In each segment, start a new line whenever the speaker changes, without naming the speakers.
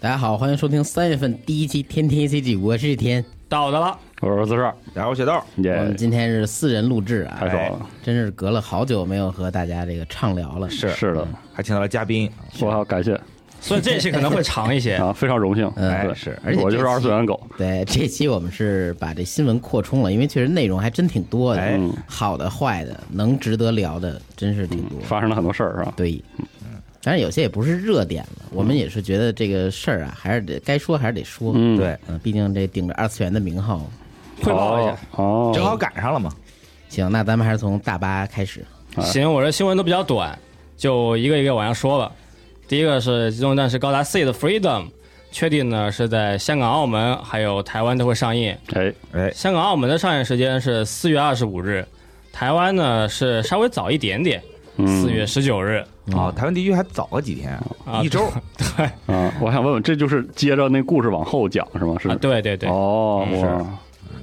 大家好，欢迎收听三月份第一期《天天 C G》，我是天。
到的了，
我是四十二，
然后写道，
我
也
们今天是四人录制
哎太
啊，
爽了，
真是隔了好久没有和大家这个畅聊了。
是嗯
是的，
还请到了嘉宾，
我要感谢
所以这期可能会长一 些。
啊，非常荣幸，
嗯
对
哎是
而且
我就是
这期
二次元狗，
对，这期我们是把这新闻扩充了，因为确实内容还真挺多的，
哎
嗯
好的、坏的，能值得聊的，真是挺多。
发生了很多事儿是吧？
对，当然有些也不是热点
嗯
了，我们也是觉得这个事儿啊，还是得该说还是得说。
嗯，
对，
嗯，毕竟这顶着二次元的名号。
汇报一下。
哦，
正好赶上了嘛。
行，那咱们还是从大巴开始。
哎
行，我这新闻都比较短，就一个一个往下说吧。第一个是《机动战士高达 C》的 Freedom，确定呢是在香港、澳门还有台湾都会上映。
哎，
哎，
香港、澳门的上映时间是四月二十五日，台湾呢是稍微早一点点，
嗯
四月十九 日。
哦，台湾地区还早了几天，
啊
一周。
啊，我想问问，这就是接着那故事往后讲是吗？是
啊，对对对，
哦，
嗯
哇，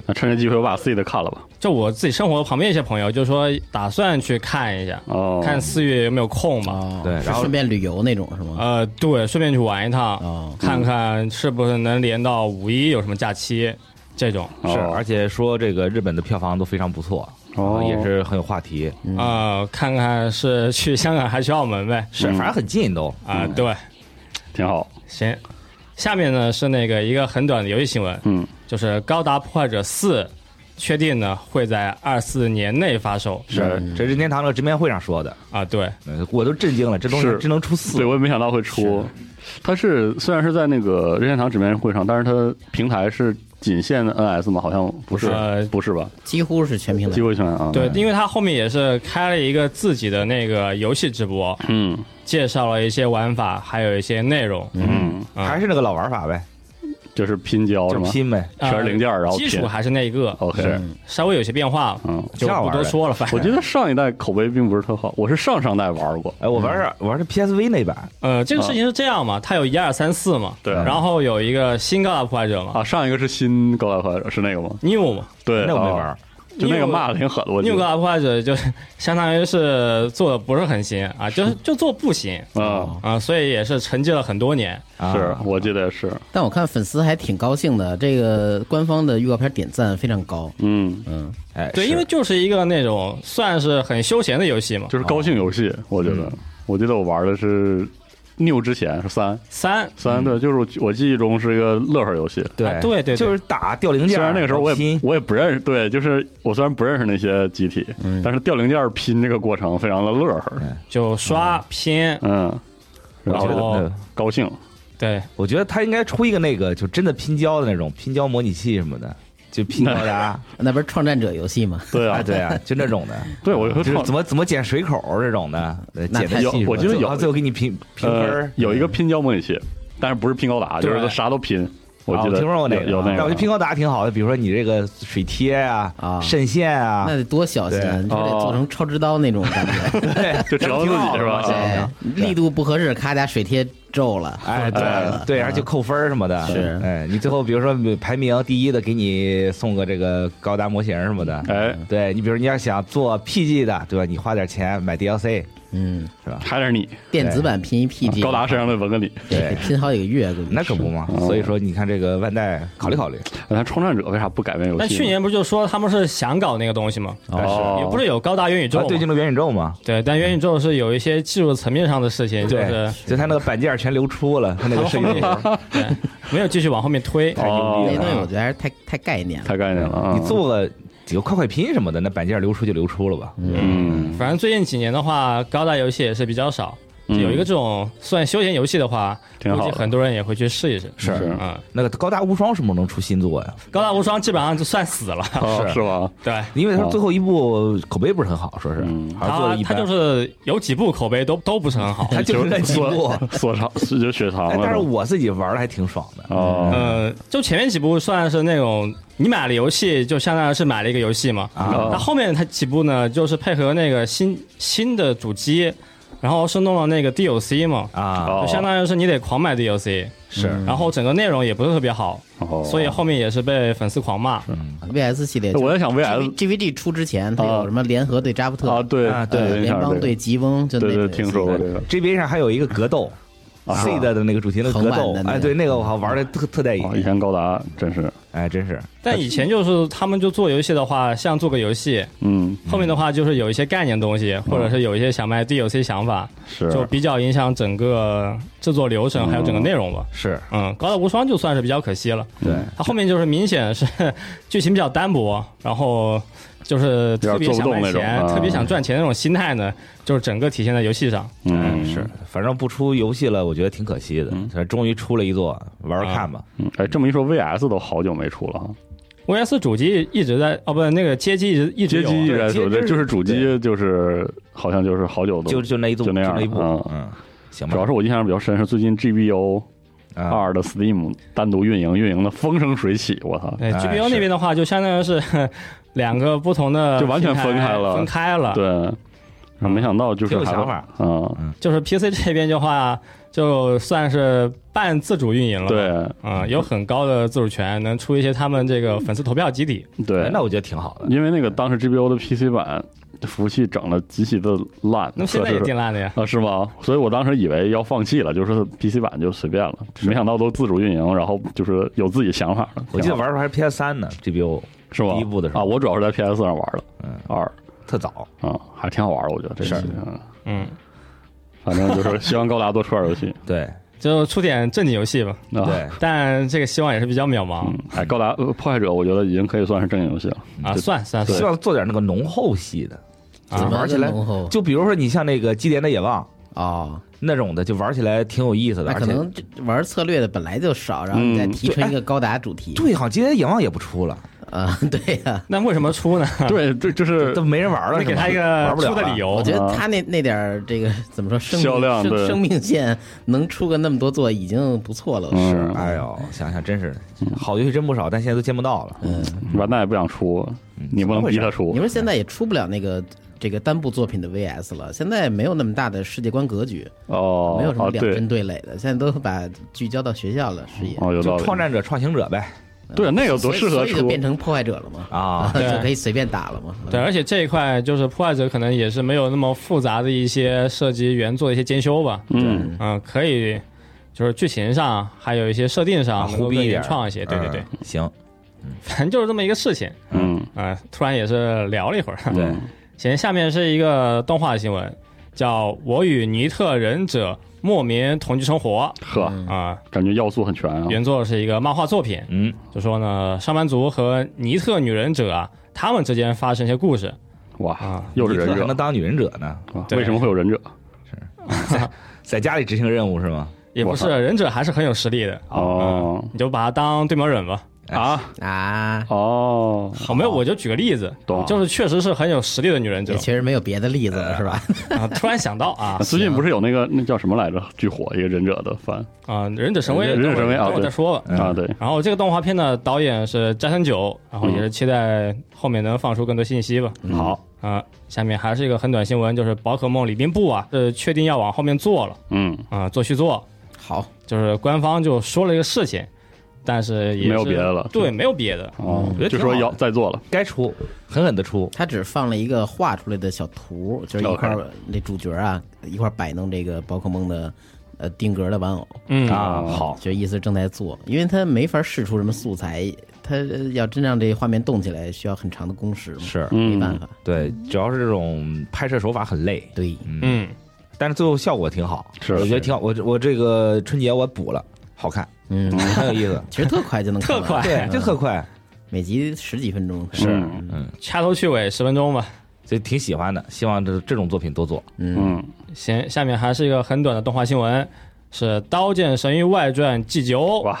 那趁这机会我把 C 的看了吧，
就我自己生活旁边一些朋友就说打算去看一下，
哦，
看四月有没有空嘛。
哦，
对
是
哎然后
顺便旅游那种是吗？
呃，对，顺便去玩一趟，
哦，
嗯
看看是不是能连到五一有什么假期这种。
哦
是，而且说这个日本的票房都非常不错，
哦嗯
然后也是很有话题，
呃，看看是去香港还是去澳门呗。
是，反正很近都。
嗯
啊、对，
挺好，
行。下面呢是那个一个很短的游戏新闻，
嗯，
就是《高达破坏者四》确定呢会在二四年内发售。
是，
嗯这任天堂的直面会上说的，
啊、对，
嗯我都震惊了，这东西
是
真能出四
对，我也没想到会出，它是虽然是在那个任天堂纸面会上，但是它平台是仅限 NS 吗？好像不是
呃，
不是吧？
几乎是全平台
机。会权啊，
对，，因为他后面也是开了一个自己的那个游戏直播，
嗯
介绍了一些玩法，还有一些内容。
嗯，
啊
还是那个老玩法呗，
就是拼胶哦是
就
吗？
拼呗。
呃
全是零件儿然后
基础
拼
还是那一个，
哦，是，
嗯
稍微有些变化，
嗯，
就不多说了。反
我
正
觉得上一代口碑并不是特好，我是上上代玩过，
哎，我玩
嗯
儿我玩的 PSV 那版，
呃，这个事情是这样嘛，它有一二三四嘛，
对
然后有一个新高达破坏者嘛
啊，上一个是新高达破坏者是那个吗？
，new 嘛
对，
那我没
啊
玩儿。
就那个
New-
骂的挺狠的，我觉
，new 高
得
达破坏者就是相当于是做的不是很行 啊，就是就做不行
啊，
啊，所以也是沉寂了很多年。
啊
是，我记得也是，
但我看粉丝还挺高兴的，这个官方的预告片点赞非常高。
嗯，
嗯，
哎，
对，
是
因为就是一个那种算是很休闲的游戏嘛。
就是高兴游戏，我觉得，我记得我玩的是 new 之前是三
三，
三对，就是我我记忆中是一个乐呵游戏。
对
啊对对对
就是打掉零件
虽
儿。
然那个时候我也
拼
我也不认识，对，就是我虽然不认识那些机体，但是掉零件儿拼这个过程非常的乐呵，
就刷拼，
嗯，然
我觉
后
哦
得嗯
高兴，
对，
我觉得他应该出一个那个，就真的拼胶的那种拼胶模拟器什么的，就拼高 达，
那不是创战者游戏吗？
对啊
哎，对啊，就那种的，
对我就
就
创
是怎么怎么捡水口这种的，呃
那
捡
太
的细
有我记得有
到最后给你评评分
呃
儿，，嗯
有一个拼胶模拟器，但是不是拼高达，就是
对
啥都拼。我
啊
记得
听说过那个，
有有那
但
个
我觉得拼高达挺好的，比如说你这个水贴啊
啊、
渗线啊
那，得多小心啊！
对
你说得
哦
做成超之刀那种感觉，
对，
就折腾
挺
自
好
己是吧 啊
的嘛
哎
想
力度不合适，咔加水贴皱了。
想哎，
哎
对对，而且扣分儿什么的，
是
哎，你最后比如说排名第一的，给你送个这个高达模型什么的，
哎，
对你比如你要想做 PG 的，对吧？你花点钱买 DLC，
嗯，
还是你
电子版拼一 PG，
高达身上的纹个你。
得
对
拼好几个月，估计
那可不嘛。所以说，你看这个万代考虑考虑，
哎那创战者为啥不改变游戏呢？
但去年不是就说他们是想搞那个东西吗？
哦
也不是有高达元宇宙
啊
吗？
对进入元宇宙嘛，
对，但元宇宙是有一些技术层面上的事情，就
对
是，
就他那个板件全流出了，他那个设计图，
对没有继续往后面推。
哦
那东西我觉得还是太太概念了。
太概念了啊！
你做个几个快快拼什么的，那板件流出就流出了吧。
嗯
反正最近几年的话，高达游戏也是比较少。
嗯
有一个这种算休闲游戏的话，
挺
估
好
计
的
很多人也会去试一试。
是
嗯，
那个高达无双什么时候能出新作呀？
高达无双基本上就算死了。
哦
是
是吧？
对，
因为他最后一部口碑不是很好，说是
哦嗯
好像做
他
的一
他就
般，
是有几部口碑都都不是很好。
他就是那 几部。
缩缩长是就血
哎
糖
但是嗯
了。
我自己玩的还挺爽的。
哦
呃，就前面几部算是那种你买了游戏，就相当于是买了一个游戏嘛。
啊
那后面它几部呢，就是配合那个新新的主机，然后是弄了那个 DLC 嘛，
啊，
哦
就相当于是你得狂买 DLC，
是
然后整个内容也不是特别好，
哦
所以后面也是被粉丝狂骂。
VS 系列，
我在想 VS
GVG 出之前，它
啊
有什么联合对扎布特
啊，对
啊
呃
对
有印
联
象
邦
这个
对吉翁，就那
对对，
种
听说过这个。
这边上还有一个格斗，
啊是吧
seed 的那个主题的格斗
横版的，那个
哎，对，那个我靠玩的特特带
嗯哦以
瘾，
前高达真是，
哎，真是，
但以前就是他们就做游戏的话，像做个游戏，
嗯，
后面的话就是有一些概念东西，或者是有一些想卖 DLC 想法，
是
就比较影响整个制作流程还有整个内容吧。
是
嗯，高达无双就算是比较可惜了，
对，
它后面就是明显是剧情比较单薄，然后就是特别想卖钱、
有点做不动那种啊
特别想赚钱那种心态呢，就是整个体现在游戏上。
嗯
哎是，反正不出游戏了，我觉得挺可惜的
嗯。
这终于出了一座，玩玩
啊
看吧。
嗯，哎，这么一说，VS 都好久没出了哈，
VS 主机一直在哦，不，那个街机一直一直
街
有
机
啊
依然
对
是，
街
这
机
就是主机，就是好像就是好久都，
就就那一座，
就那样
一部
嗯，
嗯，行吧。
主要是我印象比较深是最近 GBO
啊，
二的 Steam 单独运营，运营的风生水起，我操，
对
哎
GBO
是
那边的话，就相当于是 两个不同的
就完全
平台
分开了
分开了。
对，没想到就是
啊挺有
还
想法，
嗯，
就是 PC 这边的话，就算是半自主运营了。，
对
啊、有很高的自主权，能出一些他们这个粉丝投票基底。
对
哎，那我觉得挺好的。
因为那个当时 GBO 的 PC 版服务器整的极其的烂，
那么现在
测
也
试
挺烂的呀。
啊，是吗？所以我当时以为要放弃了，就是 PC 版就随便了，没想到都自主运营，然后就是有自己想法了。
我记得
挺好
玩的还是 PS 三呢，GBO
是吧？
第一部的时候
啊，我主要是在 PS 上玩的，
嗯
二
特早。
啊，还挺好玩的，我觉得这事
是
儿，嗯
嗯，
反正就是希望高达多出点游戏。
对
就出点正经游戏吧，
啊，
对，
但这个希望也是比较渺茫、
嗯，哎，高达呃破坏者，我觉得已经可以算是正经游戏了。
啊。
嗯对
算算
希
算，
望做点那个浓厚系的，
啊
怎么
玩起来
个浓厚
就比如说你像那个《基点的野望》
哦，
那种的，就玩起来挺有意思的，
那
而
可
且
能这玩策略的本来就少，然后你再
嗯
提
对
纯一个高达主题，
对，好像《基点的野望》也不出了，
啊，对呀，
那为什么出呢？
对，对，就是
都没人玩了，
那
是
给
吗
他一个
玩
啊
不了
出的
了
理由。
我觉得他那那点儿这个怎么说生命
哦销量对
生生命线能出个那么多座已经不错了，
嗯
是，
哎呦，想想真是的，好游戏真不少，但现在都见不到了。
嗯，
完蛋也不想出，
嗯
你不能逼他出
你。说现在也出不了那个这个单部作品的 VS 了，现在没有那么大的世界观格局，
哦，
没有什么
啊
两
对
军，对垒的，现在都把聚焦到学校了视野，
哦，有道
就
理。
创战者、创行者呗
对，那个多
所以
适合
所以就
出。
变成破坏者了嘛，，
啊
就
对
可以随便打了嘛，
对，
嗯
而且这一块就是破坏者可能也是没有那么复杂的一些涉及原作的一些兼修吧。
嗯，
嗯，可以，就是剧情上还有一些设定
啊
上能
胡
够
逼
更
一点
原创一些。对对对
嗯，，行，
反正就是这么一个事情。
嗯，
啊，突然也是聊了一会儿。
对，
行，下面是一个动画新闻，叫《我与尼特忍者莫名同居生活》
呵，
嗯
啊，
感觉要素很全啊。
原作是一个漫画作品。
哦嗯，
就说呢，上班族和尼特女忍者啊，他们之间发生一些故事。
哇
啊，
又是
尼
忍
克还
者
能，当女忍者呢，
啊
对
为什么会有忍者？
在家里执行任务是吗？
也不是忍者还是很有实力的，啊
哦
你就把它当对苗忍吧。
哎
啊，
啊，
哦，
好，没有，我就举个例子，
懂
就是确实是很有实力的女忍者
也确实没有别的例子了，是吧？
啊。突然想到 啊
最近不是有那个那叫什么来着？巨火一个忍者的番
啊，忍者神威，
忍者神威啊
等会儿
对
再说吧。
嗯
啊，对，
然后这个动画片的导演是斋藤久，然后也
嗯
是期待后面能放出更多信息吧。
好，
啊，下面还是一个很短新闻，就是宝可梦李冰部啊，呃，确定要往后面做了
嗯，
啊，做续作，
好，
就是官方就说了一个事情，但是也是
没有别的了
对，没有别的。
哦
我觉，得
就
挺
说
好
要
的
再做了，
该出，狠狠的出，
他只放了一个画出来的小图，就是一块儿那主角啊一块儿摆弄这个宝可梦的呃定格的玩偶，
嗯
啊，
哦
好，
就意思正在做，因为他没法试出什么素材，他呃要真让这画面动起来，需要很长的工时嘛，
是
没办
嗯，
法。
对，主要是这种拍摄手法很累，
对，
嗯，
但是最后效果挺好，
是
我觉得挺好。我我这个春节我补了，好 看，
嗯，，
很有意思
其实特快就能看完
特快
对，
嗯
这特快，
每集十几分钟，
是
嗯，
掐头去尾十分钟吧。
所以挺喜欢的，希望这这种作品多做。
嗯，
嗯，
行，下面还是一个很短的动画新闻，是《刀剑神域外传 G 九》
哇，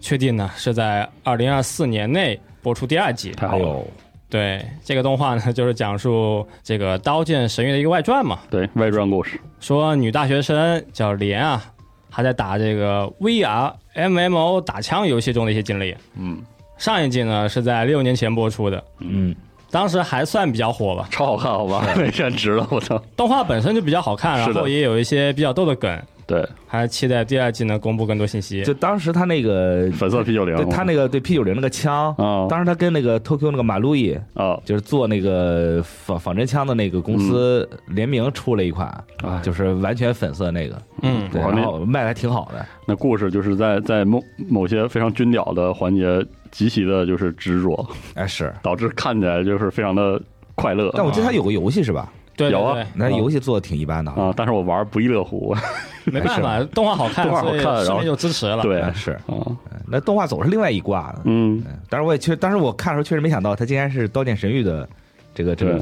确定呢是在二零二四年内播出第二季。
太好
哎
了，
呦，
对，这个动画呢就是讲述这个《刀剑神域》的一个外传嘛，
对，外传故事，
说女大学生叫莲啊，还在打这个 VR MMO 打枪游戏中的一些经历。
嗯，
上一季呢是在六年前播出的，
嗯，
当时还算比较火吧。
超好看，好吧，那简直了，我操，
动画本身就比较好看，
是的
然后也有一些比较逗的梗，
对，
还期待第二季能公布更多信息。
就当时他那个
粉色 P 九零
对，他那个对 P 九零那个枪，
哦
当时他跟那个 Tokyo 那个马路易，
啊
就是做那个仿仿真枪的那个公司联名出了一款，
嗯哎
就是完全粉色那个，
嗯，
对，
哇那
然后卖的还挺好的，
那故事就是在在某某些非常军屌的环节极其的就是执着，
哎是。
导致看起来就是非常的快乐。
但我记得他有个游戏是吧？
对
有啊
对
那
嗯
游戏做的挺一般的，好
啊，但是我玩不亦乐乎。
对没办 法，动画好看，
啊动画好
所以
看然
市
后
民就支持了。
对
像哎
啊，
是。那动画总是另外一挂的，
嗯，
嗯当然我也确，当时我看的时候确实没想到，它竟然是《刀剑神域》的这个这个
对，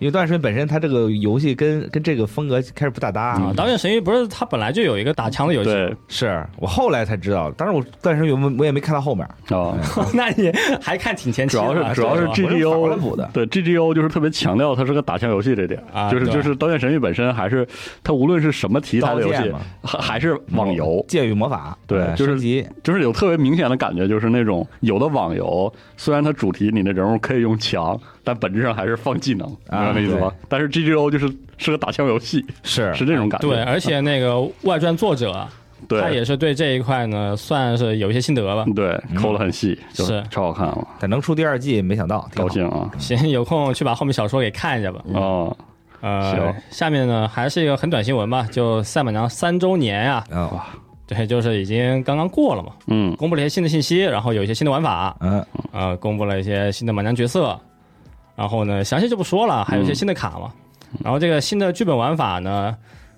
因为《刀剑神域》本身它这个游戏跟跟这个风格开始不大搭
嗯
啊，导演神域不是他本来就有一个打枪的
哎
游戏，
对
是我后来才知道，当时我《刀剑神域》我我也没看到后面，
啊，
那你还看挺前期
主
的啊
要
吧，
是主要哦是
对吧
这我
GGO
是反过来补的
对 GGO 就是特别强调它是个打枪游戏这点，
啊
就是
对
就是《刀剑神域》本身还是它无论是什么题材的游
刀
戏
剑嘛，
还还是网游
《剑与魔法》
对
呃
就是
升级
就是有特别明显的感觉，就是那种有的网游虽然它主题你的人物可以用强，但本质上还是放技能，明
啊
白那意思吧？但是 GGO 就是是个打枪游戏，
是
是这种感觉。
对，而且那个外传作者
对嗯
他也是对这一块呢算是有一些心得吧。
对
嗯
抠的很细，就是超好看了，
但能出第二季，没想到，挺好嗯
高兴啊！
行，有空去把后面小说给看一下吧。
哦，
呃
行，
下面呢还是一个很短新闻吧，就赛马娘三周年呀、
啊，
对，就是已经刚刚过了嘛，
嗯，
公布了一些新的信息，然后有一些新的玩法，
嗯，
呃，公布了一些新的马娘角色，然后呢，详细就不说了，还有一些新的卡嘛。然后这个新的剧本玩法呢，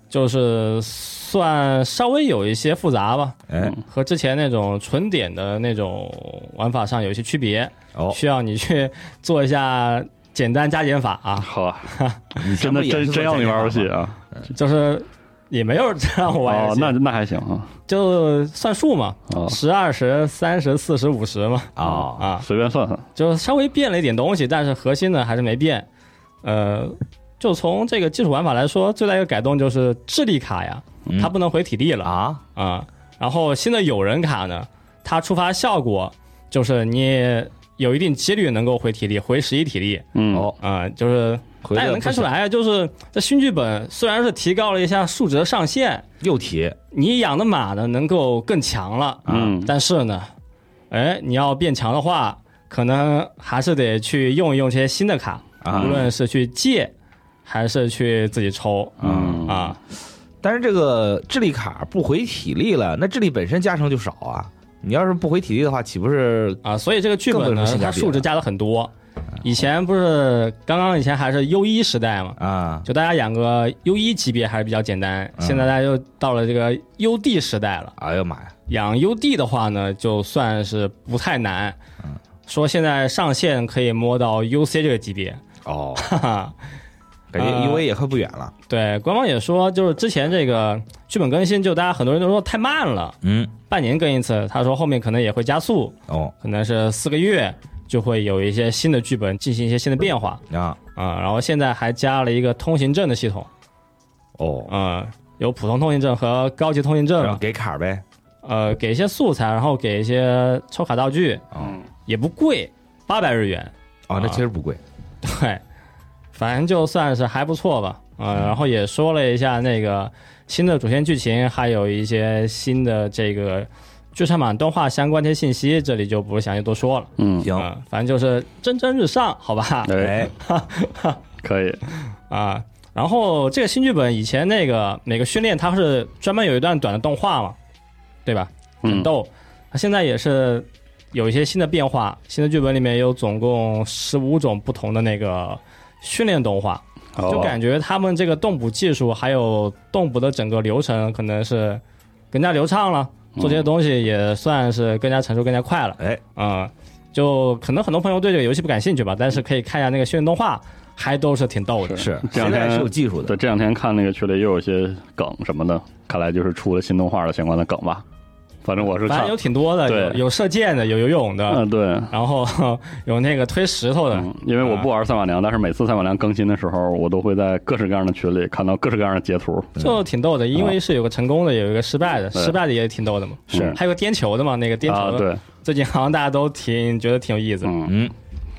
就是算稍微有一些复杂吧，
哎，
嗯
和之前那种纯点的那种玩法上有一些区别，
哦，
需要你去做一下简单加减法啊，
好啊，
你
真的真真让你玩游戏 啊？
就是也没有这样玩游
哦，
戏，
那那还行啊，
就算数嘛，
哦，
十、二十、三十、四十、五十嘛，
啊，
啊，
随便算算，
就稍微变了一点东西，但是核心呢还是没变。呃，就从这个基础玩法来说，最大一个改动就是智力卡呀，它不能回体
嗯
力了啊、
啊，
然后新的友人卡呢，它触发效果就是你有一定几率能够回体力，回十一体力
嗯，
哦，
啊、就是
回
大家
的
能看出来啊，就是这新剧本虽然是提高了一下数值的上限，
又提
你养的马呢能够更强了，
嗯
啊
但是呢，哎，你要变强的话，可能还是得去用一用这些新的卡，
啊
无，论是去借，还是去自己抽
嗯
啊。
但是这个智力卡不回体力了，那智力本身加成就少啊。你要是不回体力的话，岂不是
啊，所以这个剧本
根本
呢
不是，性价
它
比
数值
了嗯
加了很多。以前不是刚刚以前还是 U 一时代嘛，
啊？
就大家养个 U 一级别还是比较简单。
嗯
现在大家又到了这个 UD 时代了，
哎呦妈呀，
养 UD 的话呢，就算是不太难。
嗯
说现在上限可以摸到 UC 这个级别，
哦，
哈哈。
感觉
啊
EV 也快不远了。
对，官方也说，就是之前这个剧本更新，就大家很多人都说太慢了，
嗯，
半年更一次。他说后面可能也会加速，
哦
可能是四个月就会有一些新的剧本进行一些新的变化
啊，
啊、然后现在还加了一个通行证的系统，
哦，
嗯、有普通通行证和高级通行证
嗯
然后
嘛，
给卡呗。
呃，给一些素材，然后给一些抽卡道具，
嗯啊
也不贵，八百日元，
哦，那其实不贵。
对，反正就算是还不错吧。呃，然后也说了一下那个新的主线剧情，还有一些新的这个剧场版动画相关的一些信息，这里就不是详细多说了。
嗯，
行，
啊反正就是蒸蒸日上，好吧？
哎
哎，，
可以，
啊，然后这个新剧本以前那个每个训练它是专门有一段短的动画嘛，对吧？很
嗯，
逗。它现在也是有一些新的变化，新的剧本里面有总共十五种不同的那个训练动画。
好
就
啊
感觉他们这个动捕技术还有动捕的整个流程，可能是更加流畅了，做这些东西也算是更加成熟、更加快了。
哎，
嗯，就可能很多朋友对这个游戏不感兴趣吧，但是可以看一下那个训练动画，还都是挺逗的。
是
这两
现在
天
是有技术的
对，这两天看那个群里又有一些梗什么的，看来就是出了新动画的相关的梗吧。反正我是
反
看
正有，挺多的，
对
有有射箭的，有游泳的，
嗯，对，
然后有那个推石头的，
嗯，因为我不玩赛马娘，但是每次赛马娘更新的时候，我都会在各式各样的群里看到各式各样的截图。
就挺逗的。因为是有个成功的，有一个失败的，
嗯对
失败的也挺逗的嘛。
是
还有个颠球的嘛，那个颠球
啊，
的，
对，
最近好像大家都挺觉得挺有意思。
嗯，
嗯，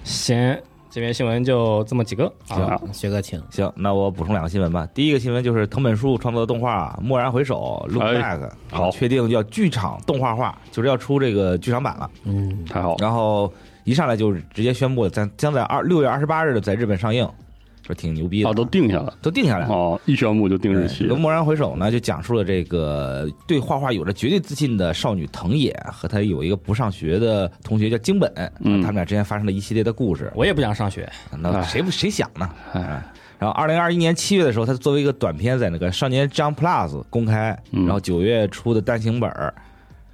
行，这边新闻就这么几个啊。
行，学哥请。
行，那我补充两个新闻吧。第一个新闻就是藤本树创作的动画《蓦然回首》（Look
哎
Back），、啊
好
确定叫剧场动画化，就是要出这个剧场版了。
嗯，
太好了，
然后一上来就直接宣布，咱将在二六月二十八日在日本上映，说挺牛逼的，
啊，都定下了，
都定下来了。
哦，一宣布就定日期
哎对，蓦然回首呢，就讲述了这个对画画有着绝对自信的少女藤野和她有一个不上学的同学叫京本，
嗯
他们俩之间发生了一系列的故事。
我也不想上学，
那
哎
谁不谁想呢？啊
哎，
然后，二零二一年七月的时候，他作为一个短片在那个《少年 Jump Plus》公开，
嗯
然后九月出的单行本儿，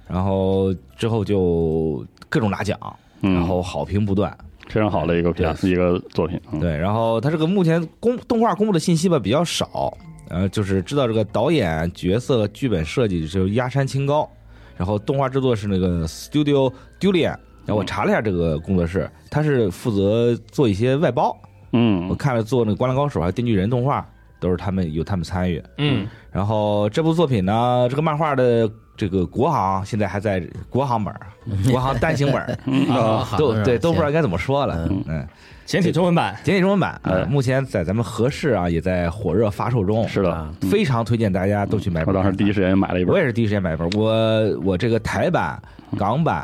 然后之后就各种拿奖，
嗯
然后好评不断。
非常好的一个片，一个作品，嗯
对，然后他这个目前公动画公布的信息吧比较少，呃，就是知道这个导演、角色、剧本设计就是压山清高，然后动画制作是那个 Studio Dulian。然
嗯
后我查了一下这个工作室，他是负责做一些外包，我
嗯，
看了做那个《灌篮高手》还有《电锯人》动画，都是他们有他们参与。
嗯，
然后这部作品呢，这个漫画的这个国行现在还在国行 本儿、国行单行本儿呃
啊
都对都不知道
行
该怎么说了。
嗯
嗯，
简体中文版，
简体中文版、呃
哎
目前在咱们合适啊也在火热发售中，
是的
啊，
嗯
非常推荐大家都去买
我
本。
当时第一时间也买了一
我
本，
也是第一时间买本，我我这个台版、港版，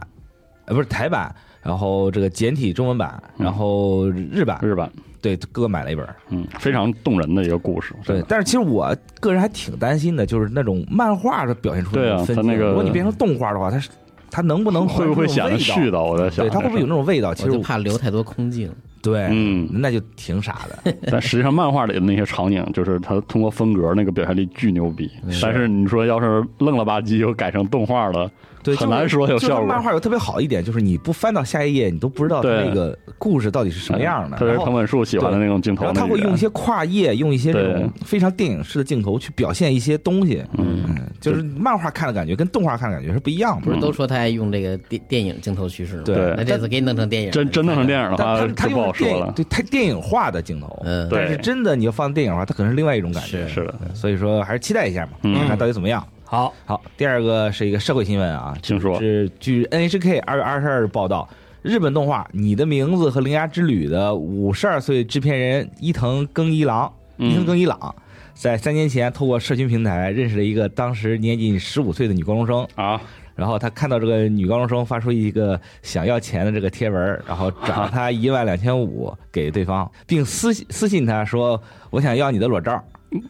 呃不是台版，然后这个简体中文版，然后日版，
嗯日版，
对各个买了一本。
嗯，非常动人的一个故事，
对，但是其实我个人还挺担心的，就是那种漫画的表现出
对
那
啊
种分
它
镜，
那个
如果你变成动画的话，它是它能不能
会不会显得絮
絮叨？
叨？我在想，
对，它会不会有那种味道？其
我
实
就
我
怕留太多空镜。
对，
嗯
那就挺傻 的。
但实际上，漫画里的那些场景，就是他通过分格那个表现力巨牛逼。但是你说要是愣了吧唧又改成动画了，
对，
很
就是
难说有
就是
效果
漫画有特别好一点，就是你不翻到下一页，你都不知道它
对哎
那个故事到底是什么样的。
特别
然
是藤
后，
本树喜欢的那种镜头，
然后他会用一些跨页，用一些这种非常电影式的镜头去表现一些东西。
嗯，
嗯，就是漫画看的感觉跟动画看的感觉是不一样的
不。是都说他爱用这个电电影镜头叙事吗？
对
那这次给你弄成电影，
真真弄成电影的话
但他他
就不
用
好
电
说
影
了。
对太电影化的镜头，
嗯
对
但是真的你要放电影化，它可能是另外一种感觉。
是的，
所以说还是期待一下嘛，
嗯
看看到底怎么样。
好，
好，第二个是一个社会新闻啊，
听说
是据 NHK 二月二十二日报道，日本动画《你的名字》和《铃芽之旅》的五十二岁制片人伊藤耕一郎，
嗯
伊藤耕一朗，在三年前透过社群平台认识了一个当时年仅十五岁的女高中生，
啊，
然后他看到这个女高中生发出一个想要钱的这个贴文，然后转了他一万两千五给对方，并私私信他说我想要你的裸照，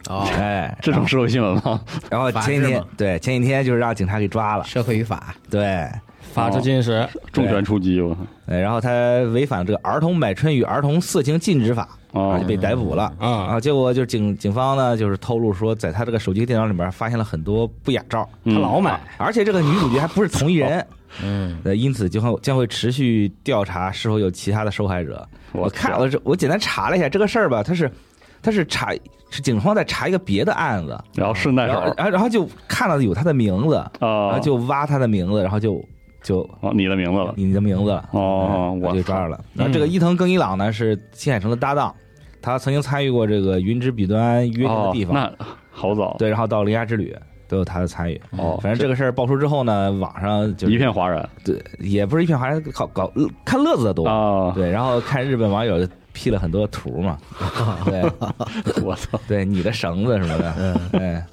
哦，
哎，
这种社会新闻吗？
然后前几
法制
天
嘛
对前几天就是让警察给抓了，
社会与法，
对。
法制进行时，
重拳出击，我啊
呃，然后他违反这个《儿童买春与儿童色情禁止法》，啊，
啊
就，被逮捕了。
嗯
然后结果就是警警方呢，就是透露说，在他这个手机电脑里面发现了很多不雅照，啊
他老买，
而且这个女主角还不是同一人，
嗯，
呃，因此就会将会持续调查是否有其他的受害者。我看我
了，
这我简单查了一下这个事儿吧，他是他是查是警方在查一个别的案子，
然后顺带
然
手
后然后然后就看到有他的名字，然
啊
后，就挖他的名字，然后就就
哦你的名字了，
你的名字了。
哦
嗯，
我
就抓着了。然
嗯
后这个伊藤耕一朗呢是新海诚的搭档，他曾经参与过这个《云之彼端约定的
哦
地，方》，
那好早，
对，然后到《铃芽之旅》都有他的参与。
哦，
反正这个事儿爆出之后呢，网上就
一片哗然
对，也不是一片，好像搞搞看乐子的多。
啊，
对，然后看日本网友 P 了很多图 嘛，对
我操，
对，你的绳子什么的，嗯，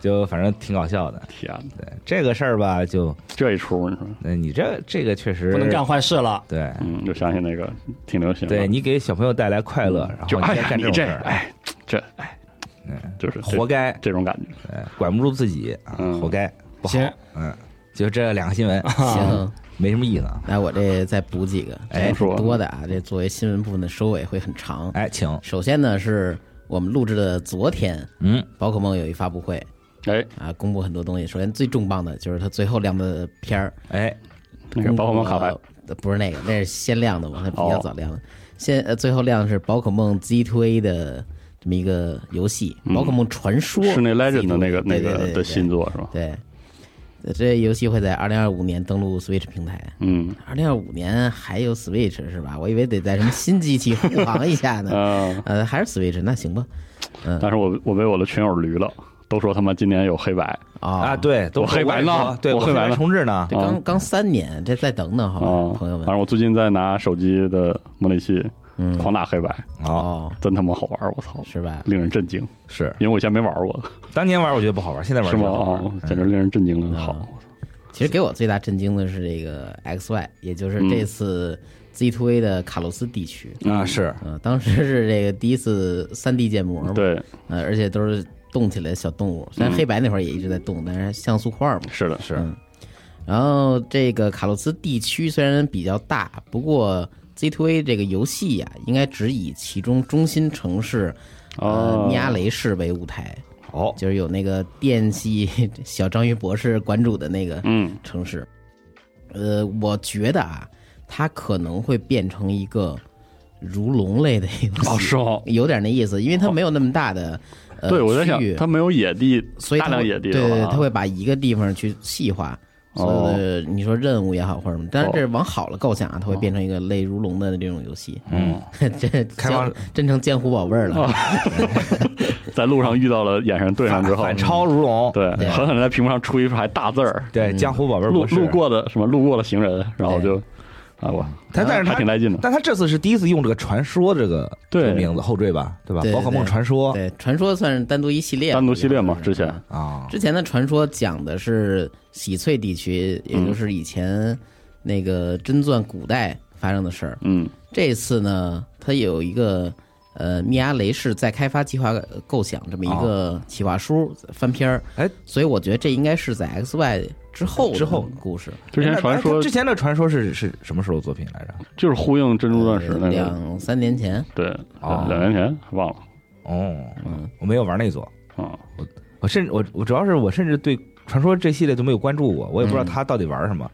就反正挺搞笑的。
天哪，
对这个事儿吧，就
这一出你说，
呃你这这个确实
不能干坏事了。
对。
嗯，就想起那个挺流行的，
对你给小朋友带来快乐，然
就
后
哎
再
呀，
干
你
这种
这
事儿，嗯
哎，这哎，就是这
活该，
这种感觉。
哎管不住自己啊，
嗯啊
活该，不好
行。
嗯，就这两个新 闻，
行，
没什么意思啊。
来我这再补几个，
哎
挺
说
多的啊，这作为新闻部分的收尾会很长。
哎，请，
首先呢，是我们录制的昨天，
嗯，
宝可梦有一发布会
哎，
啊，公布很多东西。首先最重磅的就是它最后亮的片儿，
哎，
那个宝可
嗯
梦卡牌哦
呃，不是那个，那是先亮的嘛，那比较早亮的。先呃，最后亮的是宝可梦 G2A 的这么一个游戏，宝可梦传说
嗯
是那嗯 Legend 的那个
G2A 对
那
对
个
对
的
对
新作是吧？
对，呃这游戏会在二零二五年登陆 Switch 平台。
嗯，
二零二五年还有 Switch 是吧？我以为得在什么新机器护航一 下呢。
呃，
呃，还是 Switch，那行吧。
嗯
但是我我被我的群友驴了，都说他妈今年有黑白
啊，
啊，
对，都
我黑白
我也说
呢
对
我
我
黑白呢
重置呢，
这刚刚三年，这再等等好吧，
哦
啊，
朋友
反
们。
正我最近在拿手机的模拟器
嗯，
狂打黑白，
啊，
哦，
真他妈好玩儿！我操，
是吧？
令人震惊，
是
因为我以前没玩过，
当年玩我觉得不好玩，现在玩
是
觉
吗？
得好
啊
玩，嗯
简直令人震惊的好，
嗯其实给我最大震惊的是这个 X Y，也就是
嗯
这次 Z Two A 的卡洛斯地区。
啊是
嗯、当时是这个第一次三 D 建模
嗯
嘛，，
对，嗯
呃，而且都是动起来的小动物，虽然黑白那会儿也一直在动，但是像素块儿嘛。
是的，
是
嗯然后这个卡洛斯地区虽然比较大，不过 Z Two A 这个游戏呀、应该只以其中中心城市呃
哦
尼亚雷市为舞台，
哦
就是有那个电系小章鱼博士馆主的那个
嗯
城市。呃，我觉得啊，它可能会变成一个如龙类的游戏，
哦是哦
有点那意思，因为它没有那么大的、呃
对，我在想
区域，
它没有野地，
所以
大
它
量
会
野地
对
的
对，对
话
它会把一个地方去细化。所有的
哦
你说任务也好或者什么，但是这是往好了构想啊，它会变成一个类如龙的这种游戏，
嗯，
这
开发
江真成江湖宝贝儿了。
在路上遇到了眼神对上之后，
反超如龙，
对
对，
狠狠地在屏幕上出一排大字儿，
对江湖宝贝儿
路
博士
路，过的什么路过的行人，然后就啊我
他但是
还
他
挺带劲的，
但他这次是第一次用这个传说这个
对
这个名字后缀吧，对吧
对？对
宝可梦
对
传说
对，传说算是单独一系列吧，
哦单独系列
应，
嘛
该
之
是
前
啊，
之前的传说讲的是喜翠地区，也就是以前那个真钻古代发生的事儿。
嗯
这次呢，它有一个呃密阿雷市再开发计划呃构想这么一个企划书翻篇儿，
哦哎，
所以我觉得这应该是在 X Y 之后的
之后
故事，
之前
哎
传
哎
说
他之前的传说是是什么时候作品来着？
就是呼应珍珠钻石那个，
两三年前。
对，
哦
两两年前忘了
哦，
嗯
我没有玩那座，
啊，
我甚至我我主要是我甚至对传说这系列都没有关注过，我也不知道
嗯
他到底玩什么，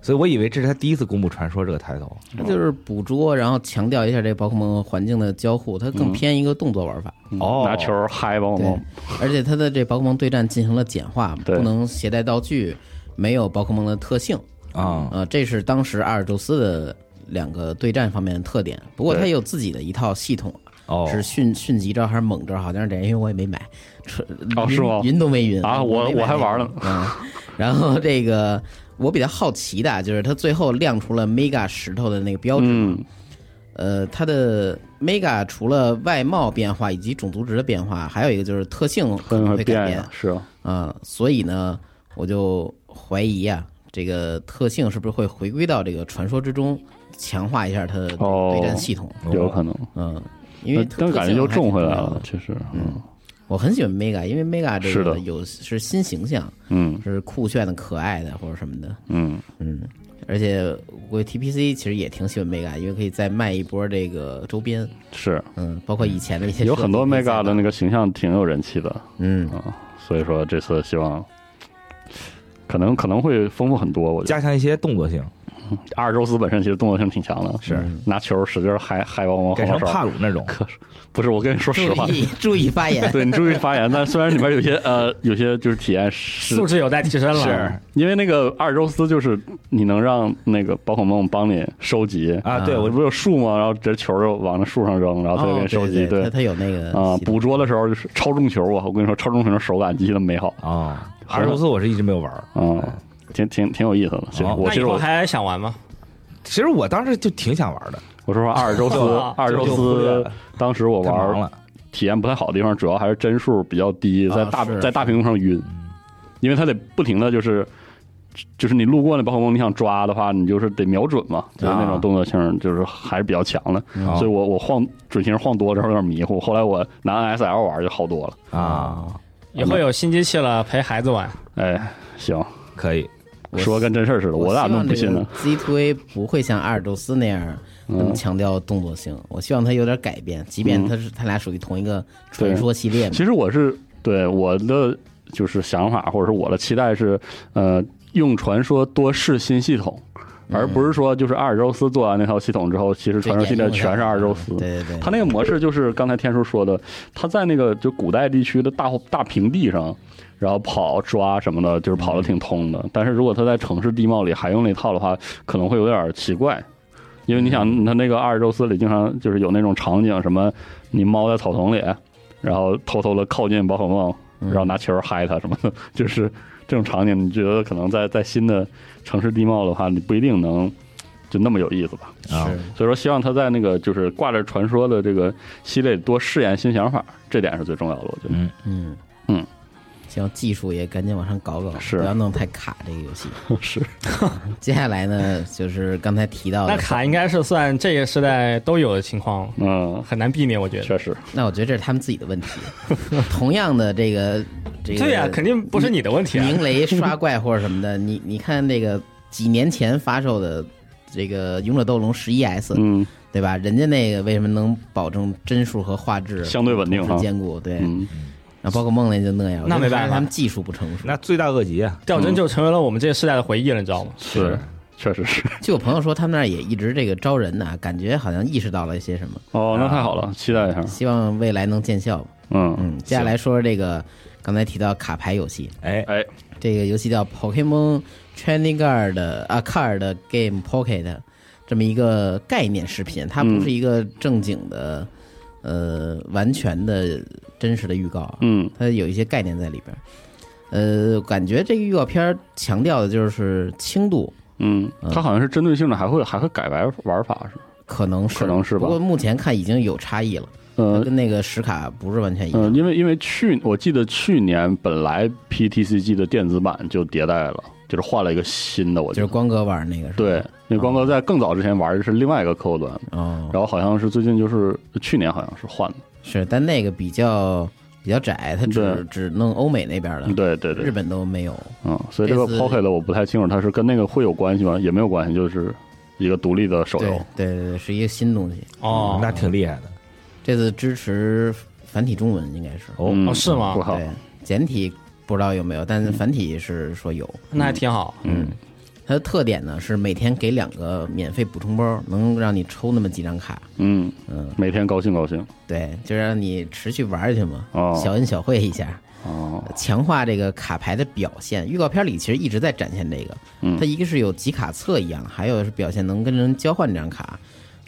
所以我以为这是他第一次公布传说这个抬头。
它就是捕捉，然后强调一下这宝可梦环境的交互，它更偏一个动作玩法，
嗯
哦
拿球嗨吧，我
对
们，
而且它的这宝可梦对战进行了简化，
对
不能携带道具，没有宝可梦的特性，
啊、
呃，这是当时阿尔宙斯的两个对战方面的特点。不过它也有自己的一套系统，
哦，
是迅迅疾招还是猛招？好像是这样，因为我也没买，车
哦是吗
云都没云
啊我
没买
我还玩了
嗯，然后这个我比较好奇的啊就是，它最后亮出了 Mega 石头的那个标志，
嗯
呃，它的 Mega 除了外貌变化以及种族值的变化，还有一个就是特性可
会
能
会
会改
变
变
呀，是啊
啊、所以呢，我就怀疑啊，这个特性是不是会回归到这个传说之中，强化一下它的
哦
对战系统？
有可能，
嗯，因为
但
特
但感觉又种回来。
特性还挺重要
了
的，
其实，嗯
我很喜欢 Mega，因为 Mega 这
是
个
的
有是新形象，
嗯
是酷炫的、可爱的或者什么的。
嗯，
嗯，而且我 TPC 其实也挺喜欢 Mega，因为可以再卖一波这个周边，
是
嗯，包括以前的一些
有很多
设计可以再
mega 的
卖
那个形象挺有人气的，
嗯，
所以说这次希望可能可能会丰富很多。我觉得
加强一些动作性，
阿尔宙斯本身其实动作性挺强的，
是
拿球使劲嗨嗨汪汪
改成帕
手。
鲁 那种。啊
可是不是我跟你说实话
注，意注意发言，
对你注意发言，但虽然里面有些呃有些就是体验是
素，质有待提升了。
是
因为那个阿尔宙斯就是你能让那个宝可梦帮你收集，呃
啊，对
啊
我
不是有树吗？然后这球就往那树上扔，然后它就给
哦
你收集，
对，它它有那个
啊
系，统
捕捉的时候就是超重球啊！我跟你说，超重球的手感极其的美好，
啊，阿尔宙斯我是一直没有玩儿。
嗯，挺挺挺有意思的。其实
哦
我
那
其
以
实
后
我
还想玩吗？
其实我当时就挺想玩的，
我说实话，阿尔宙斯
啊，
阿尔宙
就忽略
斯
了
当时我
太忙
玩
了。
体验不太好的地方，主要还是帧数比较低，
啊
在大
是
在大屏幕上晕，因为它得不停的就是。就是你路过那宝可梦，你想抓的话，你就是得瞄准嘛，就是那种动作性，就是还是比较强的。
好
嗯所以我我晃准星晃多之后有点迷糊，后来我拿 NSL 玩就好多了。
啊，
以后有新机器了，陪孩子玩。
哎，行，
可以
我
说跟真事儿似的，我咋那么不信呢？嗯
？Z Two A 不会像阿尔宙斯那样那么强调动作性，我希望它有点改变，即便它是它俩属于同一个传说系列嘛。
其实我是对我的就是想法，或者是我的期待是，呃，用传说多试新系统，而不是说就是阿尔宙斯做完那套系统之后，其实传说系列全是阿尔宙斯。
对对对，
他那个模式就是刚才天叔说的，他在那个就古代地区的大大平地上，然后跑抓什么的，就是跑的挺通的。但是如果他在城市地貌里还用那套的话，可能会有点奇怪，因为你想，他那个阿尔宙斯里经常就是有那种场景，啊什么你猫在草丛里，然后偷偷的靠近宝可梦，然后拿球嗨它什么的，就是这种场景，你觉得可能在在新的城市地貌的话，你不一定能就那么有意思吧。
啊
是
所以说，希望他在那个就是挂着传说的这个系列多试验新想法，这点是最重要的，我觉得。
嗯
嗯
嗯，
希望技术也赶紧往上搞搞，
是
不要弄太卡这个游戏。
是，
接下来呢，就是刚才提到的
那卡应该是算这个时代都有的情况，
嗯，
很难避免，我觉得。
确实，
那我觉得这是他们自己的问题。 同样的，这个这个
对呀、肯定不是你的问题啊。
鸣雷刷怪或者什么的， 你你看这个几年前发售的这个《勇者斗龙》十一 S，
嗯
对吧？人家那个为什么能保证帧数和画质
相对稳定
同时
哈
兼顾？对，
嗯，
然后包括梦那就那样，
那
我觉得
没办
还是
法
他们技术不成熟。
那罪大恶极啊！
吊针就成为了我们这个时代的回忆了，你知道吗？
是，确实是。
就有朋友说他们那儿也一直这个招人呢、感觉好像意识到了一些什么，
哦，那太好了，期待一下。
希望未来能见效。
嗯，
嗯，接下来说说这个刚才提到卡牌游戏，
哎，
哎，
这个游戏叫 Pokemon Trading Card 的啊 Card Game Pocket 这么一个概念视频，它不
嗯
是一个正经的、呃完全的真实的预告啊，
嗯
它有一些概念在里边儿。呃，感觉这个预告片儿强调的就是轻度，
嗯，它好像是针对性的，还会还会改玩玩法是吧？
可能是
可能是吧
不过目前看已经有差异了，它
嗯
跟那个实卡不是完全一样。
嗯，因为因为去我记得去年本来 PTCG 的电子版就迭代了，就是换了一个新的，我
就
觉
是
得。
光哥玩那个是吧？
对，那光哥在更早之前玩的是另外一个客户端，
哦，
然后好像是最近就是去年好像是换的，
是，但那个比较比较窄，它只
对
只弄欧美那边的，
对对
日
对，
本都没有。
嗯，所以这个
这次
Pocket 我不太清楚它是跟那个会有关系吗？也没有关系，就是一个独立的手
对
游，
对对对，是一个新东西。
哦，
那挺厉害的
这次支持繁体中文应该是，
哦。
嗯
哦是吗
不好，
对，简体不知道有没有，但是繁体是说有。
那还挺好。
嗯
它的特点呢是每天给两个免费补充包，能让你抽那么几张卡。
嗯，
嗯，
每天高兴高兴
对，就让你持续玩下去嘛，
哦
小恩小惠一下。
哦，
强化这个卡牌的表现。预告片里其实一直在展现这个，
嗯
它一个是有集卡册一样，还有是表现能跟人交换这张卡。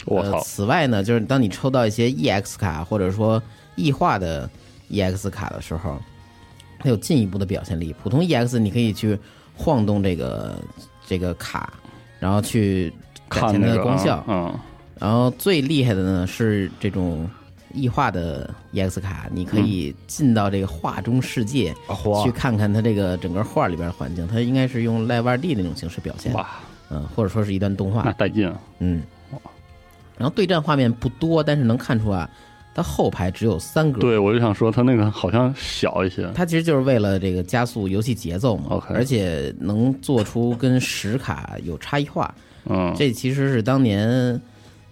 我
呃
操，
此外呢，就是当你抽到一些 EX 卡或者说异化的 EX 卡的时候，它有进一步的表现力。普通 EX 你可以去晃动这个这个卡，然后去展
看
现它
那
的
个
功效。
嗯
然后最厉害的呢是这种异化的 EX 卡，你可以进到这个画中世界，
嗯
啊嚯
去看看它这个整个画里边的环境。它应该是用 Live 2D 那种形式表现
嗯，，哇，
嗯，或者说是一段动
那
画，
带劲啊，
嗯。然后对战画面不多，但是能看出啊，它后排只有三格。
对我就想说它那个好像小一些，
它其实就是为了这个加速游戏节奏嘛
OK
而且能做出跟实卡有差异化，
嗯，
这其实是当年，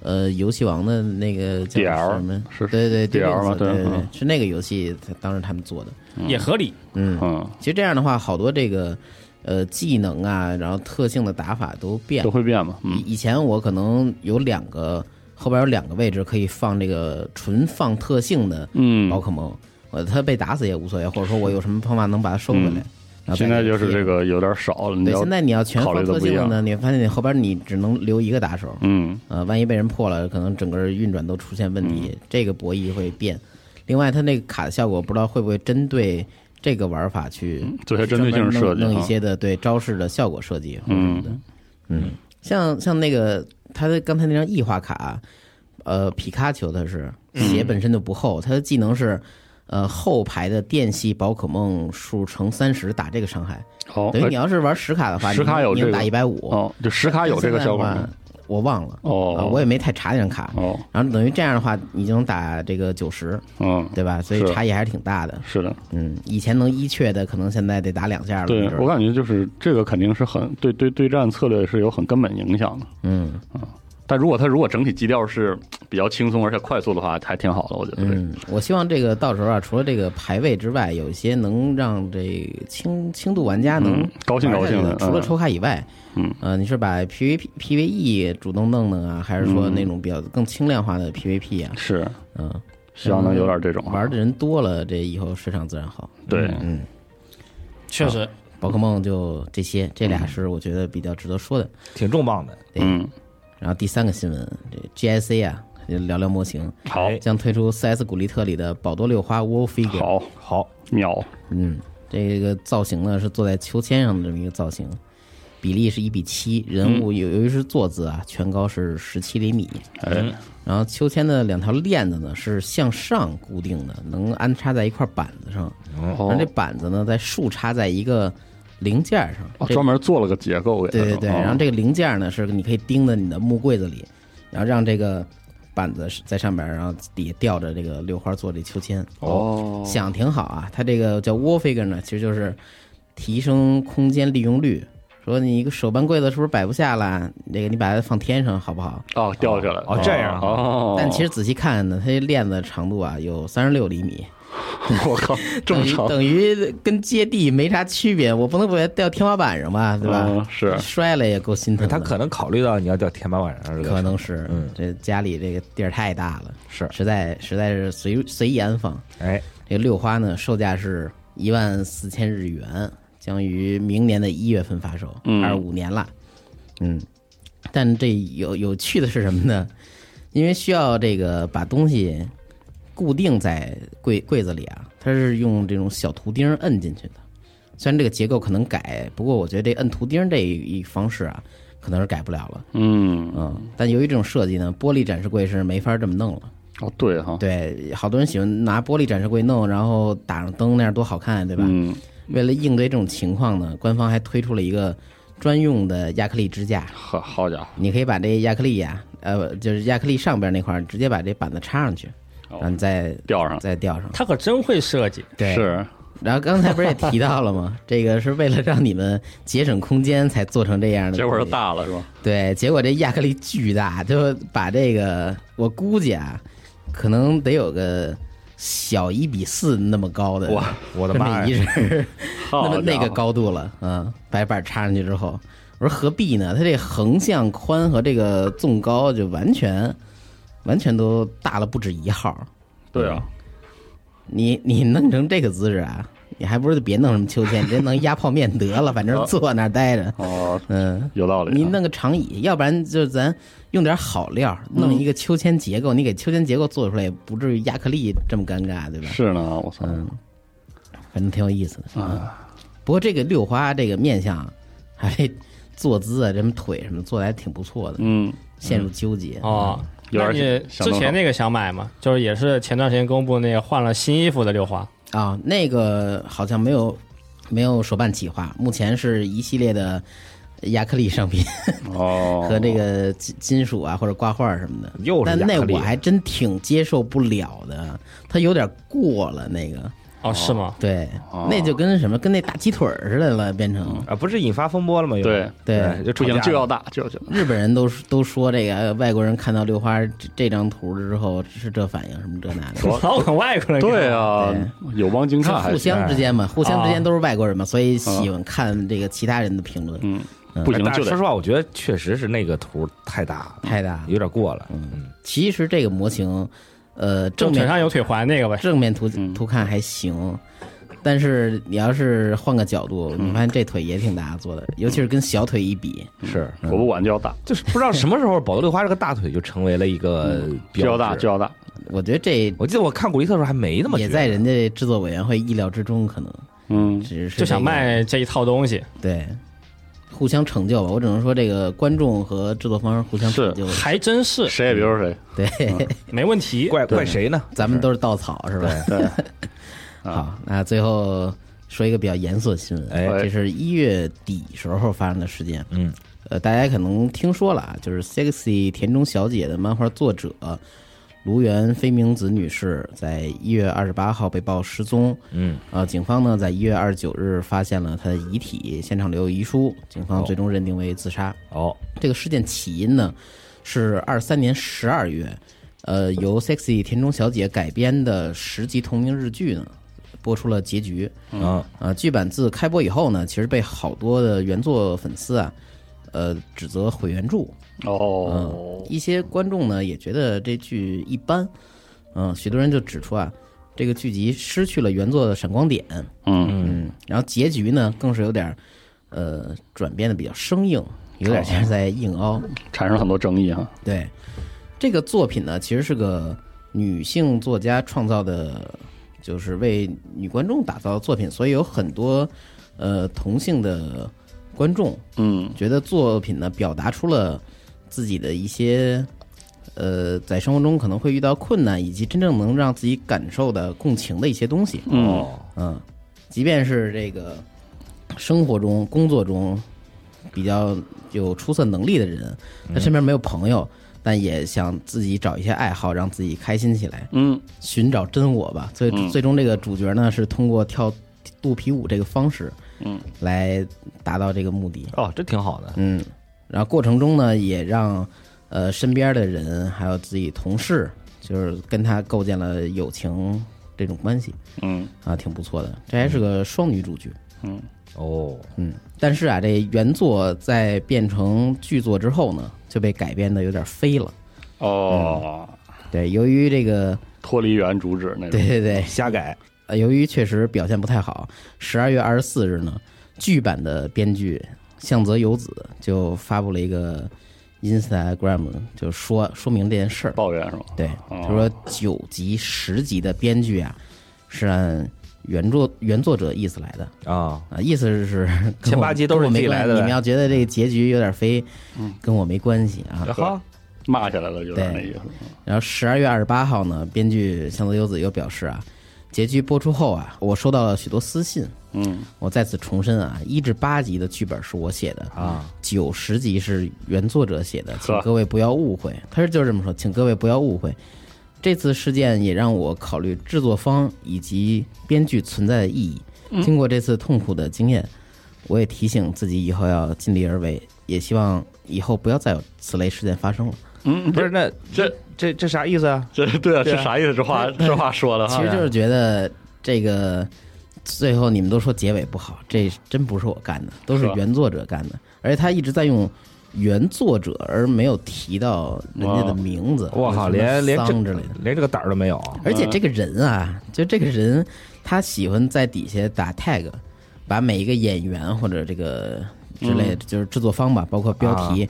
呃，游戏王的那个叫
DL
什么？
是
对对
DL 嘛
对对
对
对
嗯，
是那个游戏，他当时他们做的。
也合理。
嗯，
嗯
其实这样的话，好多这个呃技能啊，然后特性的打法都变
都
了。
会变嘛，嗯
以以前我可能有两个后边有两个位置可以放这个纯放特性的宝
嗯，
可梦，我他被打死也无所谓，或者说我有什么方法能把它收回来
嗯。
然后再
现在就是
踢
这个有点少了，你
对，
要
现在你要全
考虑
放
的
特
不一
性了
样
呢，你发现你后边你只能留一个打手。
嗯
呃，万一被人破了，可能整个运转都出现问题，这个博弈会变。另外，它那个卡的效果不知道会不会针对这个玩法去
做些针嗯对性的设
专门
计
弄弄
啊
一些的对招式的效果设计或者什么的。嗯，像像那个他的刚才那张异化卡，呃，皮卡丘它是
嗯
血本身就不厚，它的技能是。呃，后排的电系宝可梦数乘三十打这个伤害，
好，
等于你
哎
要是玩实卡的话，
实卡
你
有
你
这
能
个
打一百五，
哦，就实卡有这个效果
现在
吗
的话，我忘了
哦
啊我也没太查那张卡。
哦，
然后等于这样的话，你就能打这个九十，
嗯，
对吧？所以
是
差异还是挺大的。
是的，
嗯，以前能一确的，可能现在得打两下了。
对
没准儿
我感觉就是这个肯定是很对对对战策略是有很根本影响的。
嗯
但如果它如果整体基调是比较轻松而且快速的话，还挺好的，我觉得。对
嗯，我希望这个到时候啊，除了这个排位之外，有一些能让这轻轻度玩家能
嗯高兴
玩
高
下去
兴
的
的，
除了
嗯
抽卡以外，
嗯，
呃，你是把 PVP PVE E 主动弄弄啊，还是
嗯
说那种比较更轻量化的 PVP 啊？
是
嗯，
希望能有点这种
玩的人多了，这以后市场自然好。
对，
嗯。
确实，
宝可梦就这些，这俩是我觉得比较值得说的。
挺重磅的。
嗯，
然后第三个新闻，这 GIC 啊，聊聊模型，
好
将推出 CS 古力特里的宝多六花 Wolf Figure。
好
好，
秒，
嗯，这个造型呢是坐在秋千上的这么一个造型，比例是一比七，人
嗯
物由由于是坐姿啊，全高是十七厘米。
哎，
然后秋千的两条链子呢是向上固定的，能安插在一块板子上，而嗯这
哦，
板子呢再竖插在一个零件上，
哦
这
专门做了个结构给
对
它
对
是吧
对，
哦
然后这个零件呢是你可以钉在你的木柜子里，然后让这个板子是在上面，然后底下吊着这个六花做这秋千。
哦，
想挺好啊，它这个叫 wall figure 呢，其实就是提升空间利用率。说你一个手办柜子是不是摆不下了？那个你把它放天上好不好？
哦，掉下来
哦这样啊
哦，
但其实仔细看呢，它这链子长度啊有三十六厘米，
我靠，这么长，
等于等于跟接地没啥区别。我不能把它吊天花板上吧，对吧？
嗯是
摔了也够
嗯
心疼的。
他可能考虑到你要掉天花板上这个事儿，
可能是，
嗯
这家里这个地儿太大了，
是
实在实在是随随意安放。
哎，
这个六花呢，售价是一万四千日元，将于明年的一月份发售，
嗯
二五年了。嗯，但这有有趣的是什么呢？因为需要这个把东西固定在柜柜子里啊，它是用这种小图钉摁进去的。虽然这个结构可能改，不过我觉得这摁图钉这一方式啊，可能是改不了了。
嗯，
嗯，但由于这种设计呢，玻璃展示柜是没法这么弄了。
哦对哈，
对，好多人喜欢拿玻璃展示柜弄，然后打上灯，那样多好看，对吧？
嗯，
为了应对这种情况呢，官方还推出了一个专用的亚克力支架，
好好家伙，
你可以把这亚克力呀、呃，就是亚克力上边那块儿直接把这板子插上去，
哦
然后你再
吊上
再吊上。
他可真会设计，
对，
是
然后刚才不是也提到了吗？这个是为了让你们节省空间才做成这样的，
结果就大了是吧？
对，结果这亚克力巨大，就把这个我估计啊，可能得有个小一比四那么高的，
哇
我的
这
妈
么一
呀，
人，那
哦好
么那
家
个
伙
高度了，嗯，白板插上去之后，我说何必呢？它这横向宽和这个纵高就完全完全都大了不止一号，
对啊，
你 你弄成这个姿势啊，你还不如就别弄什么秋千，你直接弄压泡面得了，反正坐那儿待着，
哦，
嗯。
有道理啊，
你弄个长椅，要不然就是咱用点好料，弄一个秋千结构，你给秋千结构做出来，也不至于亚克力这么尴尬，对吧？
是呢，我操，
反正挺有意思的啊。不过这个六花这个面相，还这坐姿啊，什么腿什么做的还挺不错的，
嗯，
陷入纠结。
哦，
有
那你
点想
之前
那
那个想买吗？就是也是前段时间公布那个换了新衣服的六花，
啊，那个好像没有没有手办企划，目前是一系列的亚克力商品。
哦
和这个金金属啊或者挂画什么的，
又是
但
亚克
那
力
我还真挺接受不了的，它有点过了那个，
哦，是吗？
对，
哦
那就跟什么跟那大鸡腿儿似的了，变成、
啊，不是引发风波了吗？又
对
对。
就
不
吵
行
架了哎
就要大就要就
日本人都说都说这个呃外国人看到六花这这张图之后是这反应什么这那的，
老往外国人看
对，啊，友邦惊
是
诧还
互
行，
相之间嘛，互相之
啊
间都是外国人嘛，所以喜欢看这个其他人的评论，
嗯，不行
但
就是
说
得
实话，我觉得确实是那个图太大了，
太大了。
有点过了。嗯，
其实这个模型，呃，
就
正面
腿上有腿环那个呗。
正面图
嗯
图看还行，但是你要是换个角度，
嗯
你发现这腿也挺大做的，尤其是跟小腿一比，
嗯
是，
我不管就要大，
就是不知道什么时候保罗六花这个大腿就成为了一个
嗯
就要
标
大
志
就。要大，
我觉得这
我记得我看古力特的时候还没那么
也
啊
觉
在
得
人家制作委员会意料之中，可能
嗯，
只是
就想
这个
卖这一套东西，
对。互相成就吧，我只能说这个观众和制作方互相成就，
还真是
谁也别说谁，
对，
没问题。
怪怪谁呢？
咱们都是稻草是吧？
对，
好，那最后说一个比较严肃的新闻，
啊哎
这是一月底时候发生的事件。
嗯，
呃，大家可能听说了啊，就是 Sexy 田中小姐的漫画作者卢原非明子女士在一月二十八号被曝失踪。
嗯，
呃，警方呢在一月二十九日发现了她的遗体，现场留有遗书，警方
哦
最终认定为自杀。
哦，
这个事件起因呢是二三年十二月，呃，由 Sexy 田中小姐改编的十集同名日剧呢播出了结局。
嗯，
呃，剧版自开播以后呢，其实被好多的原作粉丝啊，呃，指责毁原著。呃
哦，
一些观众呢也觉得这剧一般，嗯、许多人就指出啊，这个剧集失去了原作的闪光点，
嗯，
嗯，然后结局呢更是有点儿，呃，转变的比较生硬，有点像是在硬凹。
产生了很多争议哈，
对，这个作品呢，其实是个女性作家创造的，就是为女观众打造的作品，所以有很多呃同性的观众，
嗯
觉得作品呢表达出了自己的一些呃，在生活中可能会遇到困难，以及真正能让自己感受的共情的一些东西。
嗯，
嗯，即便是这个生活中、工作中比较有出色能力的人，
嗯
他身边没有朋友，但也想自己找一些爱好，让自己开心起来，
嗯
寻找真我吧。最、
嗯
最终，这个主角呢是通过跳肚皮舞这个方式，
嗯，
来达到这个目的。
哦，这挺好的，
嗯，然后过程中呢，也让呃身边的人还有自己同事，就是跟他构建了友情这种关系
嗯
啊，挺不错的。这还是个双女主角，
嗯
哦，
嗯，但是啊，这原作在变成剧作之后呢，就被改编的有点飞了。
哦，
对，由于这个，
脱离原主旨那种。
对对对，
瞎改
呃由于确实表现不太好，十二月二十四日呢，剧版的编剧向泽由子就发布了一个 Instagram，就说说明这件事儿。
抱怨是吧？
对，
哦
他说九集、十集的编剧啊，是按原作原作者意思来的
啊，
啊，意思是跟
前
我
八集都是
跟我
自
没
己
关
来
系
的
你们要觉得这个结局有点飞
嗯，
跟我没关系啊。
哎
哈，
骂起来了，有点那意思。
然后十二月二十八号呢，编剧向泽优子又表示啊，结局播出后啊，我收到了许多私信。
嗯
我再次重申啊，一至八集的剧本是我写的
啊，
九十集是原作者写的，请
呵
各位不要误会。他是就是这么说，请各位不要误会。这次事件也让我考虑制作方以及编剧存在的意义。
嗯
经过这次痛苦的经验，我也提醒自己以后要尽力而为，也希望以后不要再有此类事件发生了。
嗯，
不是那
这
这这啥意思啊？
这对啊，
对啊
是啥意思？这话这话说的
其
哈
实，就是觉得这个最后你们都说结尾不好，这真不是我干的，都是
是吧
原作者干的，而且他一直在用原作者，而没有提到人家的名字，
我
什么
靠，连连
桑之类
这
的。
连这个胆儿都没有啊，
而且这个人啊，就这个人，他喜欢在底下打 tag，把每一个演员或者这个之类的，就是制作方吧，包括标题，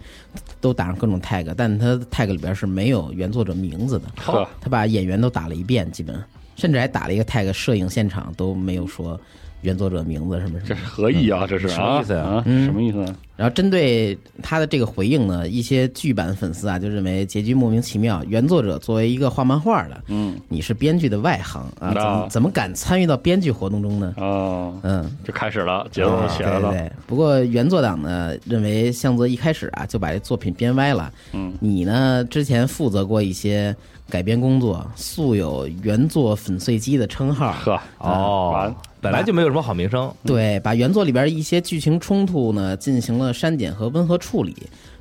都打上各种 tag，但他 tag 里边是没有原作者名字的。
呵，
他把演员都打了一遍，基本甚至还打了一个 tag，摄影现场都没有说原作者名字什么什
这
么。
是何意啊？这是
什么意思呀
啊？什么意思啊？
然后针对他的这个回应呢，一些剧版粉丝啊就认为结局莫名其妙，原作者作为一个画漫画的，
嗯
你是编剧的外行啊，怎
那
么怎么敢参与到编剧活动中呢？
哦，
嗯，
就开始了，节奏
啊
起
对对
来了。
对。不过原作党呢认为向泽一开始啊就把这作品编歪了，
嗯
你呢之前负责过一些改编工作，素有原作粉碎机的称号。
呵，
哦
完，
本来就没有什么好名声，
对，把原作里边一些剧情冲突呢进行了删减和温和处理，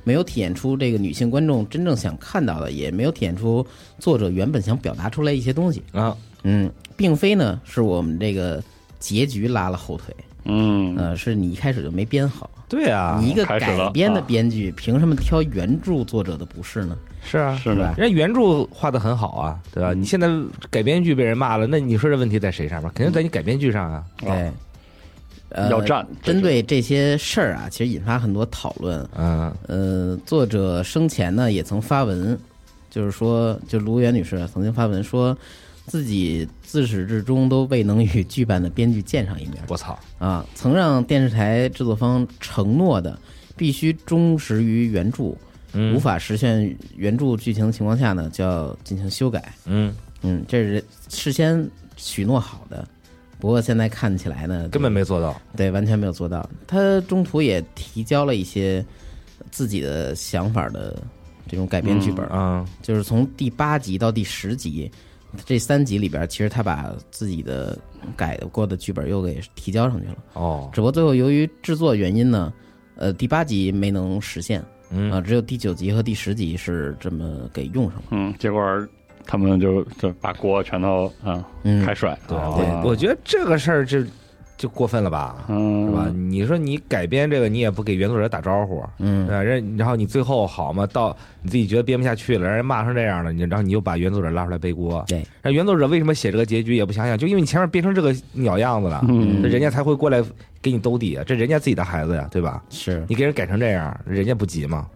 没有体现出这个女性观众真正想看到的，也没有体现出作者原本想表达出来一些东西。
啊，
嗯，并非呢是我们这个结局拉了后腿，
嗯，
呃，是你一开始就没编好。
对啊
你，一个
开始
改
了
编的
啊
编剧，凭什么挑原著作者的不是呢？
是啊，
是的，
人家原著画的很好啊，对吧？你现在改编剧被人骂了，那你说这问题在谁上面？肯定在你改编剧上啊。
对，呃，
要站这
针
是
对这些事儿啊，其实引发很多讨论。
嗯，
呃，作者生前呢也曾发文，就是说，就卢媛女士曾经发文说，自己自始至终都未能与剧版的编剧见上一面
我操，
啊，曾让电视台制作方承诺的必须忠实于原著，
嗯
无法实现原著剧情的情况下呢，就要进行修改。
嗯，
嗯，这是事先许诺好的，不过现在看起来呢，
根本没做到。
对，完全没有做到。他中途也提交了一些自己的想法的这种改编剧本，啊
嗯
就是从第八集到第十集这三集里边，其实他把自己的改过的剧本又给提交上去了。
哦，
只不过最后由于制作原因呢，呃，第八集没能实现啊、
嗯
只有第九集和第十集是这么给用上了。
嗯，结果他们就就把锅全都啊
嗯
开，甩，
哦对，
啊
我我觉得这个事儿就就过分了吧，
嗯，
是吧？你说你改编这个，你也不给原作者打招呼，
嗯
对，吧人然后你最后好嘛，到你自己觉得编不下去了，让人骂成这样了，你然后你又把原作者拉出来背锅，
对，
那原作者为什么写这个结局也不想想，就因为你前面编成这个鸟样子了，
嗯
这人家才会过来给你兜底啊，这人家自己的孩子呀，对吧？
是。
你给人改成这样，人家不急吗？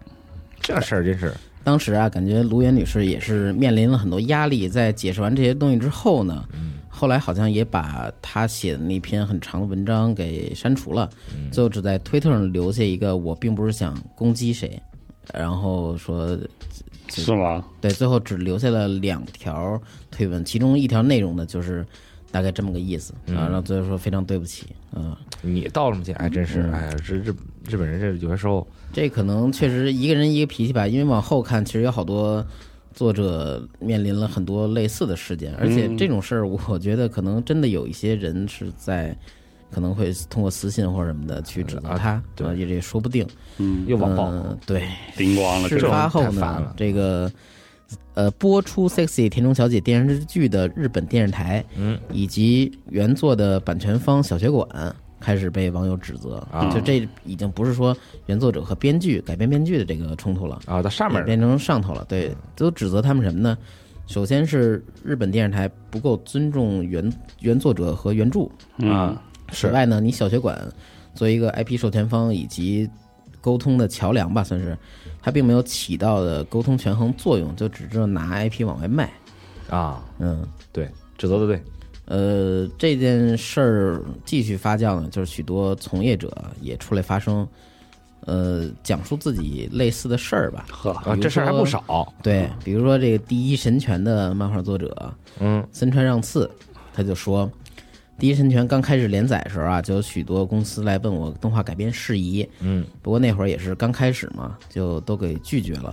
这事儿真是，
当时啊，感觉卢媛女士也是面临了很多压力，在解释完这些东西之后呢，后来好像也把他写的那篇很长的文章给删除了，最后只在推特上留下一个“我并不是想攻击谁”，然后说
是吗？
对，最后只留下了两条推文，其中一条内容呢就是大概这么个意思啊，然后最后说非常对不起，嗯，
你道这么些，哎，真是，哎呀，这日日本人这有些时候，
这可能确实一个人一个脾气吧，因为往后看，其实有好多作者面临了很多类似的事件，而
嗯
且这种事儿，我觉得可能真的有一些人是在。可能会通过私信或者什么的去指责他，
对
啊也也说不定。
嗯，
又网暴
嗯对，
灵光了，
事
这种
发后
啊太烦了
呢，这个呃播出《sexy 田中小姐》电视剧的日本电视台，
嗯，
以及原作的版权方小学馆开始被网友指责
啊
就这已经不是说原作者和编剧改编编剧的这个冲突了，
啊，到上
也
面儿嗯
变成上头了。对，都指责他们什么呢？首先是日本电视台不够尊重原原作者和原著，
啊
嗯，
此外呢，你小学馆作为一个 IP 授权方以及沟通的桥梁吧，算是，它并没有起到的沟通权衡作用，就只知道拿 IP 往外卖。
啊，
嗯，
对，指责的对，
呃，这件事儿继续发酵呢，就是许多从业者也出来发声，呃，讲述自己类似的事儿吧。
呵，
啊，这事儿还不少，
对，比如说这个第一神拳的漫画作者，
嗯，
森川让次，他就说，第一神拳刚开始连载的时候啊，就有许多公司来问我动画改编事宜，
嗯，
不过那会儿也是刚开始嘛，就都给拒绝了。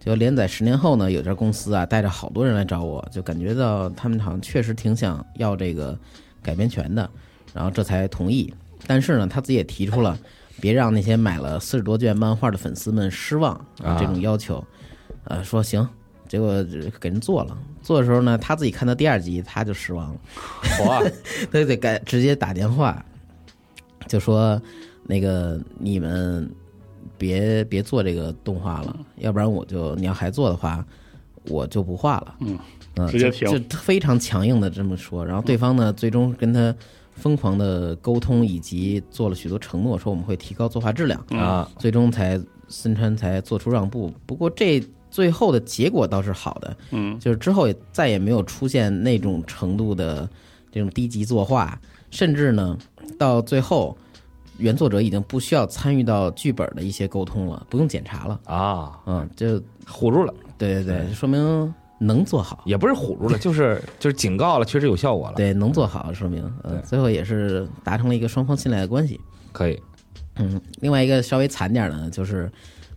就连载十年后呢，有家公司啊带着好多人来找我，就感觉到他们好像确实挺想要这个改编权的，然后这才同意。但是呢，他自己也提出了，别让那些买了四十多卷漫画的粉丝们失望
啊
这种要求。呃，说行，结果这给人做了。做的时候呢，他自己看到第二集他就失望了，
哇，
他就得改直接打电话，就说那个你们别别做这个动画
嗯
了，要不然我就你要还做的话，我就不画了。嗯，
直
就
接停
就非常强硬的这么说。然后对方呢，最终跟他疯狂的沟通，以及做了许多承诺，说我们会提高作画质量。
啊，
最终才森川才做出让步。不过这最后的结果倒是好的，
嗯，
就是之后也再也没有出现那种程度的这种低级作画，甚至呢，到最后原作者已经不需要参与到剧本的一些沟通了，不用检查了。
啊，
嗯，就
唬住了，
对对对，说明能做好，
也不是唬住了，就是就是警告了，确实有效果了，
对，能做好，说明呃，
对
最后也是达成了一个双方信赖的关系。
可以，
嗯，另外一个稍微惨点儿的呢，就是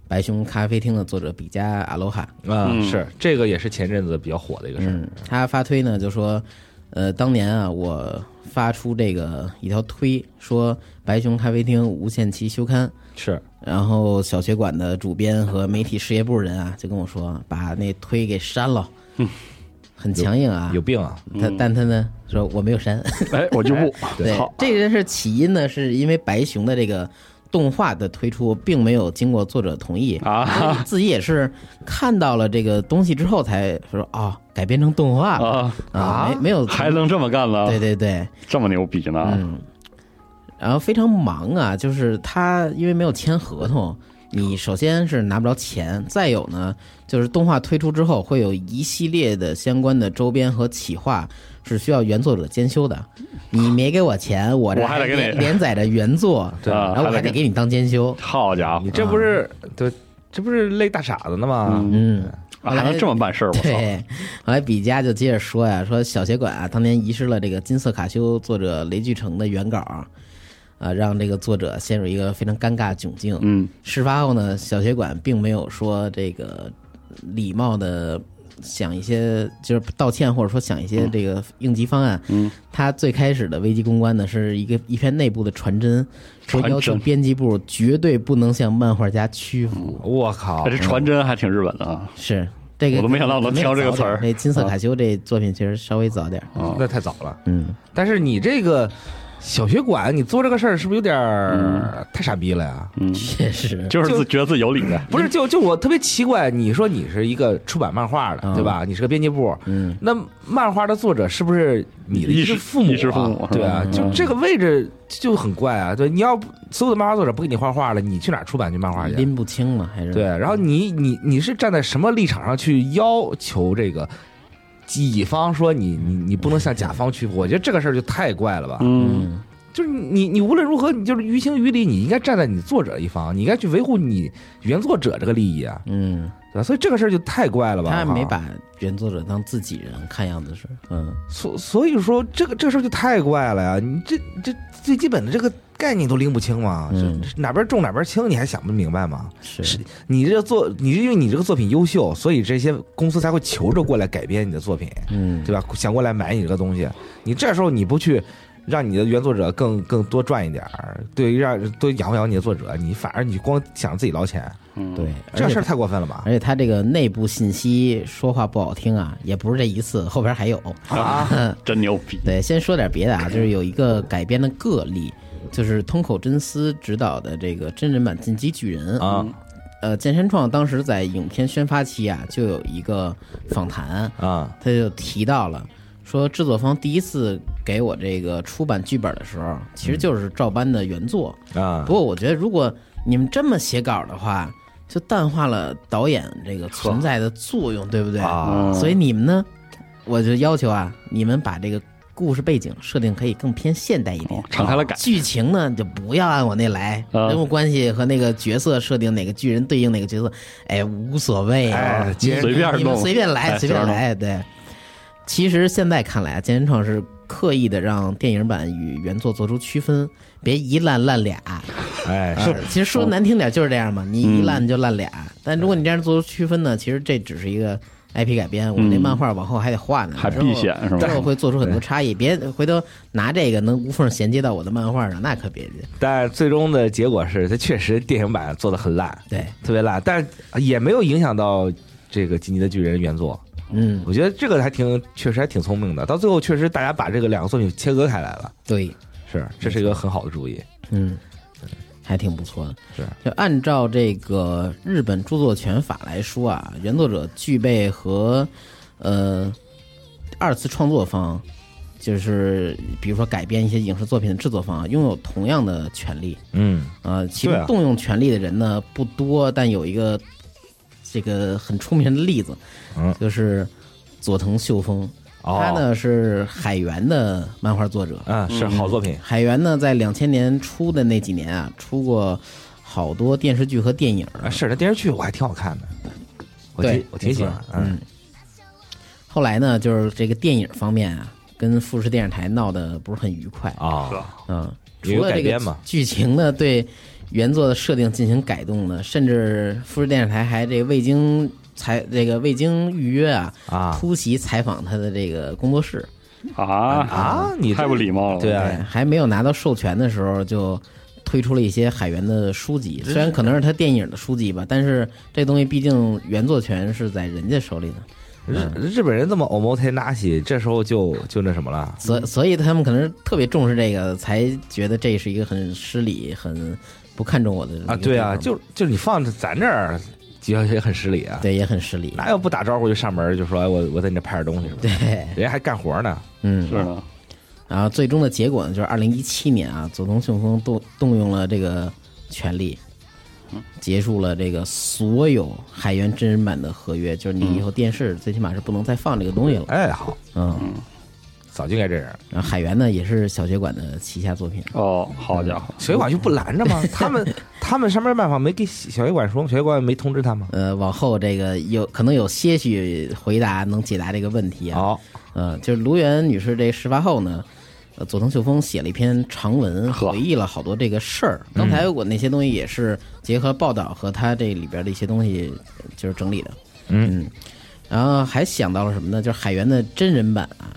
白熊咖啡厅的作者比加阿罗哈，
啊，
嗯
是这个也是前阵子比较火的一个事儿
嗯，他发推呢就说，呃，当年啊，我发出这个一条推，说白熊咖啡厅无限期休刊，
是
然后小学馆的主编和媒体事业部人啊，就跟我说把那推给删了， 很强硬啊
有。病啊，
他但他呢说我没有删，
哎，我就不，
对
好，，
这件事起因呢是因为白熊的这个动画的推出并没有经过作者同意
啊，
所以自己也是看到了这个东西之后才说哦改编成动画了。
啊，
啊，没没有，
还能这么干了，
对对对，
这么牛逼呢？
嗯，然后非常忙啊，就是他因为没有签合同，你首先是拿不着钱，再有呢，就是动画推出之后会有一系列的相关的周边和企划是需要原作者监修的，你没给我钱，我这
我还得给你
连连载着原 作，
对
啊
然后我
还
还
得
得
给
给你当监修，
好家伙
你，这不是对，这不是累大傻子呢吗？
嗯。
啊还能这么办事儿？我操！
对，后来比加就接着说呀，说小协馆啊，当年遗失了这个《金色卡修》作者雷巨成的原稿，啊、让这个作者陷入一个非常尴尬的窘境。
嗯，
事发后呢，小协馆并没有说这个礼貌的想一些就是道歉，或者说想一些这个应急方案。
嗯，
他最开始的危机公关呢，是一个一篇内部的传真，说
传
要求
真
编辑部绝对不能向漫画家屈服。
我靠
哎，这，传真还挺日本的啊。
是这个，
我都没想到能挑这个词儿
那《金色卡修》这作品确实稍微早点儿，
啊
那太早了。
嗯，
但是你这个小学馆，你做这个事儿是不是有点儿太傻逼了呀？
嗯，
确实，
就是
就
自觉得自己有理的，
不是，就就我特别奇怪，你说你是一个出版漫画的，
嗯
对吧？你是个编辑部，
嗯，
那漫画的作者是不是你的
衣
衣
食
食父母、啊？
衣食父母是吧
对啊，
嗯
就这个位置就很怪啊。对，你要不所有的漫画作者不给你画画了，你去哪儿出版去漫画去？啊
拎不清嘛，还是
对，然后你你你是站在什么立场上去要求这个乙方说你你你不能向甲方屈服，我觉得这个事儿就太怪了吧。
嗯，
嗯，
就是你你无论如何，你就是于情于理，你应该站在你作者一方，你应该去维护你原作者这个利益啊，
嗯，
对吧？所以这个事儿就太怪了吧。
他
哈
没把原作者当自己人，看样子是，嗯，
所所以说这个这个事儿就太怪了呀！你这这最基本的这个概念都拎不清嘛，
嗯
这哪边重哪边轻，你还想不明白吗？
是，
你这作，你是因为你这个作品优秀，所以这些公司才会求着过来改编你的作品，
嗯，
对吧？想过来买你这个东西，你这时候你不去让你的原作者更更多赚一点儿，对，让多养活养你的作者，你反而你光想着自己捞钱，
嗯
对，
这
而且
事儿太过分了吧？
而且他这个内部信息说话不好听啊，也不是这一次，后边还有。
啊，
真牛逼，
对，先说点别的啊，就是有一个改编的个例，就是通口真司执导的这个真人版《进击巨人》
啊
呃，剑山创当时在影片宣发期啊，就有一个访谈，
啊
他就提到了说，制作方第一次给我这个出版剧本的时候，其实就是照搬的原作。
嗯啊
不！过我觉得，如果你们这么写稿的话，就淡化了导演这个存在的作用，对不对？
啊
所以你们呢，我就要求啊，你们把这个故事背景设定可以更偏现代一
哦
点。
敞开了改，
剧情呢，就不要按我那来，
嗯
啊
人物关系和那个角色设定，哪个巨人对应哪个角色，哎，无所谓啊，
哎
你
接着
随便
你们
弄
随便来，
哎
随便
随
来。对，其实现在看来啊，健身创是刻意的让电影版与原作做出区分，别一烂烂俩。
哎是
啊其实说难听点就是这样嘛，你
嗯
一烂就烂俩。但如果你这样做出区分呢，其实这只是一个 IP 改编，我们那
嗯
漫画往后还得画呢，
还
之后
避险是
之
吧？
后会做出很多差异。别回头拿这个能无缝衔接到我的漫画上，那可别介。
但最终的结果是，它确实电影版做的很烂，
对，
特别烂，但也没有影响到这个《进击的巨人》原作。
嗯，
我觉得这个还挺，确实还挺聪明的。到最后，确实大家把这个两个作品切割开来了，
对，
是，这是一个很好的主意。
嗯，还挺不错的。
是，
就按照这个日本著作权法来说啊，原作者具备和呃二次创作方，就是比如说改编一些影视作品的制作方啊，拥有同样的权利。
嗯
呃，其
对
中
啊
动用权力的人呢不多，但有一个这个很出名的例子，
嗯
就是佐藤秀峰，
哦
他呢是海员的漫画作者，
嗯，是好作品。
海源呢，在两千年初的那几年啊，出过好多电视剧和电影。
啊，是那电视剧我还挺好看的，我
对
挺我挺喜欢
没。错
嗯
后来呢，就是这个电影方面啊，跟富士电视台闹得不是很愉快。
啊，
嗯，除
也有
了
改
这个
编嘛
剧情呢，对原作的设定进行改动呢，甚至富士电视台还这个未经采这个未经预约啊，
啊
突袭采访他的这个工作室。
啊，
啊，你
太不礼貌了，
对
对，
啊，
哎还没有拿到授权的时候就推出了一些海源的书籍，虽然可能是他电影的书籍吧，但是这东西毕竟原作权是在人家手里的，
日日本人这么 omote nasi，这时候就就那什么了。
所所以他们可能是特别重视这个，才觉得这是一个很失礼、很不看重我的一个
啊，对
地
啊，
方
就就是你放咱这儿，也也很失礼啊。
对也很失礼，
哪有不打招呼就上门就说哎我我在你这拍点东西什么的，
对，
人家还干活呢。
嗯，
是的，
然后最终的结果呢，就是二零一七年啊，佐藤秀峰动动用了这个权利，结束了这个所有海源真人版的合约，就是你以后电视最起码是不能再放这个东西了。
哎，好，
嗯，
早就该这样。
然后海源呢也是小学馆的旗下作品，
哦，好家伙，
小学馆就不拦 着吗？他们他们上面办法没给小学馆说吗？小学馆没通知他吗？
呃，往后这个有可能有些许回答能解答这个问题啊。
哦，
呃，就是卢媛女士这事发后呢，呃，佐藤秀峰写了一篇长文，
呵
回忆了好多这个事儿。刚才我那些东西也是结合报道和他这里边的一些东西，呃就是整理的。嗯，然后还想到了什么呢？就是海源的真人版啊，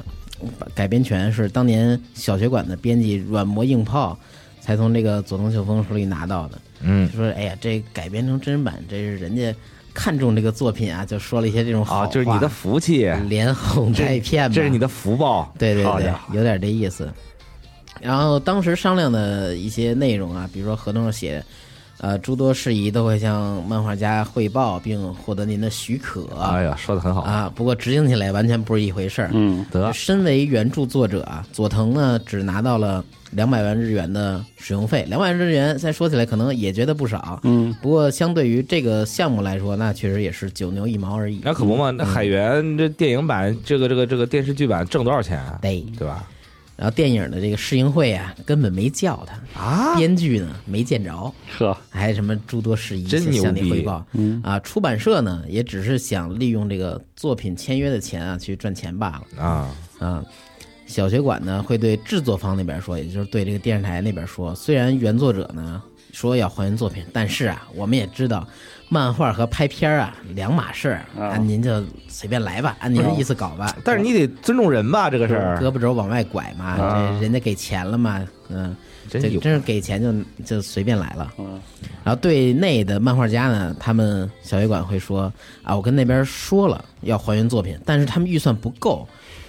改编权是当年小学馆的编辑软磨硬泡，才从这个佐藤秀峰手里拿到的。
嗯，
就说哎呀，这改编成真人版，这是人家看中这个作品啊，就说了一些这种好
啊，就是你
话
的福气，
连哄带骗吧，
这是你的福报。
对对
好
对
家，伙
有点这意思。然后当时商量的一些内容啊，比如说合同上写，呃诸多事宜都会向漫画家汇报，并获得您的许可。
哎呀，说的很好，
啊，不过执行起来完全不是一回事儿。
嗯
得
身为原著作者啊，佐藤呢只拿到了两百万日元的使用费，两百万日元再说起来可能也觉得不少，
嗯，
不过相对于这个项目来说，那确实也是九牛一毛而已。
那可不嘛，
嗯
那海源这电影版这个这个这个电视剧版挣多少钱啊？
对，
对吧？
然后电影的这个试映会啊，根本没叫他，
啊，
编剧呢没见着，
呵，
还什么诸多事宜
真牛
向你
逼
汇报。
嗯
啊，出版社呢也只是想利用这个作品签约的钱啊去赚钱罢了。
啊，
啊，小学馆呢会对制作方那边说，也就是对这个电视台那边说，虽然原作者呢说要还原作品，但是啊，我们也知道漫画和拍片儿啊两码事儿，
啊
按您就随便来吧，按啊您的意思搞吧。
但是你得尊重人吧，这个事儿
胳膊肘往外拐嘛，
啊
这人家给钱了嘛，嗯，
真
这
有
真是给钱就就随便来了。
嗯
然后对内的漫画家呢，他们小学馆会说啊，我跟那边说了要还原作品，但是他们预算不够，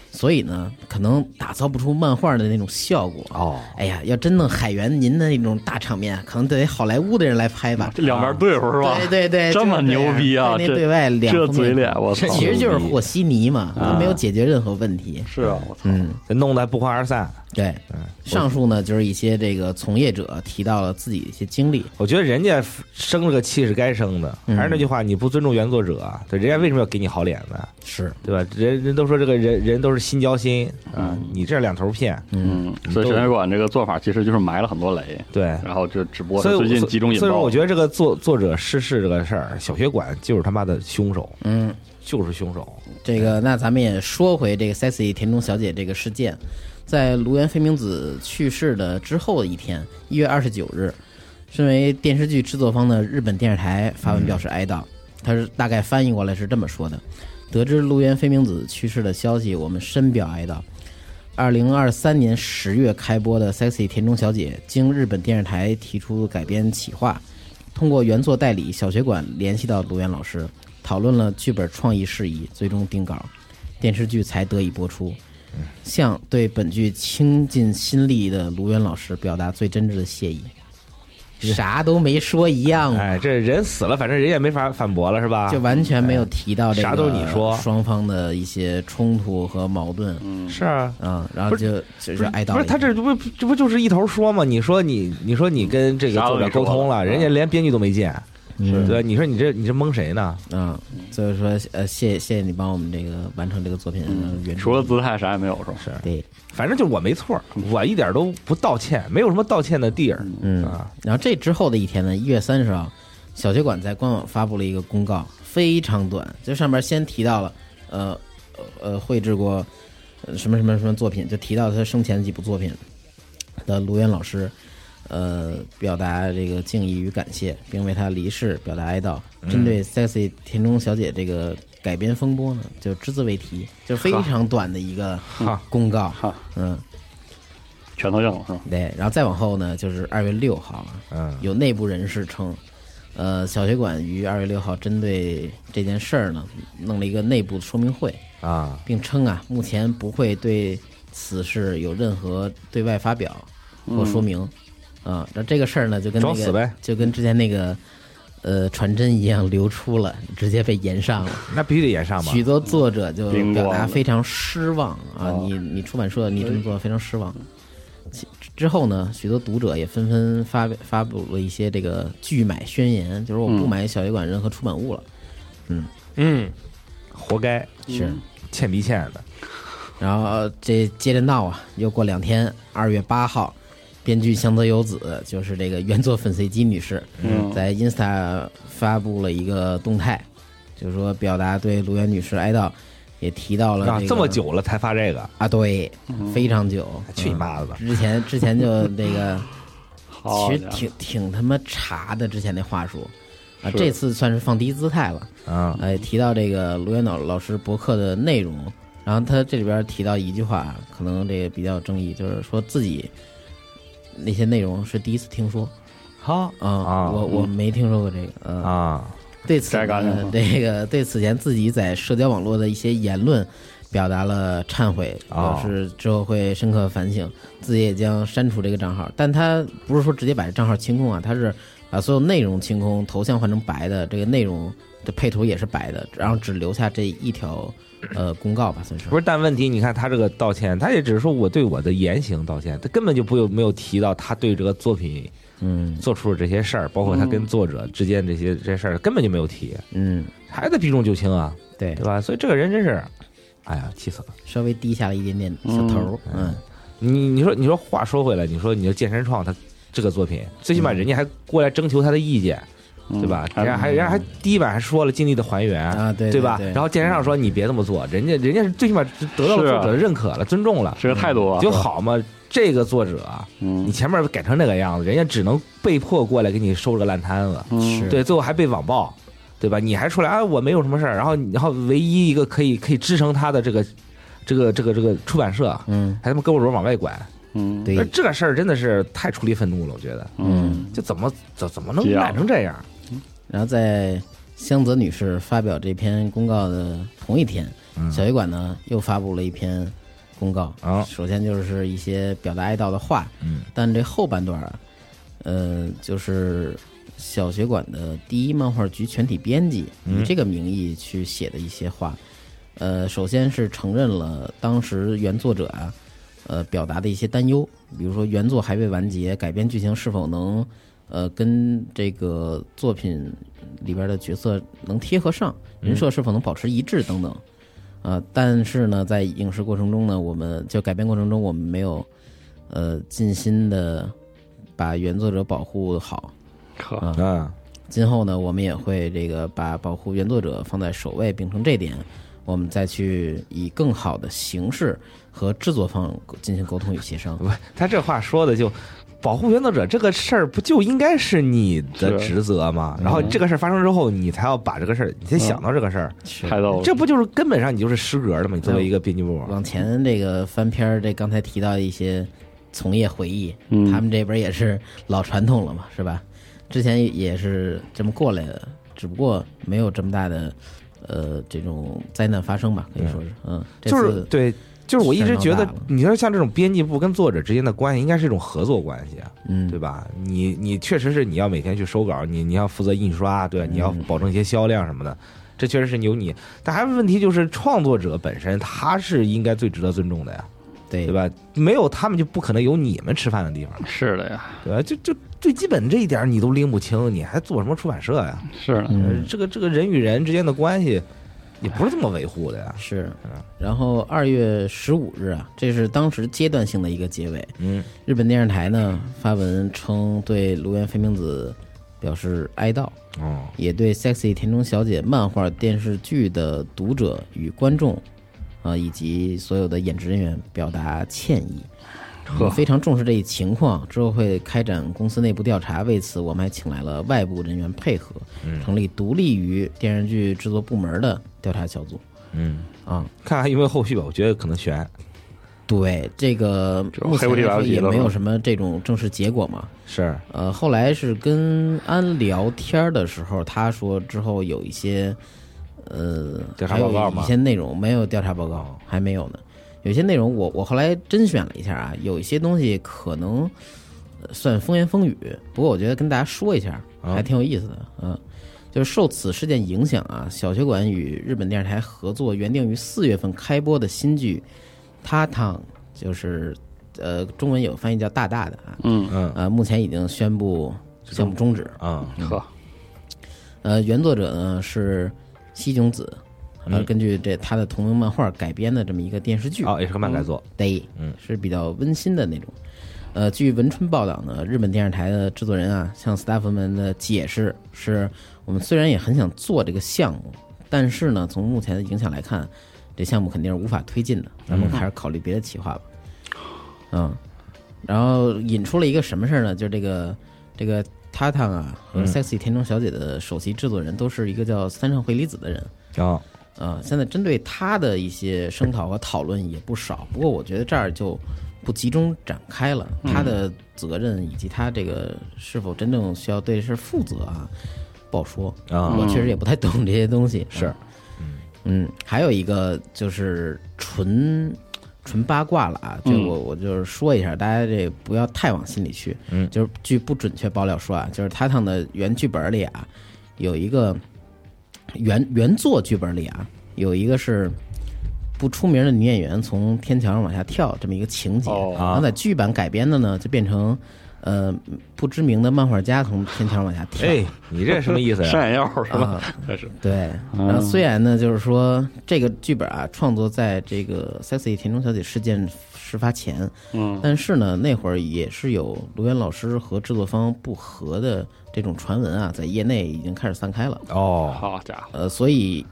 所以呢，可能打造不出漫画的那种效果。
哦，
哎呀，要真弄海源您的那种大场面，可能得好莱坞的人来拍吧。
这两边对付是吧？
对对对，
这么
就是样
牛逼啊！
对
这
内对外两
这
方
嘴
面
脸，我操！
其实就是和稀泥嘛，
啊
他没有解决任何问题。
是啊，我操！
嗯，
这弄得不欢而散。
对。上述呢，就是一些这个从业者提到了自己的一些经历。
我觉得人家生这个气是该生的，
嗯
还是那句话，你不尊重原作者，对，人家为什么要给你好脸子，
是，
对吧？人人都说这个人人都是心交心啊，你这两头骗，
嗯，所以神学馆这个做法其实就是埋了很多雷，
对。
然后就只不过
所以
是
我，
最近集中引
所以说，
爆
我。觉得这个作作者逝世这个事儿，小学馆就是他妈的凶手，
嗯，
就是凶手。
这个，那咱们也说回这个 Sassy 田中小姐这个事件，在芦原飞明子去世的之后的一天，一月二十九日，身为电视剧制作方的日本电视台发文表示哀悼，他是大概翻译过来是这么说的：得知芦原飞明子去世的消息，我们深表哀悼。二零二三年十月开播的《Sexy 田中小姐》经日本电视台提出改编企划，通过原作代理小学馆联系到卢源老师，讨论了剧本创意事宜，最终定稿，电视剧才得以播出。向对本剧倾尽心力的卢源老师表达最真挚的谢意。啥都没说一样
嗯
啊，
哎，这人死了，反正人也没法反驳了，是吧？
就完全没有提到这个
啥都你说
双方的一些冲突和矛盾，
是啊，
嗯，然后
不是
就就是哀悼了一下。
不是他这不这不就是一头说吗？你说你你说你跟这个
啥都
作者
没说
沟通
了
了，人家连编剧都没见，
嗯
对吧？你说你这你这蒙谁呢？
嗯，所以说呃，谢谢谢你帮我们这个完成这个作品的
嗯
原
除了
作
姿态啥也没有是吧？
是，
对，
反正就我没错，我一点都不道歉，没有什么道歉的地儿
嗯
啊。
然后这之后的一天呢，一月三十号，小学馆在官网发布了一个公告，非常短，这上面先提到了，呃呃，绘制过呃什么什么什么呃作品，就提到他生前的几部作品的卢源老师，呃，表达这个敬意与感谢，并为他离世表达哀悼。针对 sexy 田中小姐这个改编风波呢，就只字未提，就非常短的一个
哈
公告
哈，
嗯。
拳头硬了是吧？
对，然后再往后呢，就是二月六号了。
嗯
有内部人士称，呃，小学馆于二月六号针对这件事儿呢，弄了一个内部说明会，
啊，
并称啊，目前不会对此事有任何对外发表或说明。啊，那这个事儿呢，就跟那
嗯装死
个
呗
就跟之前那个呃传真一样流出了，直接被延上了。
那必须得演上吧？
许多作者就
冰
表
光
达
了
非常失望啊！你你出版社你这么做非常失望。其之后呢，许多读者也纷纷发发布了一些这个拒买宣言，就是我不买小学馆任何出版物了。
嗯，
活该，
是，
欠逼欠的。
然后这接着闹啊，又过两天，二月八号，编剧香泽由子就是这个原作粉碎机女士，
嗯
在 Insta 发布了一个动态，就是说表达对卢源女士哀悼，也提到了
啊
这，个
这么久了才发这个，
啊，对，
嗯
非常久，
去你
嗯
妈的吧！
之前之前就那个，
好
其实
家伙，
挺挺他妈茶的，之前那话术啊，
是
这次算是放低姿态了。
啊，
哎，提到这个卢元老老师博客的内容，然后他这里边提到一句话，可能这个比较有争议，就是说自己那些内容是第一次听说
好
啊，
啊
我我没听说过这个，嗯、
啊，
对此
摘干净
呢
了
这个对此前自己在社交网络的一些言论表达了忏悔，
哦
表示之后会深刻反省，自己也将删除这个账号。但他不是说直接把这账号清空啊，他是把所有内容清空，头像换成白的，这个内容的配图也是白的，然后只留下这一条呃公告吧，算是
不。是，但问题你看他这个道歉，他也只是说我对我的言行道歉，他根本就不有没有提到他对这个作品
嗯
做出了这些事儿，包括他跟作者之间这些这些事儿，根本就没有提，
嗯，
还在避重就轻啊，
对
对，吧？所以这个人真是，哎呀，气死了。
稍微低下了一点点小头，嗯
你你说你说话说回来，你说你的健身创他这个作品，最起码人家还过来征求他的意见，
嗯
对吧？
还
人家还人家还第一版还说了尽力的还原
啊对
对吧？
对对
然后健身上说你别这么做，人家人家是最起码得到了
是啊
作者的认可了、尊重了，
这个态度啊
就是
吧
好嘛。这个作者，啊
嗯
你前面改成那个样子，人家只能被迫过来给你收这个烂摊子，
嗯
是
对，最后还被网暴，对吧？你还出来啊，我没有什么事儿，然后然后唯一一个可以可以支撑他的这个这个这个这个出版社，
嗯，
还他妈胳膊肘往外拐，
嗯
对
那，这个事儿真的是太处理愤怒了，我觉得，
嗯，
就怎么怎怎么能
这样
染成这样？
然后在香泽女士发表这篇公告的同一天，小鱼馆呢又发布了一篇公告。
啊
首先就是一些表达哀悼的话，
嗯，
但这后半段儿，呃，就是小学馆的第一漫画局全体编辑以这个名义去写的一些话。呃，首先是承认了当时原作者啊，呃，表达的一些担忧，比如说原作还未完结，改编剧情是否能，呃，跟这个作品里边的角色能贴合上，
嗯
人设是否能保持一致等等。呃，但是呢，在影视过程中呢，我们就改编过程中，我们没有呃尽心的把原作者保护好。
可
啊
啊，
今后呢，我们也会这个把保护原作者放在首位，秉承这点，我们再去以更好的形式和制作方进行沟通与协商。
不，他这话说的就。保护原作者这个事儿不就应该是你的
是
职责吗？然后这个事儿发生之后，你才要把这个事儿，你才想到这个事儿，
是
太逗了，
这不就是根本上你就是失格了吗？你作为一个编辑部，
往前这个翻篇儿，这刚才提到一些从业回忆，
嗯
他们这边也是老传统了嘛，是吧？之前也是这么过来的，只不过没有这么大的呃这种灾难发生吧，可以说是，嗯，这
就
次
是对，就是我一直觉
事儿
得
闹大了，
你说像这种编辑部跟作者之间的关系，应该是一种合作关系，啊
嗯，
对吧？你你确实是你要每天去收稿，你你要负责印刷，对，你要保证一些销量什么的，这确实是有你。但还有问题就是，创作者本身他是应该最值得尊重的呀，
对
对？吧？没有他们就不可能有你们吃饭的地方，
是的呀，
对吧？就就最基本这一点你都拎不清，你还做什么出版社呀？呃
是的，
嗯，
这个这个人与人之间的关系也不是这么维护的呀。
是
嗯。
然后二月十五日啊，这是当时阶段性的一个结尾。
嗯，
日本电视台呢发文称对卢原飞明子表示哀悼。
哦，
也对《sexy 田中小姐》漫画电视剧的读者与观众，啊、以及所有的演职人员表达歉意。我非常重视这一情况，之后会开展公司内部调查。为此，我们还请来了外部人员配合，
嗯
成立独立于电视剧制作部门的调查小组。
嗯。
啊，
看看有没有后续吧，我觉得可能悬。对，
这个
这
目前
黑不提白
来
不
说
提
也
了
没有
是吧
什么这种正式结果嘛。
是，
呃，后来是跟安聊天儿的时候，他说之后有一些呃，
调查
还有
报告吗
一些内容没有调查报告
哦，
还没有呢。有些内容我我后来甄选了一下啊，有一些东西可能呃算风言风语，不过我觉得跟大家说一下
啊
还挺有意思的，嗯。就是受此事件影响啊，小学馆与日本电视台合作，原定于四月份开播的新剧《他汤》，就是呃，中文有翻译叫“大大的”啊，
嗯
呃，目前已经宣布项目终止。
啊，
嗯
呵，
呃，原作者呢是西炯子，
嗯
呃，根据这他的同名漫画改编的这么一个电视剧。
哦，也是个漫改作，
对，嗯，是比较温馨的那种。呃，据文春报道呢，日本电视台的制作人啊，向 staff 们的解释是，我们虽然也很想做这个项目，但是呢，从目前的影响来看，这项目肯定是无法推进的，咱们还是考虑别的企划吧。嗯，然后引出了一个什么事儿呢？就是这个这个 t a t a 啊和 Sexy 田中小姐的首席制作人都是一个叫三上惠里子的人。
啊，
啊，现在针对他的一些声讨和讨论也不少，不过我觉得这儿就不集中展开了。他的责任以及他这个是否真正需要对这事负责啊，不好说
啊
我确实也不太懂这些东西。
是，
嗯，还有一个就是纯纯八卦了啊，这
嗯
我我就是说一下，大家这不要太往心里去。
嗯
就是据不准确爆料说啊，就是他趟的原剧本里啊，有一个原原作剧本里啊，有一个是不出名的女演员从天桥上往下跳这么一个情节，
哦
啊
然后在剧版改编的呢，就变成呃不知名的漫画家从天桥上往下跳。
哎，你这什么意思
上
呀？
眼药 是吧？
啊
这是
对，
嗯
然后虽然呢，就是说这个剧本啊，创作在这个 Sassy 田中小姐事件事发前，
嗯，
但是呢，那会儿也是有卢源老师和制作方不和的这种传闻啊，在业内已经开始散开了。
哦，
好家伙，
呃，所以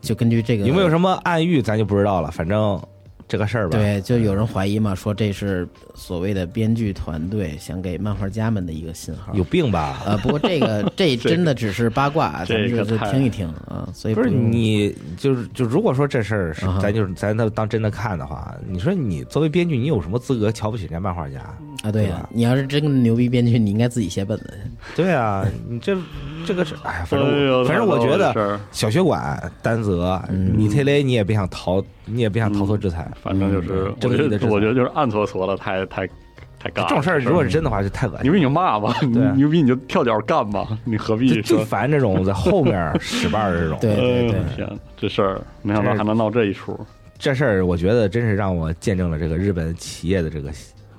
就根据这个
有没有什么暗喻，咱就不知道了。反正这个事儿吧，
对，就有人怀疑嘛，说这是所谓的编剧团队想给漫画家们的一个信号。
有 病吧？
呃，不过这个 这真的只是八卦，啊咱们就
这个
是
太
听一听啊。所以
不是
用
你，就是就如果说这事儿是
啊哈
咱就是咱当当真的看的话，你说你作为编剧，你有什么资格瞧不起人家漫画家？
啊，对
对
呀、
吧
你要是真个牛逼编剧，你应该自己写本子去。
对啊，你这这个是，哎呀，反正
哎呦
我反正我觉
这事
得
儿
小学馆、丹泽、
嗯
米特雷，你也别想逃，你也别想逃
嗯
脱制裁。
反正就是
嗯，
我觉
正义的制
得
裁
我觉得就是暗搓搓的，太太太尬了。
这种事儿如果是真的话，就太恶
牛
心。
逼你就骂吧，你
对啊
牛逼你就跳脚干吧，你何必
就
说
最？烦这种在后面使绊儿 的这种。
对对对
哎呦
啊
天，这事儿没想到还能闹这一出，
这事儿，我觉得真是让我见证了这个日本企业的这个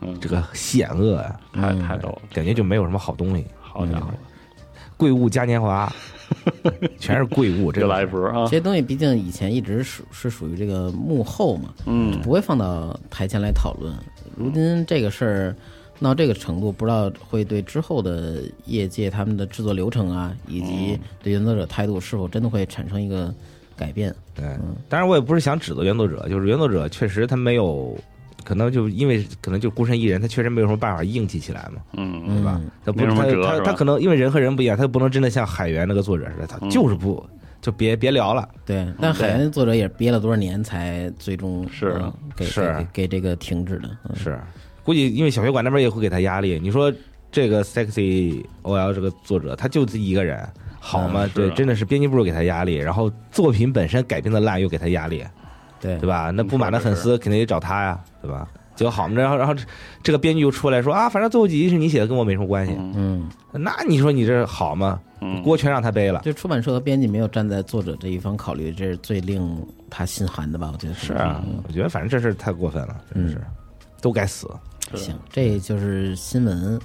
嗯，
这个险恶啊，
太
嗯
太逗了，
感觉就没有什么好 东西。
好家伙，
贵物嘉年华， 全是贵物，这
又来一波啊
这，些东西毕竟以前一直属是属于这个幕后嘛，
嗯
不会放到台前来讨论。如今这个事儿闹这个程度，不知道会对之后的业界他们的制作流程啊，以及对原作者态度是否真的会产生一个改变。
对，哎当然我也不是想指责原作者，就是原作者确实他没有，可能就因为可能就孤身一人，他确实没有什么办法硬气起来嘛，
嗯，
对吧
嗯？
他不
没什么辙
他
是吧
他他可能因为人和人不一样，他不能真的像海源那个作者似的，
嗯
他就是不就别别聊了，
对，但海源作者也憋了多少年才最终
是
呃给
是
给给这个停止的。嗯
是，估计因为小学馆那边也会给他压力。你说这个 sexy OL 这个作者，他就自己一个人，好吗？
嗯是
对，
啊
真的是编辑部给他压力，然后作品本身改编的烂又给他压力，
对
嗯
对吧？那不满的粉丝肯定得找他呀，对吧？结果好嘛，然后然后这这个编剧又出来说啊，反正最后几集是你写的，跟我没什么关系。
嗯，
那你说你这好吗？
嗯
锅全让他背了。
就出版社和编辑没有站在作者这一方考虑，这是最令他心寒的吧？我觉得
是啊，
嗯
我觉得反正这事儿太过分了，真是，都该死。
是
行，这就是新闻。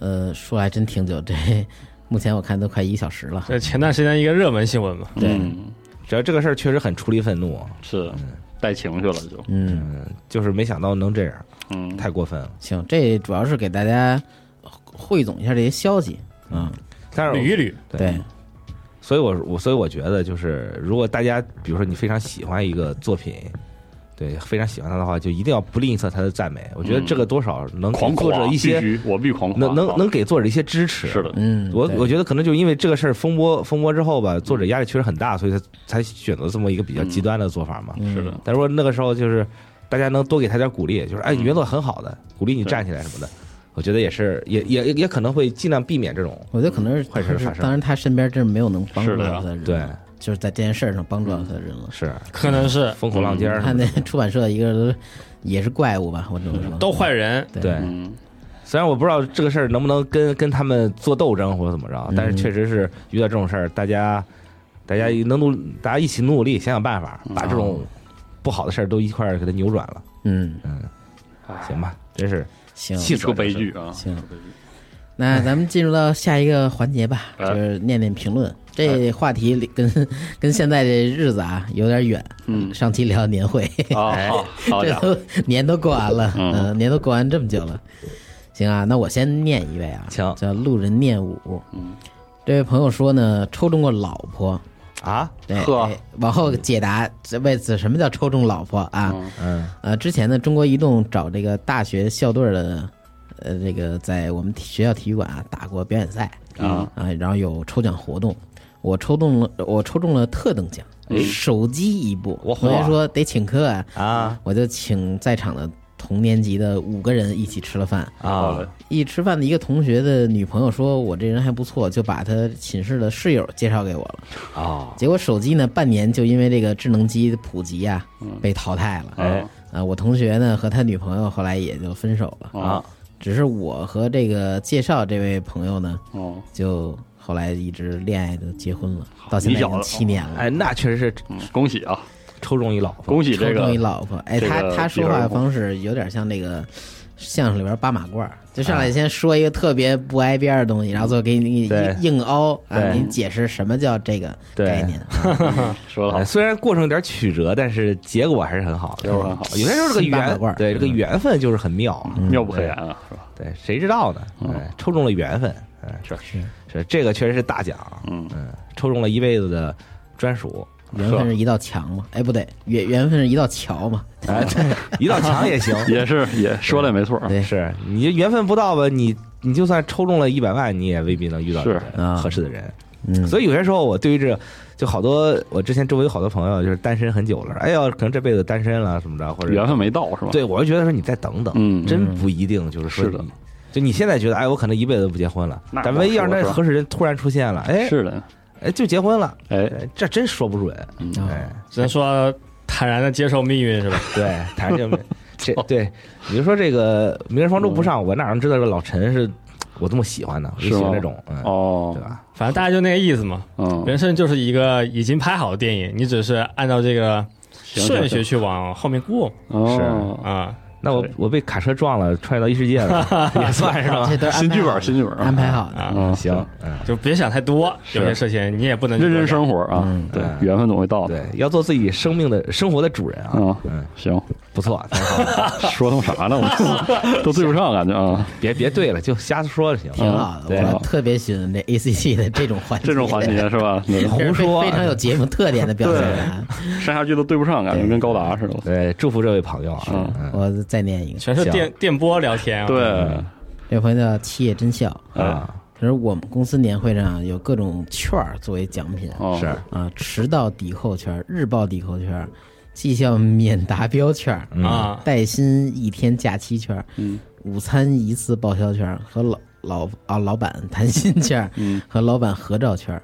呃，说来真挺久，这 目前我看都快一小时了。
这呃前段时间一个热门新闻嘛，
对
嗯
只要这个事儿确实很出离愤怒，
是带情绪了就，
嗯，
嗯，就是没想到能这样，
嗯，
太过分了。
行，这主要是给大家汇总一下这些消息。嗯，
但是
捋一捋，
对，
所以我我所以我觉得就是，如果大家比如说你非常喜欢一个作品，对，非常喜欢它的话，就一定要不吝啬它的赞美。我觉得这个多少能给
狂
作
夸
者一些，
必须我必狂夸，
能能
好
能给作者一些支持。
是。的，
嗯，
我
对
我觉得可能就因为这个事儿风波风波之后吧，作者压力确实很大，所以他才选择这么一个比较极端的做法嘛。
嗯
是的，
但如果那个时候就是大家能多给他点鼓励，就是哎，你原作很好的，鼓励你
对
站起来什么的，我觉得也是也也也可能会尽量避免这种
我觉得可能是
坏事发生
当然他身边真是没有能帮助
是的
到他的人，
对，
就是在这件事儿上帮助到他的人了。
是
可能是
风口浪尖儿什么的。
看那出版社一个人也是怪物吧，我只能说
都坏人，
对，
嗯，
虽然我不知道这个事儿能不能跟跟他们做斗争或者怎么
嗯
着，但是确实是遇到这种事儿，大家大家
嗯
能努，大家一起努努力，想想办法，把这种
啊
不好的事儿都一块儿给它扭转了，
嗯，
行吧？真是
行，
气
一
死
出
我了
悲，剧啊，
行
一出悲剧
那咱们进入到下一个环节吧，
哎
就是念念评论。这
啊
话题里跟 跟现在这日子啊有点远，
嗯
上期聊年会，
哎
啊，好好
这
家伙，
都 年都过完了，
嗯
呃，年都过完这么久了。行啊，那我先念一位啊，
请
叫路人念武。
嗯，
这位朋友说呢，抽中过老婆，
啊，
对，
呵
哎往后解答这为此什么叫抽中老婆啊？
嗯
嗯，
呃，之前呢，中国移动找这个大学校队儿的，呃，这个在我们体学校体育馆啊打过表演赛
啊
然后有抽奖活动，我抽中了，我抽中了特等奖，手机一部，
哇
所以说得请客啊，
啊
我就请在场的同年级的五个人一起吃了饭，
好
啊
的，
一吃饭的一个同学的女朋友说我这人还不错，就把他寝室的室友介绍给我了。
啊，
结果手机呢，半年就因为这个智能机的普及啊，被淘汰了。
哎
啊，我同学呢和他女朋友后来也就分手了。
啊
只是我和这个介绍这位朋友呢，
哦，
就后来一直恋爱的结婚了，到现
你
在已
小
经
子
七年了。
哎，那确实是
嗯恭喜啊，
抽中一老婆，
恭喜这
抽中一
个
老婆，哎，
这
他
个
他
比
说
尔
话
红
方式有点像那个相声里边扒马褂儿，就
啊
上来先说一个特别不挨边儿的东西，然后最后给你
对
硬硬凹啊，
对
你解释什么叫这个
对
概念。啊
说的好
哎，虽然过程有点曲折，但是结果还是很好的，
嗯结果很好
有些时候这个
心八百
缘
罐儿，
对这个
嗯
缘分就是很妙啊，
妙不可言啊，是吧？
对，谁知道呢？哎，抽中了缘分，哎，
嗯确
实是这个确实是大奖，
嗯，
嗯，抽中了一辈子的专属，
缘分是一道墙嘛？哎，不对，缘缘分是一道桥嘛？
哎，一道墙也行，
也是也说的也没错，
对，
是你这缘分不到吧？你你就算抽中了一百万，你也未必能遇到
是啊
这个合适的人。
嗯，
所以有些时候，我对于这就好多，我之前周围有好多朋友就是单身很久了，哎呦，可能这辈子单身了什么的，或者
缘分没到是吧？，
对我就觉得说你再等等，
嗯
真不一定就是说
是的
你。就你现在觉得，哎，我可能一辈子都不结婚了，
那
但万一要是
不好
那
说
合适人突然出现了，哎，
是的，
哎，就结婚了，
哎，
哎，这真说不准，
嗯
啊
哎，
只能说坦然的接受命运是吧？
对，谈 这这对，你就说这个《明日方舟》不上，我哪能知道这个老陈是我这么喜欢呢？我就是喜欢
嗯吗
这种，嗯，对
哦，
吧？
反正大家就那个意思嘛。
嗯，
人生就是一个已经拍好的电影，你只是按照这个
行
顺序去往后面过
哦，
啊。
那我
对
我被卡车撞了，穿越到异世界 了，也算是吧？
啊这都是安
新
排
剧
好
本
的
新剧本
安排好的。
嗯，
行，嗯，
就别想太多，
是
有些事情你也不能
认真生活啊，对，缘分总会到的，
嗯对，要做自己生命的生活的主人啊
嗯，
嗯，
行，
不错，挺好的
说他妈啥呢？ 我都对不上感觉啊，
别别对了，就瞎说就行
嗯
挺好
对
的，我特别喜欢这 A C G 的这种环节，
这种环节啊是吧？对
这是非
胡说
非常有节目特点的表现啊。
上下句都对不上，感觉跟高达似的。
对，祝福这位朋友啊，嗯
我再念一个，
全是电电波聊天啊。
对，
这朋友叫七叶真笑，
哎
啊，
他说我们公司年会上啊有各种券儿作为奖品
哦，
是，
啊，迟到抵扣券儿、日报抵扣券儿、绩效免达标券儿、
嗯
啊，
带薪一天假期券儿、
嗯
午餐一次报销券儿和老老啊老板谈心券儿
嗯
和老板合照券儿，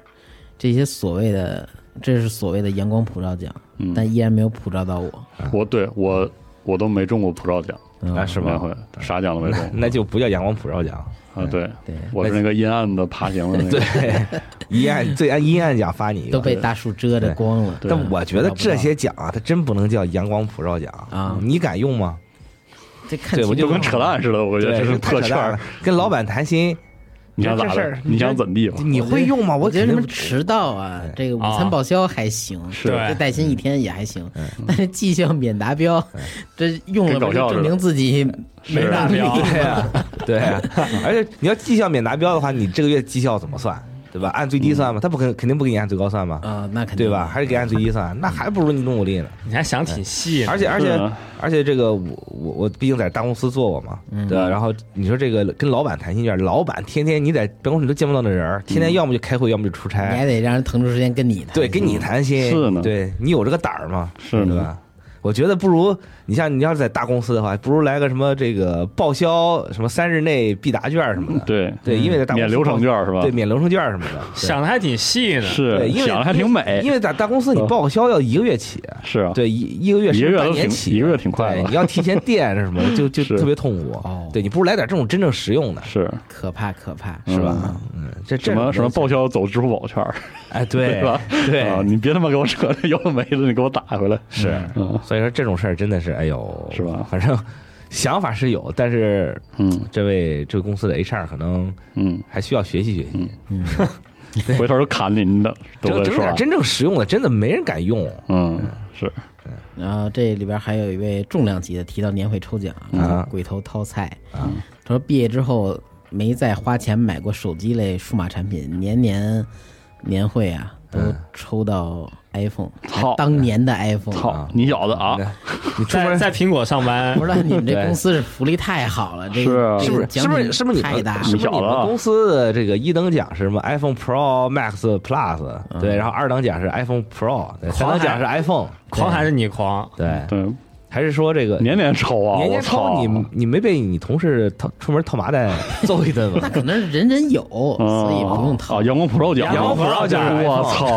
这些所谓的这是所谓的阳光普照奖，
嗯
但依然没有普照到我。
我对我我都没中过普照奖，
嗯
啊，是
两
吗？
回啥奖都没中
那就不叫阳光普照奖，
啊。对，
对，
我是那个阴暗的爬行的那个，
对，阴暗最暗阴暗奖发你一个，
都被大树遮着光了。
但我觉得这些奖啊，它真不能叫阳光普照奖
啊
你敢用吗？
这看
对我
情
就
况
跟扯淡似的。我觉得这
这
是
太
特
扯
圈
淡
儿
了，，跟老板谈心，
你想咋
这事
的
儿？
你想怎地吧？
你会用哎吗？
我觉
肯
得什么
定
迟到啊，这个午餐
啊
报销还行，
是
对
这带薪一天也还行，
嗯
但是绩效免达标，这用了
跟搞
不就
笑似的
证明自己没
没
达
达标
标。
对呀，
啊
对呀，而且你要绩效免达标的话，你这个月绩效怎么算？对吧？按最低算吗？他不肯肯定不给你按最高算吧？
啊，那肯定
对吧？？还是给按最低算，那还不如你努努力呢。
你还想挺细呢，
而且而
是
且
啊
而且这个我我我毕竟在大公司做过嘛，
嗯
对吧？然后你说这个跟老板谈心卷，老板天天你在办公室都见不到那人儿，
嗯
天天要么就开会，要么就出差，
你还得让人腾出时间跟你谈。
哎对，跟你谈心
是呢
对你有这个胆儿吗？
是
对
呢
吧？我觉得不如你像你要是在大公司的话，不如来个什么这个报销什么三日内必答券什么的。
嗯对，
对，因为在大公司
免流程券是吧
对，？免流程券什么的。对
想的还挺细呢。
是，
对，因为
想的还挺美
因。为在大公司你报销要一个月起，
是啊，
对，一一个月
一个
甚至
月
半
都
年
挺
起，
一个月挺快
对，
了
你要提前垫 什么的，就就是特别痛苦。
哦
对你不如来点这种真正实用的，
是
可怕可怕，
是吧？嗯，这这
什么
种
什么
东西
报销走支付宝券儿，
哎，对
对吧？
对
啊，你别他妈给我扯这有的没的，你给我打回来。
是，
嗯
所以说这种事儿真的是，哎呦，
是吧
反正想法是有，但是
嗯
这位这个公司的 HR 可能
嗯，
还需要学习学习，
回头就砍你，你的都
整
在
整
说
点
啊。
真正实用的，真的没人敢用
嗯，是
然后这里边还有一位重量级的提到年会抽奖
啊
鬼头掏菜，
啊。
他说毕业之后没再花钱买过手机类数码产品，年年年会啊都
嗯
抽到 iPhone，、
操
当年的 iPhone，
操你小子啊！
你出
在
门
在苹果上班
不，知道你们这
对
公司是福利太好了，这
是啊
个
是
这
不
个
是是
奖
不
品
是是不是你
太
们
大
是不
了？
是你
小子
们
啊
公司的这个一等奖是什么 iPhone Pro Max Plus
嗯
对，然后二等奖是 iPhone Pro，对三等奖是 iPhone，
狂还是你狂？
对
对，
还是说这个
年年抽啊！嗯我
年年
操
超你你没被你同事掏出门套麻袋揍一顿
那
吗？
可能人人有，
嗯
所以不用
啊！
掏。
阳光普照奖，
阳光普照奖
我操！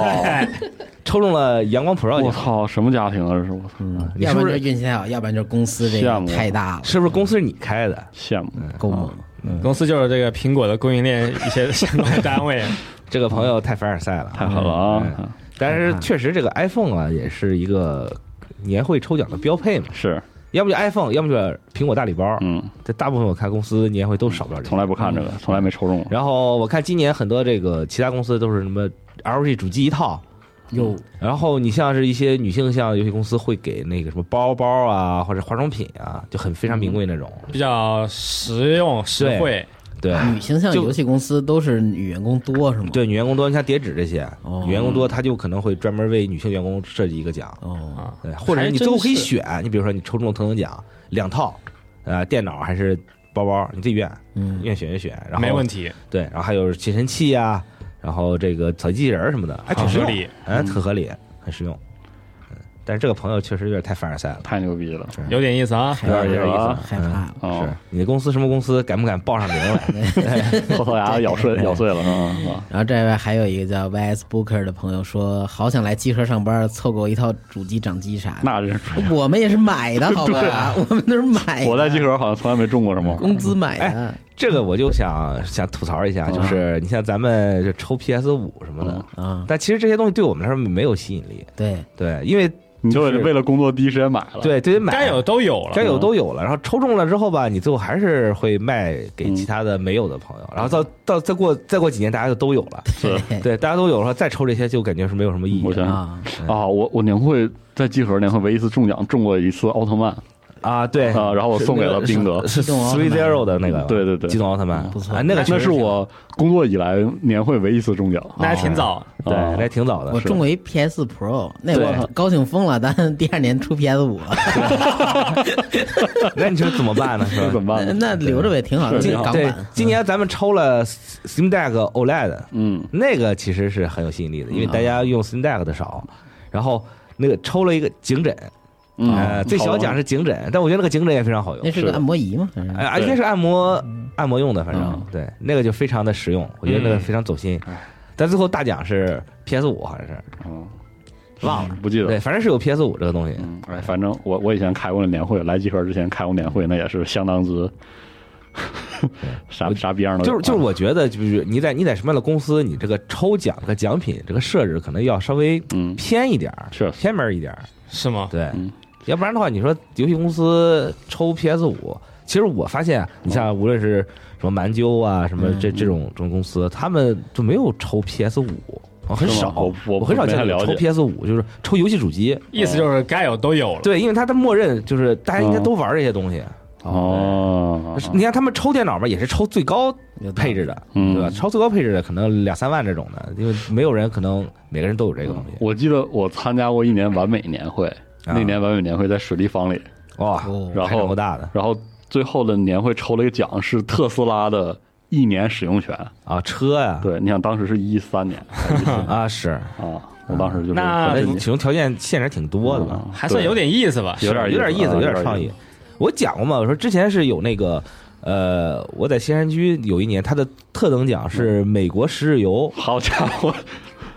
抽中了阳光普照
我
奖，
操！什么家庭啊？这是我操！
嗯，
你
要
是
不
不
然就是是运气太好，要不然就是公司这
羡
个
慕
太大了，
是不是公司是你开的？
羡慕。
够猛。
嗯
公司就是这个苹果的供应链一些 相关单位，
这个朋友太凡尔赛了，
太狠了
嗯！
啊！嗯
但是确实，这个 iPhone 啊，也是一个年会抽奖的标配嘛。
是，
要不就 iPhone，要么就是苹果大礼包。
嗯，
这大部分我看公司年会都少不了这
从
个。
来不看这个，从来没抽中过。
然后我看今年很多这个其他公司都是什么 LG 主机一套，
有
然后你像是一些女性向游戏公司会给那个什么包包啊，或者化妆品啊，就很非常名贵那种。
嗯
比较实用实惠。
对
女性向
就
游戏公司都是女员工多是吗？，
对，女员工多，你像叠纸这些，
哦
女员工多，他就可能会专门为女性员工设计一个奖，
哦，
对，或者是
还真
你最后可以
是
选，你比如说你抽中腾腾奖两套，呃，电脑还是包包，你自己愿
嗯，
愿选愿选，然后
没问
题，
题，
对，然后还有写神器啊，然后这个扫地机器人儿什么的，还挺
很
实
合
用，
理，嗯
哎，很合理，很实用。嗯，但是这个朋友确实有点太凡尔赛了。
太牛逼了！
有点意思啊。
害怕
有点意思啊
害怕了。
啊，
是你的公司什么公司？敢不敢报上名来？
后槽牙咬碎咬碎了啊！是吧
然后这位还有一个叫 YS Booker 的朋友说，好想来机车上班，凑够一套主机、掌机啥的。
那真是，
我们也是买的，好吧？我们都是
哎
买的，
我在集合好像从来没中过什么。
工资买的。
这个我就想想吐槽一下，
嗯
就是你像咱们就抽 PS 五什么的，
啊，
但其实这些东西对我们来说没有吸引力。
对，
对，因为
你就
就是
为了工作第一时间买了。，
对 对于买
该有都有
该
了，
有都有了，然后抽中了之后吧，你最后还是会卖给其他的没有的朋友，然后到到再过再过几年，大家就都有了。
是
对，大家都有了，再抽这些就感觉是没有什么意义
我想
啊，
啊，我我年会在集合年会唯一一次中奖中过一次奥特曼，
啊。对
啊然后我送给了兵哥
是
机动奥特
Three
曼
Zero 的那个，
对对对
机动奥特曼
嗯
不错
啊那个确
那
实
是我工作以来年会唯一一次中奖。
那还挺早。
对，
啊
那还挺早的
我，中过一 PS Pro，那我
对
高兴疯了，但第二年出 PS 五了，
那你说怎么办呢？是吧
那？怎么办呢？
那留着呗，挺好的，这
是
今
是港
对
版。嗯
今年咱们抽了 Steam Deck OLED，
嗯，
那个其实是很有吸引力的，因为大家用 Steam Deck 的少，然后那个抽了一个颈枕，
嗯
呃，最小奖是颈枕，但我觉得那个颈枕也非常好
那
用，
是个
是
按摩仪嘛？
哎、啊应该是按摩按摩用的，反正
嗯
对那个就非常的实用，我觉得那个非常走心
嗯。
但最后大奖是 PS 五，好像是
嗯
忘了，
不记得
对，反正是有 PS 五这个东西。
嗯，哎，反正我我以前开过年会，来集合之前开过年会，那也是相当之 啥啥逼样的，啊
就是就是，我觉得就是你在你在什么样的公司，你这个抽奖和奖品这个设置可能要稍微
嗯，
偏一点儿，
确实，
偏门儿一点儿。
是吗？
对
嗯，
要不然的话，你说游戏公司抽 PS 五，其实我发现啊，
嗯
你像无论是什么蛮鸠啊，什么这这种这种公司，他们就没有抽 PS 五。啊很
是吗
少，
我我
很少
不太
见到有
了解
抽
嗯
PS 五，就是抽游戏主机。
意思就是该有都有了。
对，因为他的默认就是大家应该都玩这些东西。
嗯哦，
你看他们抽电脑吧，也是抽最高
有道理
配置的，
嗯
对吧？抽最高配置的可能两三万这种的，因为没有人可能每个人都有这个东西。
我记得我参加过一年完美年会，
啊
那年完美年会在水立方里，
哇，
哦
嗯然
排场够
后
大的
然后最后的年会抽了一个奖是特斯拉的一年使用权，
啊，车呀
对，你想当时是一三年
啊是，
啊，我当时就是
那
我
那
是
你
你
使用条件限制挺多的吧？
嗯
还算有点意思吧，
有点
有点意
意
思，
思
有
啊
点
有点
创
意
意
思。
我讲过嘛，我说之前是有那个，呃，我在西山区有一年，它的特等奖是
嗯
美国十日游，
好家伙，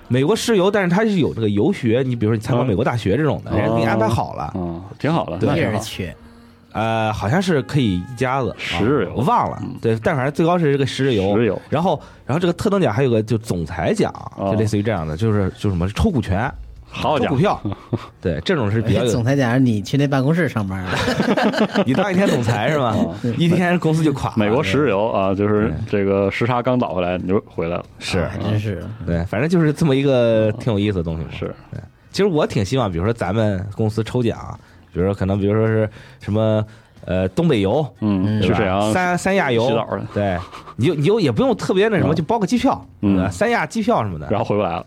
美国十日游，但是它是有这个游学，你比如说你参观
嗯
美国大学这种的，
哦
哎人家给你安排好了，
嗯，挺好的，
一
那挺
人
好
去，
呃，好像是可以一家子
十日游
啊我忘了
嗯，
对，但反正最高是这个十日游，
十日游哦
然后然后这个特等奖还有个就总裁奖，就类似于这样的，就是就是什么抽股权。
好
抽
家
股
伙，
票，对这种是比较有
哎总裁讲你去那办公室上班啊？
你当一天总裁是吧？一天公司就垮了。
美国
对
十日游啊，就是这个时差刚倒回来，你就回来了，
是
还真是
对，反正就是这么一个挺有意思的东西嘛。
是，
其实我挺希望，比如说咱们公司抽奖，啊比如说可能，比如说是什么呃东北游，
嗯，
对
去
吧
沈阳
三三亚
洗
游
澡去，
对，你就你就也不用特别那什么，
嗯
就包个机票，
嗯
对吧三亚机票什么的，
然后回不来了，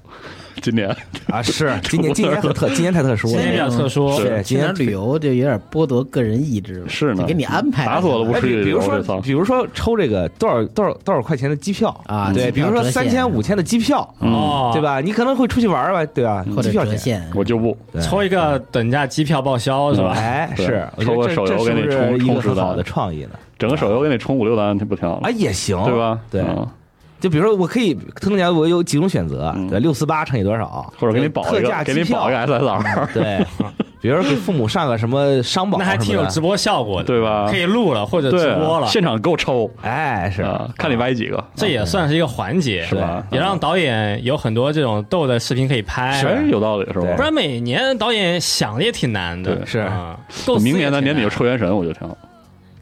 今年
啊，是今年今年很特，今年太特殊
今
了
年比。较特殊，
是
对，
去
今
哪儿
年
旅游就有点剥夺个人意志了，
是呢
就给你安排
打死我都不
哎，
出去
比比
旅
如
游这
说，
趟
比如说抽这个多少多少多少块钱的机票
啊
对，
机
比
票
如说
折现
三千五千的机票，
哦，
对？吧？你可能会出去玩儿吧，对吧？
或者
机票
折
钱，
现，
我就不
对
抽一个等价机票报销是吧？
哎，
对
是，我觉
抽
得
个
这
手游
这
给你
是
充
不是一
充
个
实
很
的
好的创意呢？
整个手游给你充五六单，这不挺好
啊，？也行，
对？吧？
对
嗯
就比如说，我可以增加我有几种选择，
嗯
对，六四八乘以多少，
或者给你保一
特
个，
价
给你
机票
保一个 SSR，
对，比如说给父母上个什么商保
那还挺
什么
有
的
直，播效果的，
对吧
可以录了或者直播
对，啊
了，
现场够抽
哎，是
啊，看你歪几个，
这也算是一个环节，
是吧啊
也让导演有很多这种逗的视频可以
全
拍啊
是，有道理是
对
不
吧？
然每年导演想的也挺难的。
对
是
啊，构思也
明年咱
挺
年底就
难
抽原神，我觉得挺好。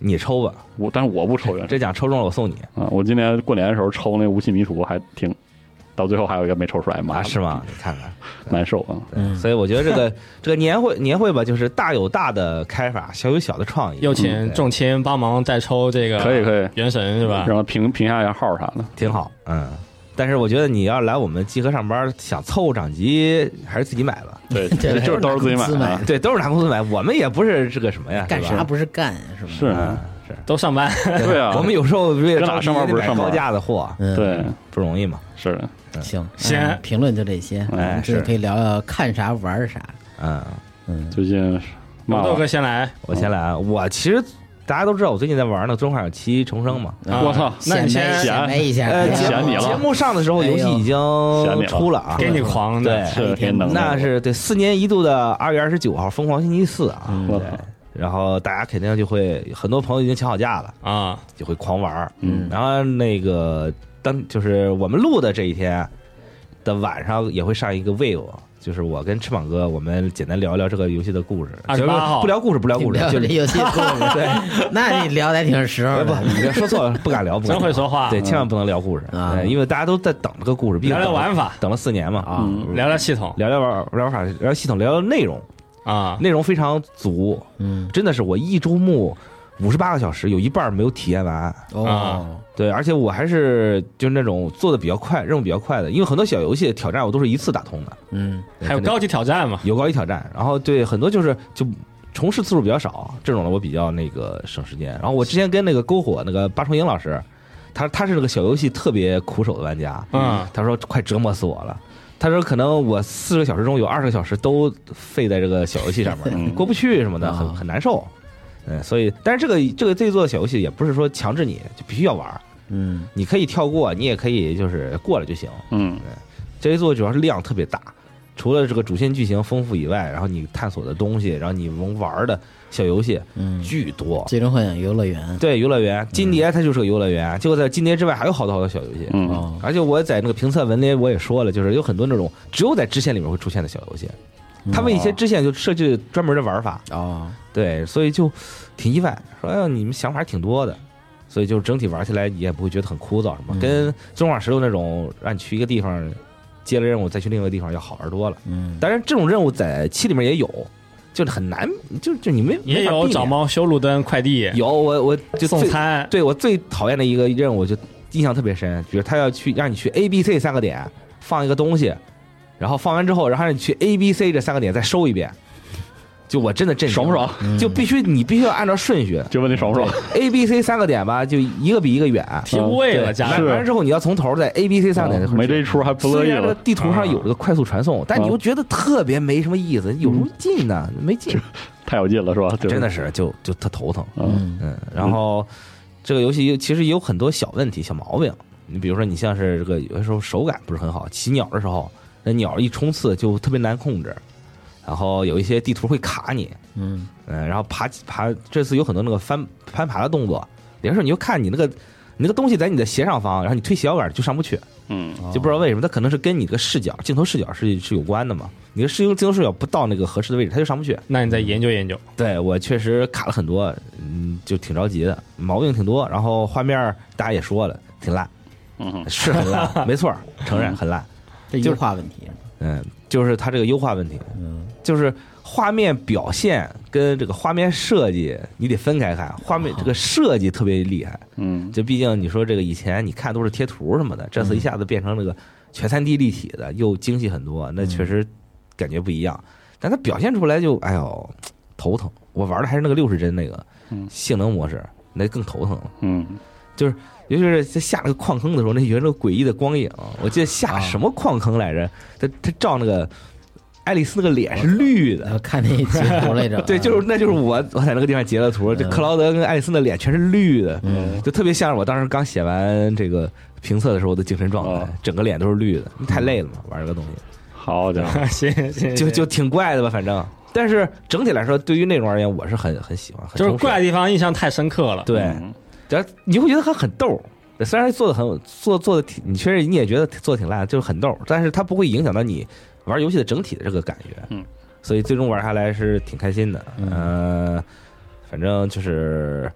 你抽吧，
我但是我不抽原神
这奖抽中了我送你
啊，我今年过年的时候抽那无期迷途还挺，到最后还有一个没抽出来，妈
啊，
的
是吗？你看看，
难受啊！
嗯
对，所以我觉得 这个这个年会年会吧，就是大有大的开法，小有小的创意，
有请仲谦帮忙再抽这个，
嗯可以可以
原啊神是吧？
让他评评价一下号啥的，
挺好，嗯。但是我觉得你要来我们集合上班，想凑合掌机，还是自己买吧。
对，
这
就就是都是自己买啊
自买
的
的，
对，都是拿公司买，我们也不是这个什么呀，
干
是
啥
吧？
不是干是吗？
是
嗯
啊，
是
都上班，
对啊，
我们有时候为了
搁哪
着急
上班不是
得买
上班
高价的货，
嗯，
对，
不容易嘛。
是的，
行，
行
嗯评论就这些，我
哎
们这
是
可以聊聊看啥玩啥，
嗯，
嗯，
最近
毛
骂
豆
我
哥先来。
我先来啊，我其实大家都知道，我最近在玩那个《中华有七重生》嘛。
啊
我操
那你
显摆
先
显摆一下，
呃，
哎呦
节
闲
目
你了
节目上的时候，游戏已经
闲你了
出了啊。
给你狂的，
对
是挺能
那是对四年一度的二月二十九号疯狂星期四啊，
我
对
操。
然后大家肯定就会，很多朋友已经请好假了，
啊，
就会狂玩儿。
嗯
然后那个当就是我们录的这一天的晚上也会上一个 wave，就是我跟翅膀哥我们简单聊一聊这个游戏的故事。
28号
不聊故 事，不聊故事，
聊
就
这
是
游戏故事，对， 那你聊的还挺实
哎
候
不
的，，
你说错了， 不敢聊，不敢
真
聊
会说话。嗯
对，千万不能聊故事
啊
对因为大家都在等这个故事，毕竟
聊聊
等了
玩法
等了四年嘛啊，
嗯
聊聊系统
聊聊玩玩法，聊聊系统，聊聊内容，
啊，
内容非常足，
嗯，
真的是我一周目五十八个小时，有一半没有体验完。
哦，
对，而且我还是就是那种做的比较快，任务比较快的，因为很多小游戏挑战我都是一次打通的，
嗯，
对
还有
可能
高级挑战嘛，
有高级挑战，然后对很多就是就重试次数比较少，这种的我比较那个省时间。然后我之前跟那个篝火那个巴崇英老师，他他是那个小游戏特别苦手的玩家，
嗯
他说快折磨死我了。他说：“可能我四十个小时中有二十个小时都费在这个小游戏上面，
嗯
过不去什么的，
啊
很很难受。嗯，所以，但是这个这个这一座小游戏也不是说强制你就必须要玩儿，
嗯，
你可以跳过，你也可以就是过了就行。
嗯，
这一座主要是量特别大，除了这个主线剧情丰富以外，然后你探索的东西，然后你能玩的小游戏
嗯，
巨多。
最终幻想游乐园，
对，游乐园金蝶它就是个游乐园，结果在金蝶之外还有好多好多小游戏。
嗯
哦，
而且我在那个评测文里我也说了，就是有很多那种只有在支线里面会出现的小游戏，他为一些支线就设计专门的玩法，
哦，
对，所以就挺意外，说哎呦你们想法还挺多的，所以就整体玩起来你也不会觉得很枯燥什么，
嗯
跟《中华石榴》那种让你去一个地方接了任务再去另一个地方要好玩多了。
嗯，
当然这种任务在七里面也有，就是很难，就就你没
也
没法避
有
免
找猫修路灯、快递、
有我我就
送
最
餐，
对我最讨厌的一个任务就印象特别深，比如他要去让你去 A、B、C 三个点放一个东西，然后放完之后，然后让你去 A、B、C 这三个点再收一遍，就我真的震惊
爽不爽？？
嗯
就必须你必须要按照顺序
就问你爽不爽？
，A、B、C 三个点吧，就一个比一个远。
提
嗯
误位了，
对
家
完
里
完了之后，你要从头在 A、B、C 三个点那块儿
哦没这
去
一出还不乐
虽
意
然这
了
个，地图上有这个快速传送，但
啊
你又觉得特别没什么意思，有什么
嗯
劲呢？没劲，
太有劲了是吧？就
啊真的，是就就特头疼。
嗯，
嗯
嗯，然后这个游戏其实也有很多小问题、小毛病。你比如说，你像是这个有的时候手感不是很好，骑鸟的时候，那鸟一冲刺就特别难控制，然后有一些地图会卡你，
嗯，
嗯，然后爬爬，这次有很多那个翻攀爬的动作，有的时候你就看你那个你那个东西在你的斜上方，然后你推斜摇杆就上不去，
嗯，
就不知道为什么，它可能是跟你这个视角、镜头视角是是有关的嘛，你的视镜头视角不到那个合适的位置，它就上不去。
那你再研究研 究。
对我确实卡了很多，嗯，就挺着急的，毛病挺多。然后画面儿大家也说了，挺烂，
嗯
是很烂，没错儿，承认很烂。
这优化问题，
嗯，就是它这个优化问题，
嗯，
就是画面表现跟这个画面设计你得分开看，画面这个设计特别厉害。
嗯，
就毕竟你说这个以前你看都是贴图什么的，这次一下子变成那个全三 D 立体的，又精细很多，那确实感觉不一样。但它表现出来就哎呦头疼。我玩的还是那个六十帧那个
嗯
性能模式，那更头疼了。
嗯，
尤其是在下那个矿坑的时候，那有那种诡异的光影，我记得下什么矿坑来着？它它照那个爱丽丝那个脸是绿
然后
的，，
呃看那截图来着啊
对，就是那就是我我在那个地方截的图，这
嗯
克劳德跟爱丽丝的脸全是绿的，
嗯，
就特别像是我当时刚写完这个评测的时候的精神状态
哦，
整个脸都是绿的，太累了嘛，玩这个东西
好家伙，
行行行，
就就挺怪的吧，反正。但是整体来说，对于内容而言，我是很很喜欢，很
就是
充实
怪的地方印象太深刻了。
对，
嗯
然后你会觉得它很逗儿，虽然做的很做做的挺，你确实你也觉得做的挺烂，就是很逗儿，但是它不会影响到你玩游戏的整体的这个感觉。
嗯，
所以最终玩下来是挺开心的。
嗯
呃，反正就是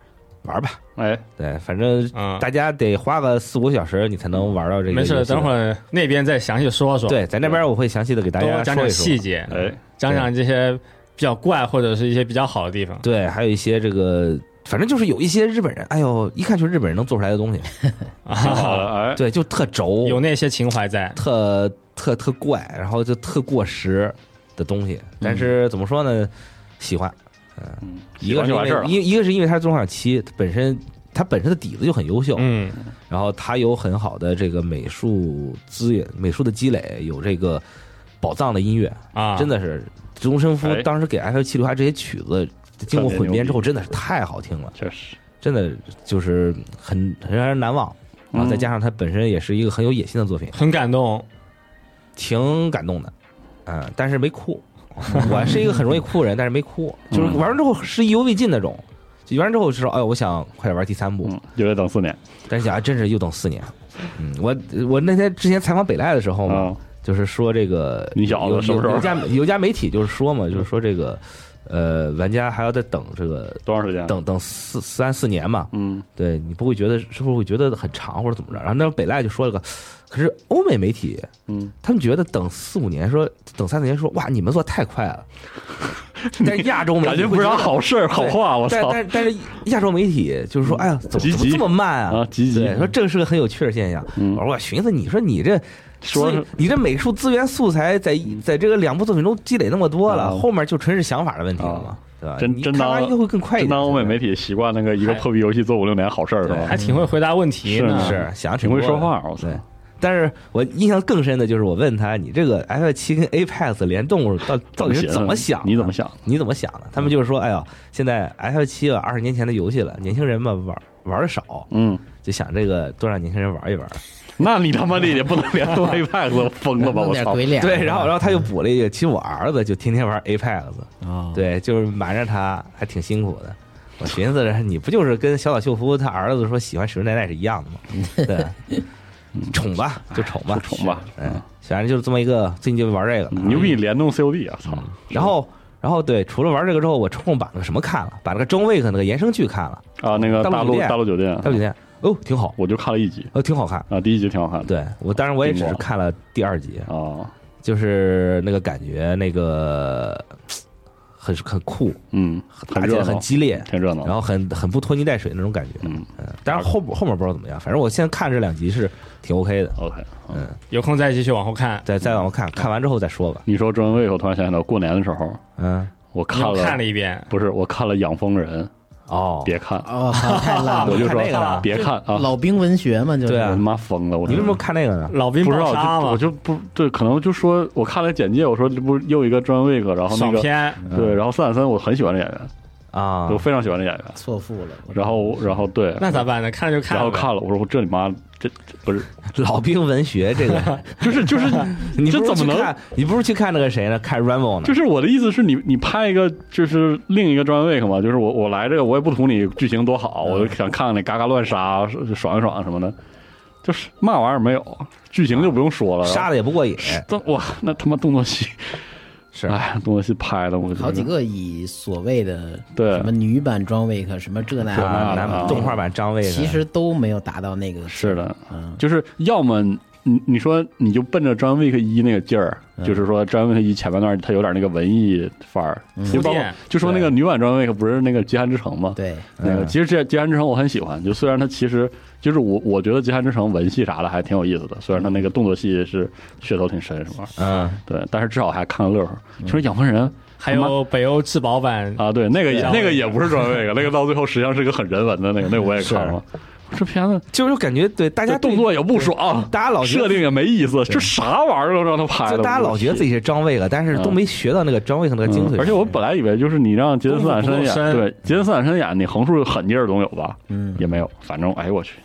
玩吧，
哎，
对，反正
嗯，
大家得花个四五个小时，你才能玩到这个。
没事，等会
儿。
儿那边再详细说说，
对，在那边我会详细的给大
多
家
讲
说
讲
一
细
说。
节，嗯
哎，
讲讲这些比较怪或者是一些比较好的地方。
对，还有一些这个，反正就是有一些日本人，哎呦，一看就是日本人能做出来的 东西，
挺 好的，哎，
对，就特轴，
有那些情怀在，
特特特怪，然后就特过时的东西。但是怎么说呢，喜欢
嗯，
一个是
就
因
完事儿了，
为一一个是因为它是中小七，它本身它本身的底子就很优秀，
嗯，
然后它有很好的这个美术资源、美术的积累，有这个宝藏的音乐，
啊，
真
的，
的是终身夫
哎
当时给 F 七留下这些曲子。经过混编之后，真的是太好听了，
确实，
真的就是很很让人难忘。
嗯
然后再加上它本身也是一个很有野心的作品，
很感动，
挺感动的，嗯、但是没哭。 我是一个很容易哭的人，但是没哭，
嗯
就是玩完之后是意犹未尽那种。就玩完之后是说，哎呦，我想快点玩第三部，
嗯，就得等四年，
但是想，啊，真是又等四年。嗯，我我那天之前采访北赖的时候嘛，
嗯，
就是说这个
你小子
有
什么时候
有家有家媒体就是说嘛，就是说这个呃，玩家还要再等这个
多长时间？，啊
等等四三四年嘛，
嗯，
对你不会觉得是不是会觉得很长或者怎么着？然后那时候北赖就说了个，可是欧美媒体
嗯，
他们觉得等四五年说，等三四年说，哇，你们做得太 快了。但是亚洲媒
感
体
觉
会
不是
觉
啥
得，
好事儿，好话，我
但
操，
但但是亚洲媒体就是说，哎呀，怎么
积
怎
极
么这么慢
啊
啊？，
积极
对，，说这个是个很有趣的现象。
嗯
我说我寻思，你说你这
说嗯
资
是
你这美术资源素材在在这个两部作品中积累那么多了，
嗯
后面就纯是想法的问题了嘛
啊，
对吧？
真
你
真
开发
当
应该会更快一
真
点。
当欧美媒体习惯那个一个
还
破逼游戏做五六年好事儿是
对
吧
还？挺会回答问题呢，
嗯是
是啊想
挺
多
会
的
说话，我操
对，但是我印象更深的就是我问他，你这个 F 七跟 Apex 联动到到底是怎么想的？
你怎么想？
你怎么想的？他们就是说，哎呀，现在 F 七啊，二十年前的游戏了，年轻人嘛玩玩的少，
嗯，
就想这个多让年轻人玩一玩。
那你他妈的也不能连 多 Apex 疯了吧？
弄
我
点
操！
鬼脸，
对，然后然后他又补了一句，其实我儿子就天天玩 Apex，
嗯
啊，
对，就是瞒着他，还挺辛苦的。我寻思着，你不就是跟小岛秀夫他儿子说喜欢水木奈奈是一样的吗？ 对，宠吧，就宠吧，
嗯就宠吧
是嗯，反正就是这么一个，最近就玩这个了，
牛逼！联动 COD 啊！操！
嗯然后，然后对，除了玩这个之后，我抽空把那个什么看了，把那个《中卫》和那个衍生剧看了，
啊，那个
大
大
陆酒
陆
店
大陆酒店，
大酒店哦，挺好，
我就看了一集
呃，挺好看。
啊，第一集挺好看的
对我，当然我也只
挺
是
好
看了第二集，
啊，
就是那个感觉，那个很很酷，
嗯，
打
很
起
热闹
来很，激烈，
挺热闹。
然后很很不拖泥带水那种感觉。
嗯
嗯，当然后后面不知道怎么样，反正我现在看这两集是挺 OK 的。
，OK，嗯
嗯，
有空再继续往后看。
再再往后看看完之后再说吧。
你说中文卫，我突然想起来，过年的时候
嗯，
我
你
看
又
了，
看了一遍，
不是我看了《养蜂人》，
哦，
别看，
哦，太烂
我
了，
就说
看那个了
别看啊，
老兵文学嘛，就是
对啊
我他妈疯了！我
你为什么看那个呢？
老兵
不知
爆杀
道？就我
嘛，
就不对，可能就说我看了简介，我说这不是又一个中文卫，然后那
爽
个
片，
对，然后斯坦森我很喜欢这演员，
嗯啊
我，非常喜欢这演员，
错付了，
然后然后对，
那咋办呢？看了就看
然
了
后
呗，
看了，我说我这你妈这这不是
老兵文学这个。
就是就是
你
这
不如
怎么
去
能
看？你不如去看那个谁呢？看 Rambo 呢？
就是我的意思是你你拍一个就是另一个专位嘛，就是我我来这个我也不图你剧情多好，我就想看看你嘎嘎乱杀爽一爽什么的，就是嘛玩意儿没有，剧情就不用说了。
杀的也不过瘾，
都哇，那他妈动作戏，
是
哎，动作戏拍的我觉得
好几个以所谓的
对
什么女版装备克，什么这那
这那
的
的
男
啊
动画版张卫的
其实都没有达到那个，
是的，
嗯，
就是要么你你说你就奔着 John Wick 一那个劲儿，
嗯
就是说 John Wick 一前半段他有点那个文艺范儿，就
铺
包括
垫
就说那个女版 John Wick 不是那个《极寒之城》吗？
对，
那个
嗯
其实这《极寒之城》我很喜欢，就虽然它其实就是我我觉得《极寒之城》文戏啥的还挺有意思的，虽然它那个动作戏是噱头挺深什么，
嗯，
对，但是至少还看个乐呵。其实养蜂人
还有北欧质保版，
啊，对，那个也
对
那个也不是专为个，那个到最后实际上是个很人文的那个，那个我也看了。这片子
就是感觉对大
大
家对
动作也不爽，
大家老觉
设定也没意思，这啥玩意儿都让他拍
就
的，
大家老觉得自己是张卫了，但是都没学到那个张卫的那个精
嗯
髓。
而且我本来以为就是你让杰森斯坦森
功夫不够
演，
深
对，杰森斯坦森演，你横竖狠劲儿总有吧？
嗯，
也没有，反正哎呦我去，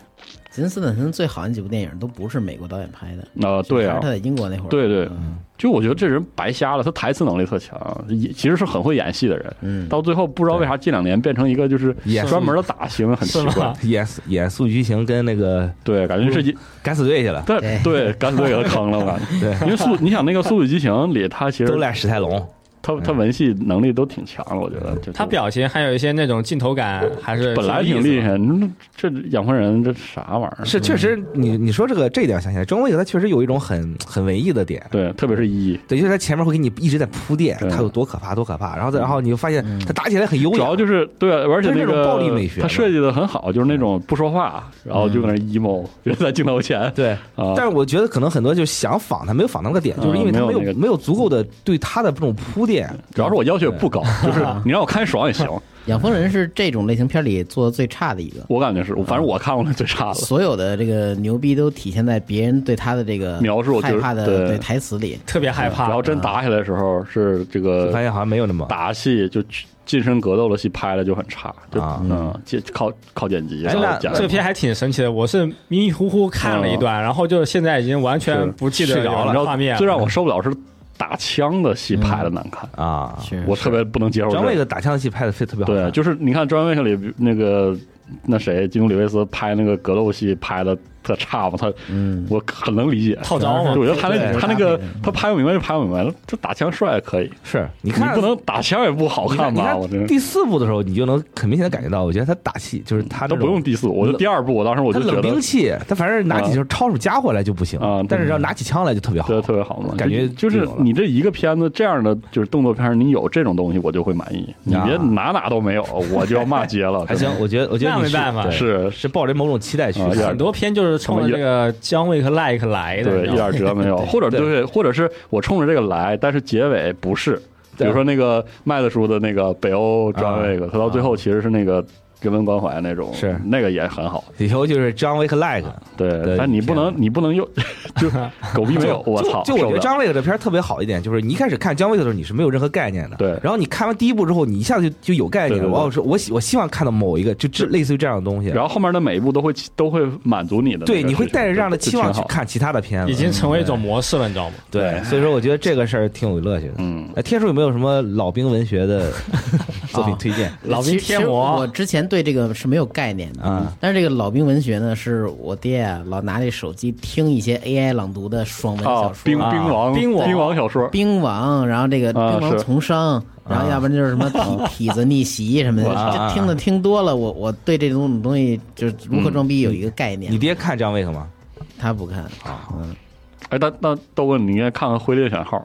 吉森斯坦森最好的几部电影都不是美国导演拍的，
啊，对
还
啊
是他，在英国那会儿，
对对
嗯
就我觉得这人白瞎了，他台词能力特强，也其实是很会演戏的人，
嗯，
到最后不知道为啥近两年变成一个就是
演
专门的打星，很奇
是吗
怪，
演演《速剧情》跟那个
对，感觉是一
敢死队去了，
但
对
对，干脆给他坑了吧。
对，
因为速，你想那个《速度与激情》里，他其实
都赖史泰龙。
他他文戏能力都挺强的，我觉得。就是
他表情还有一些那种镜头感，还是
本来挺
有意思的
厉害，你这养蜂人这啥玩意儿？
是，确实，你你说这个这一点我想起来，张卫他确实有一种很很文艺的点，
对，特别是一，
对，就是他前面会给你一直在铺垫
对嗯
他有多可怕，多可怕，然后再然后你就发现他打起来很优雅，
主要就是对，而且
它是
那
那种
个
暴力美学
他
嘛
设计的很好，就是那种不说话，然后就搁那 emo，就 在镜头前
对。
啊
但。是我觉得可能很多就想仿他，没有仿他那个点，就是因为他
嗯
没
没有
有
那个
没有足够的对他的这种铺垫。
主要是我要求也不高， 就是你让我看爽也行，
养蜂人是这种类型片里做的最差的一个，
我感觉是，反正我看过那最差的。
所有的这个牛逼都体现在别人对他的这个
描述就是
害怕的
对
对台词里，
特别害
然
怕
后。
嗯
真打起来的时候是这个
发现好像没有那么
打戏就近身格斗的戏拍的就很差，就
啊
嗯，就靠靠剪辑，
哎
然后
那
剪
这个片还挺神奇的，我是迷迷糊糊看了一
嗯
段，然后就现在已经完全不记得
睡着
有
了
那画面嗯
啊最让我受不了是打枪的戏拍的难看，
啊。
是
我特别不能接受这
嗯张卫
个。
的打枪戏拍的非特别好看，
对，啊就是你看《专卫》里那个那谁金·里维斯拍那个格斗戏拍的特差嘛，他
嗯，
我很能理解。
套招嘛
就我觉得他那
对
他那个
对
他拍不明白就拍不明白了，这打枪帅可以，
是你
你
看
不能打枪也不好
你看
看
你
吧？我真
看第四部的时候，你就能很明显的感觉到，我觉得他打戏就是他
都
那
不用
种，
第四，我就
冷
第二部，我当时我
他
就觉
冷兵
得
器，他反正拿起就是抄出家伙来就不行
啊，
但是要拿起枪来就特别好
觉。得特别好嘛，
感觉
就就
有
是
了
你这一个片子这样的就是动作片儿，你有这种东西我就会满意，你
啊
别哪哪都没 有，我就要骂街了。
还行，我觉得我觉得
那
你
没
是
办法
对
是
是抱着某种期待去
啊有点
看
很多片就是冲着这个姜维和 like 来的，
对，
你
一
知道吗
点辙没 有，或者对，或者是我冲着这个来，但是结尾不是，比
对啊
如说那个麦子叔的那个北欧专那个，他到最后其实是那个人文关怀那种，
是
那个也很好，
以后就是张威和 like，
对
对，
但你不能你不能又 就狗逼没有，我操，
就就
受不
我觉得
了
张卫的这片儿特别好一点，就是你一开始看张卫的时候，你是没有任何概念的。
对
然后你看完第一部之后，你一下子就就有概
对
念了。
对对
我要说，我希我希望看到某一个就这类似于这样的东西。
然后后面的每一步都会都会满足你的那个事
对，
情，
你会带着这样的期望
就
去
挺好，
看其他的片子。
已经成为一种模式了，你知道吗？
对，所以说我觉得这个事儿挺有乐趣的。
嗯，
哎，天叔有没有什么老兵文 学的作
哦
品推荐？
老兵
其实
贴
其实我
膜，
之前对这个是没有概念的嗯
啊，
但是这个老兵文学呢，是我爹啊老拿这手机听一些 AI 朗读的爽文
啊
小，说，
冰冰王
冰王
冰王小说，
兵王，然后这个
啊
兵王
是
从商，然后要不然就是什么痞痞子逆袭什么的，
啊
这听的听多了，我我对这种东西就是如何装逼有一个概念。
你爹看张卫克吗？
他不看，
哎，但那豆哥，你应该看看《灰猎犬号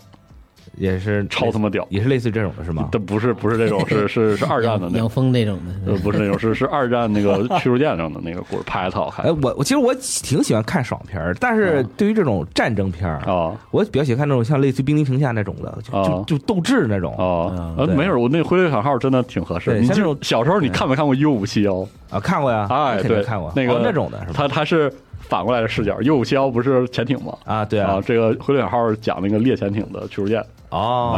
也是》，
超他妈屌！
也是类似于这哎种的是吗？
但不是不是这种，是是是二战的
养
那
养
种，
蜂这种的，
呃，不是那种，是是二战那 个驱逐舰上的那个故事，拍的特好看
哎，我我其实我挺喜欢看爽片儿，但
哦
是对于这种战争片儿，
啊
我比较喜欢看那种像类似于《兵临城下》那种的，就就
啊
就斗志那种
啊
嗯，
呃，
对
没事，我那个《灰猎犬号》真的挺合适。
对
你
像这
就
种
小时候你看没看过 U 五七幺？
啊，看过呀，
哎
我肯定
对
看过
那个
哦那种的是吧？
它它是反过来的视角，U 五七幺不是潜艇吗？
啊，对
啊，
啊，
这个《灰猎犬号》讲那个猎潜艇的驱逐舰，
哦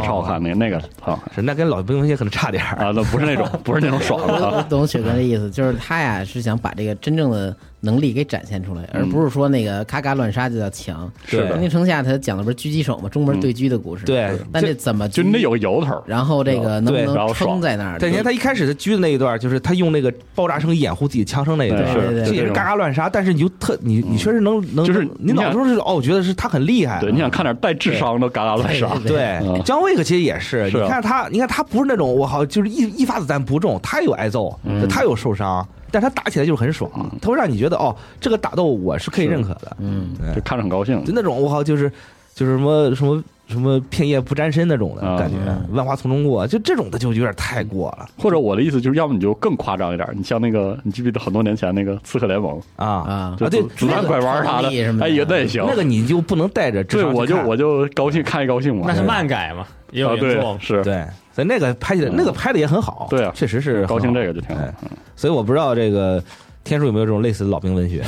啊，，超好看，那个那个特好看
是那跟老兵文学可能差点儿
啊，那不是那种，不是那种爽的
我
啊，
懂雪哥的意思，就是他呀是想把这个真正的能力给展现出来，而不是说那个咔咔乱杀就叫强。
是的
兵临城下他讲的不是狙击手嘛，中门对狙的故事。
对
但这怎么
就
狙
你得有个由头。
然后这个能
对
不
然
能
后爽
撑在那儿？
对，你看他一开始他狙的那一段，就是他用那个爆炸声掩护自己枪声那一段，
对对
这
对
也
这
是
种嗯
嘎嘎乱杀，但是你就特你你确实能能
就是
能
你
你脑
想
中是哦，我觉得是他很厉害，
对，你想看点带智商的嘎嘎乱杀，
对
对
嗯，
张卫可其实也是，
是啊嗯
你看他，你看他不是那种我好就是一一发子弹不中，他有挨揍，他有受伤，但是它打起来就是很爽，它会让你觉得哦，这个打斗我是可以认可的，
嗯，
对
就看着很高兴
就。那种我靠，就是就是什么什么什么片叶不沾身那种的
啊
感觉，万花丛中过，就这种的就有点太过了
或者我的意思就是，要么你就更夸张一点，你像那个，你记不记得很多年前那个《刺客联盟》
啊
啊
就
对
子子弹拐弯啥的
那个什么，的
哎也那也行。
那个你就不能带着智
对，
商去
我就
看
我就高兴看一高兴嘛。
那是
啊
漫改嘛，也有原作
对
嘛。
是，
对，所以那个拍起来那个拍的也很好，
嗯对啊
确实是很好
高兴这个就挺好嗯
哎。所以我不知道这个天数有没有这种类似的老 兵文学，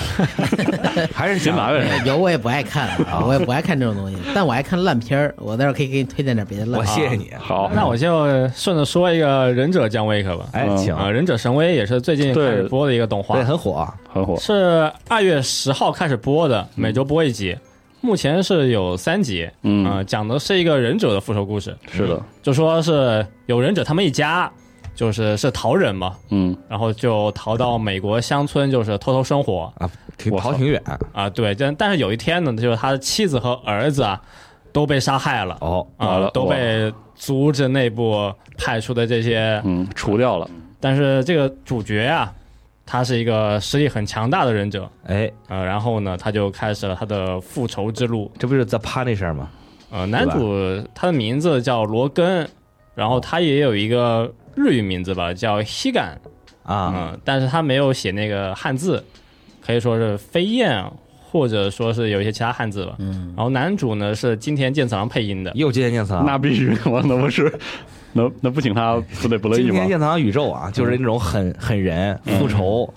还是
新来
想
呗。
呃有我也不爱看，啊我也不爱看这种东西，但我爱看烂片儿。我待会儿可以给你推荐点别的烂
我
片儿。
谢谢你，
好，
那我就顺着说一个忍者姜维克吧。
哎，
嗯
请，
啊，忍者神威也是最近开
对
始播的一个动画
对，，很火，啊
很火。
是二月十号开始播的，每周播一集。目前是有三集，
嗯
呃讲的是一个忍者的复仇故事，
是的，
就说是有忍者他们一家，就是是逃忍嘛，
嗯，
然后就逃到美国乡村，就是偷偷生活
啊，挺
我操
跑挺远
啊。对，但但是有一天呢，就是他的妻子和儿子啊都被杀害了
哦，
完
啊
了，
都被组织内部派出的这些，
嗯，除掉了。
但是这个主角啊，他是一个实力很强大的忍者，
哎，
呃，然后呢，他就开始了他的复仇之路。
这不就是 The Punisher 吗？
呃，男主他的名字叫罗根，然后他也有一个日语名字吧，叫 Higan，嗯、
啊，
但是他没有写那个汉字，可以说是飞燕，或者说是有一些其他汉字吧。嗯，然后男主呢是金田健次郎配音的，
又接见念次郎，
那必须，我那不是，那那不请他不得不乐意
今
吗嗯
天？剑堂宇宙啊，就是那种狠狠人复仇，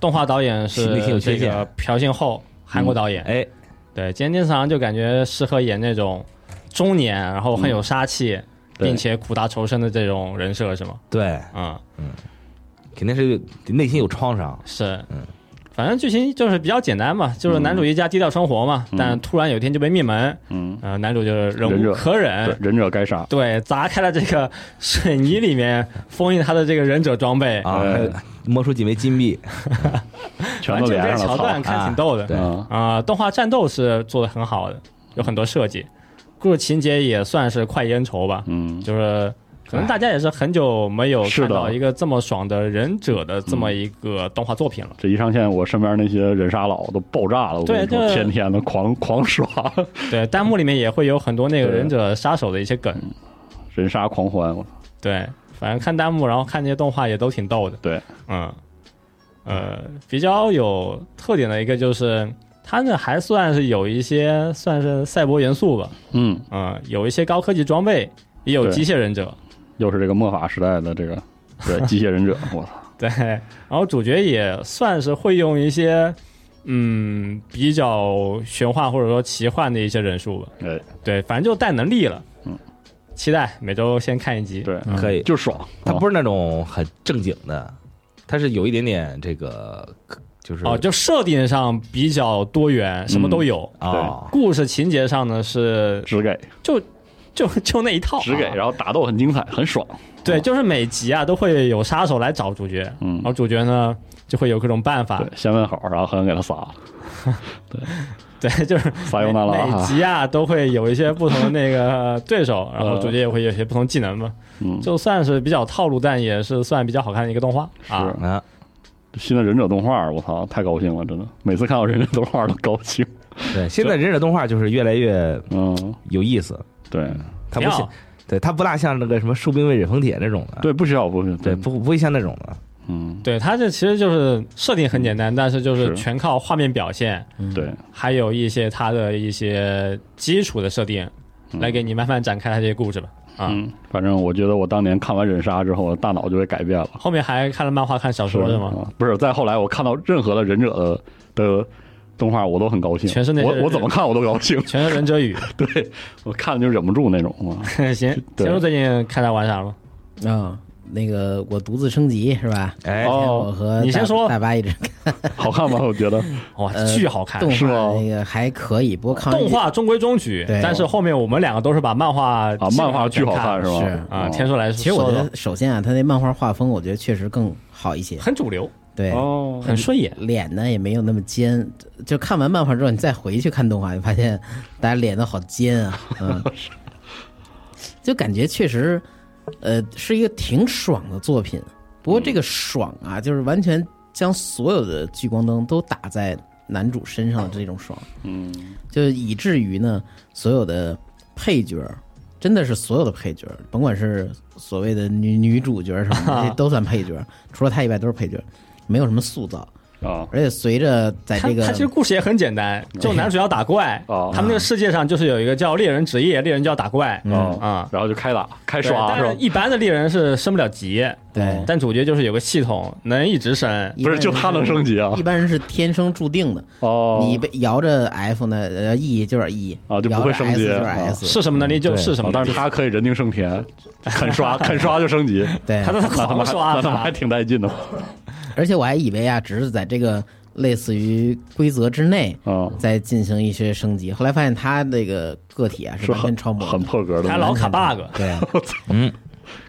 动画导演
挺挺有
是
缺
这
陷
个朴信厚，韩国导演。
哎，
对，今天健次郎就感觉适合演那种中年，然后
嗯
很有杀气，
对
并且苦大仇深的这种人设，是吗？
对，
嗯，
肯定是内心有创伤，
是，
嗯
反正剧情就是比较简单嘛，就是男主一家低调生活嘛，但突然有一天就被灭门，
嗯，
呃，男主就是忍
忍
无
者
可
对
忍，，
忍者该杀。
对，砸开了这个水泥里面封印他的这个忍者装备，
啊，
哎
还有摸出几枚金币，
全
反正
都
就
连
这
上
桥
了，啊
段
操！
看挺逗的，
对
嗯
啊、动画战斗是做的很好的，有很多设计，故事情节也算是快烟愁吧，
嗯，
就是可能大家也是很久没有
是
看
的
到一个这么爽的忍者的这么一个动画作品了。
这一上线，我身边那些人杀佬都爆炸了，我
对
跟你说，
这
天天的狂狂刷，
对，弹幕里面也会有很多那个
对
忍者杀手的一些梗。
人杀狂欢，我
对，反正看弹幕，然后看这些动画也都挺逗的。
对，
嗯，呃，比较有特点的一个就是它那还算是有一些算是赛博元素吧，
嗯，
嗯，有一些高科技装备，也有
对
机械忍者。
又是这个魔法时代的这个对机械忍者，我操，
对，然后主角也算是会用一些嗯比较玄幻或者说奇幻的一些忍术吧。
哎，
对，反正就带能力了。
嗯，
期待每周先看一集。
对，
可以，
就爽，
它
啊
不是那种很正经的，它是有一点点这个，就是
哦，就设定上比较多元，什么都有。
嗯
啊，
故事情节上呢是
只给
就就就那一套、啊，
只给，然后打斗很精彩，很爽，
对，就是每集啊都会有杀手来找主角，
嗯
然后主角呢就会有各种办法
对，，先问好，然后狠狠给他杀了，
对， 就是
撒由那拉
每每
哈，
集啊都会有一些不同的那 个 对手，然后主角也会有一些不同技能嘛，
嗯，
就算是比较套路，但也是算比较好看的一个动画啊。
是
啊，
新的忍者动画，我操，太高兴了，真的，每次看到忍者动画都高兴，
对，现在忍者动画就是越来越
嗯，
有意思，
对
它不
挺
像
好，
对它不大像那个什么树兵卫忍风铁那种的，
对，不需要不需要，
对，不不会像那种的，
嗯，
对，它这其实就是设定很简单，但是就是
是
全靠画面表现，
对，
还有一些它的一些基础的设定，来给你慢慢展开它这些故事吧。啊，
嗯，反正我觉得我当年看完忍杀之后，我大脑就被改变了。
后面还看了漫画、看小说是吗？
啊不是，再后来我看到任何的忍者的的动画，我都很高兴。
全是那些
我
忍
我怎么看我都高兴，
全是忍者语。
对我看就忍不住那种啊嘛。
行，
对
天叔最近看他玩啥了？
啊、那个我独自升级是吧？
哎，
我
哦，
和
你先
大
说
大巴一直
好看吗？我觉得
哇，
呃
巨好看！
动
是
画
吗
那个还可以，不过看完
动画中规中矩，
对
但是后面我们两个都是把漫画
啊，漫画巨好看是
吧？
是
吧？
啊，
哦
天叔来说，
其实我觉
说
得首先啊，他那漫画画风我觉得确实更好一些
说，很主流，
对，
哦，
很顺眼。
脸呢也没有那么尖。就看完漫画之后，你再回去看动画，你发现大家脸都好尖啊，嗯，就感觉确实，呃，是一个挺爽的作品。不过这个爽啊，就是完全将所有的聚光灯都打在男主身上的这种爽，
嗯
就是以至于呢，所有的配角儿真的是所有的配角儿，甭管是所谓的女女主角什么的，这都算配角儿，除了他以外都是配角儿，没有什么塑造。
啊
而且随着在
他
这个
他其实故事也很简单，就男主要打怪，
哦
他们那个世界上就是有一个叫猎人职业，猎人就要打怪，
嗯
啊，
哦然后就开打开
对
刷
但
啊是吧
是？一般的猎人是升不了级，
对，
但主角就是有个系统能一直升，
一
不
般
是，
人
就他能升级啊
一？般人是天生注定的，
哦，
你被摇着 F 呢，呃 E 就是 E
啊就不会
摇着
升
S
级
就是
啊
S，
是什么能力就是什么能
哦但
力，
是他可以人定胜田，肯刷肯刷就升级，
对
他，在
那他妈
狂
那
刷啊
他妈还
他，
挺带劲的
而且我还以为啊，只是在这个类似于规则之内
啊，
再进行一些升级，后来发现他那个个体啊是
是
完全
很
超模
很
的，
破格的
还老卡 bug，
对啊，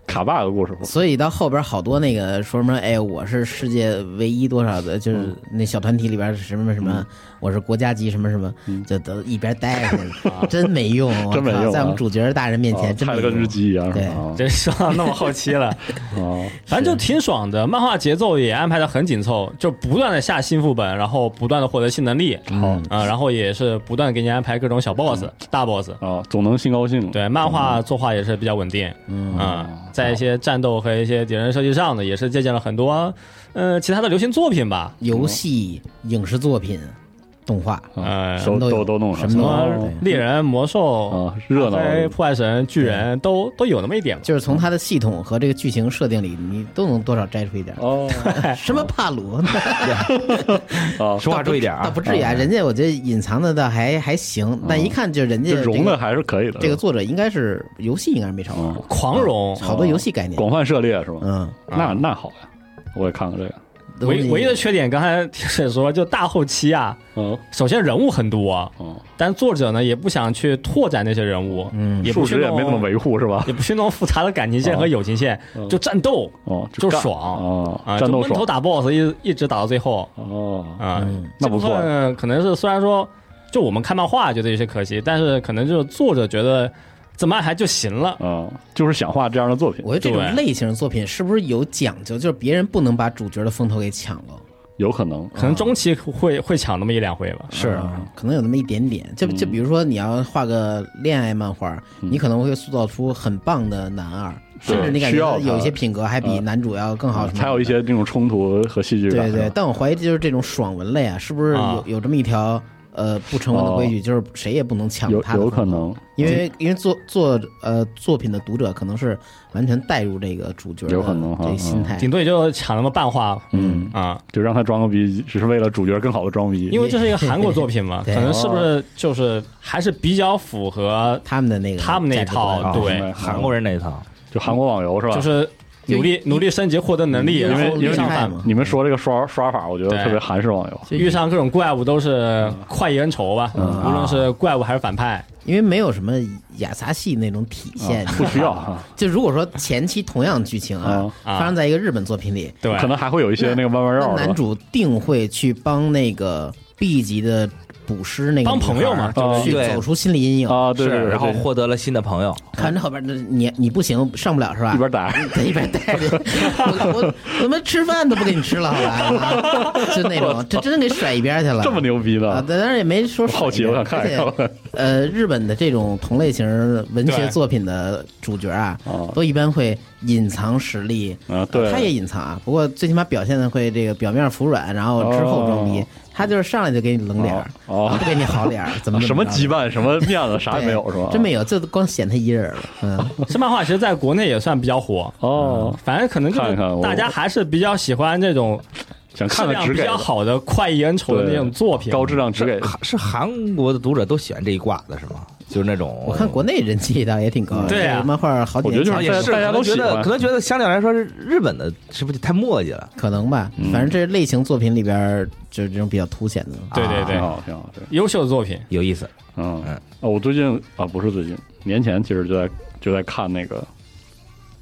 卡 bug 故事吗
所以到后边好多那个说什么，哎，我是世界唯一多少的，就是
嗯
那小团体里边什么什么，我是国家级什么什么，就都一边待着去 了，真没用，我
嗯真没
靠
用啊
在我们主角大人面
啊
前真
菜
没
的跟
用
只。鸡一样哦是
对
吧？
真说到那么后期了，
啊啊
反正就挺爽的。漫画节奏也安排的很紧凑，就不断的下新副本，然后不断的获得新能力，
嗯
啊、然后也是不断地给你安排各种小 boss、大 boss。
啊，总能兴高兴。
对，漫画作画也是比较稳定，嗯在一些战斗和一些敌人设计上呢，也是借鉴了很多，呃，其他的流行作品吧，
游戏、影视作品、动画，
啊
呃，
什么
什
都
有
都都弄上
什么都有
么
对
猎人、魔兽、
啊，哦热闹
哎破坏神、巨人都都有那么一点吧。
就是从它的系统和这个剧情设定里，你都能多少摘出一点。
哦
什么帕鲁？
啊，
说话注意点
倒
啊
不，至于啊，人家我觉得隐藏的倒还还行，但一看就人家
这
这
啊融的
个
还是可以的。
这个作者应该是游戏应该是没少玩，
狂荣，
哦
好多游戏概念。
啊广泛涉猎是吧？
嗯，
啊
那那好呀，我也看看这个。
唯唯一的
是
缺点，刚才铁水说，就大后期啊，
嗯
首先人物很多，
嗯，
但作者呢也不想去拓展那些人物，
嗯
也
数
不去
值也
弄
没怎么维护是吧？
也不去弄复杂的感情线和友情线，
嗯
就战斗
哦，
就
干
爽
哦，
啊，
战
就
斗
闷头
爽
打 BOSS 一一直打到最后
哦，
啊
嗯，
那不错
这部分可能是虽然说就我们看漫画觉得有些可惜，但是可能就是作者觉得怎么安排就行了。
嗯，就是想画这样的作品，
我觉得这种
对
类型的作品是不是有讲究？就是别人不能把主角的风头给抢了。
有可能
可能中期会会抢那么一两回吧，
是啊，可能有那么一点点。就
嗯
就比如说，你要画个恋爱漫画，你可能会塑造出很棒的男二，
对
甚至你感
需
觉
要
到
他
有一些品格还比男主要更好什么的，
啊才有一些这种冲突和戏剧感。
对对
是。吧
但我怀疑就是这种爽文类啊，是不是
啊
有有这么一条呃不成文的规矩，就是谁也不能抢
哦有
他的
有
风
可
头。
能，嗯
因为因为作作呃作品的读者可能是完全带入这个主角的
有可能哈
这个心态，
顶多也就抢那么半话
嗯，
啊，
就让他装个逼，只是为了主角更好的装逼。
因为这是一个韩国作品嘛，可
对
能是不是就是还是比较符合
他们的那个
他们那
价
一
值观
套，对，
嗯
韩国人那一套，
就韩国网游是吧？
就是努力努力升级获得能力，
因为
然后
因为
遇上
你看
反
嘛
你们说这个刷刷法，我觉
嗯
得
对
特别韩式网游。
遇上各种怪物都是快意恩仇吧，无论是怪物还是反派，
因为没有什么雅萨系那种体现，
啊
不需要哈，
就如果说前期同样剧情啊，
啊
发生在一个日本作品里，
对，
可能还会有一些那个弯弯
那
绕，是
男
吧？
主定会去帮那个 B 级的捕尸那个
帮
女孩
朋友嘛啊
就是
去
对
走出心理阴影。
啊，对对，对
是，然后
对
获得了新的朋友，
看着后边，你你不行，上不了是吧？
一边打，
在一边待着， 我我我怎么吃饭都不给你吃了，好吧？啊就那 种，这真给甩一边去了。
这么牛逼
啊！
呢？
但当然也没说
我好奇，我
甩一
想
边而
看
且
一看。
呃，日本的这种同类型文学
对
作品的主角啊
哦，
都一般会隐藏实力
啊对
他也隐藏啊，不过最起码表现的会这个表面服软，然后之后装逼
哦，
他就是上来就给你冷脸儿，
哦哦
不给你好脸儿，怎么
什么羁
鸡巴
绊，什么面子，啥也没有是吧？
真没有，就光显他一人儿了，嗯，
这漫画其实在国内也算比较火，
哦，
反正可能就
看
是
一看我
大家还是比较喜欢这种
想
质
看看
量
只
比
给
较好的快意恩仇的那种作品，
高质量只给
韩是韩国的读者都喜欢这一挂的是吗？就是那种啊
我看国内人气倒也挺高的，
对啊
这个漫画好几
嗯我觉得
年
就
前
是
也
在
是
大家都
可能觉
喜欢
得，可能觉得相对来说是日本的，是不是就太墨迹了？
可能吧，
嗯
反正这是类型作品里边儿就是这种比较凸显的。
对对
挺
对，
好，挺好，对，
优秀的作品，
啊有意思，
嗯
嗯
啊，我最近啊，不是最近，年前其实就在就在看那个，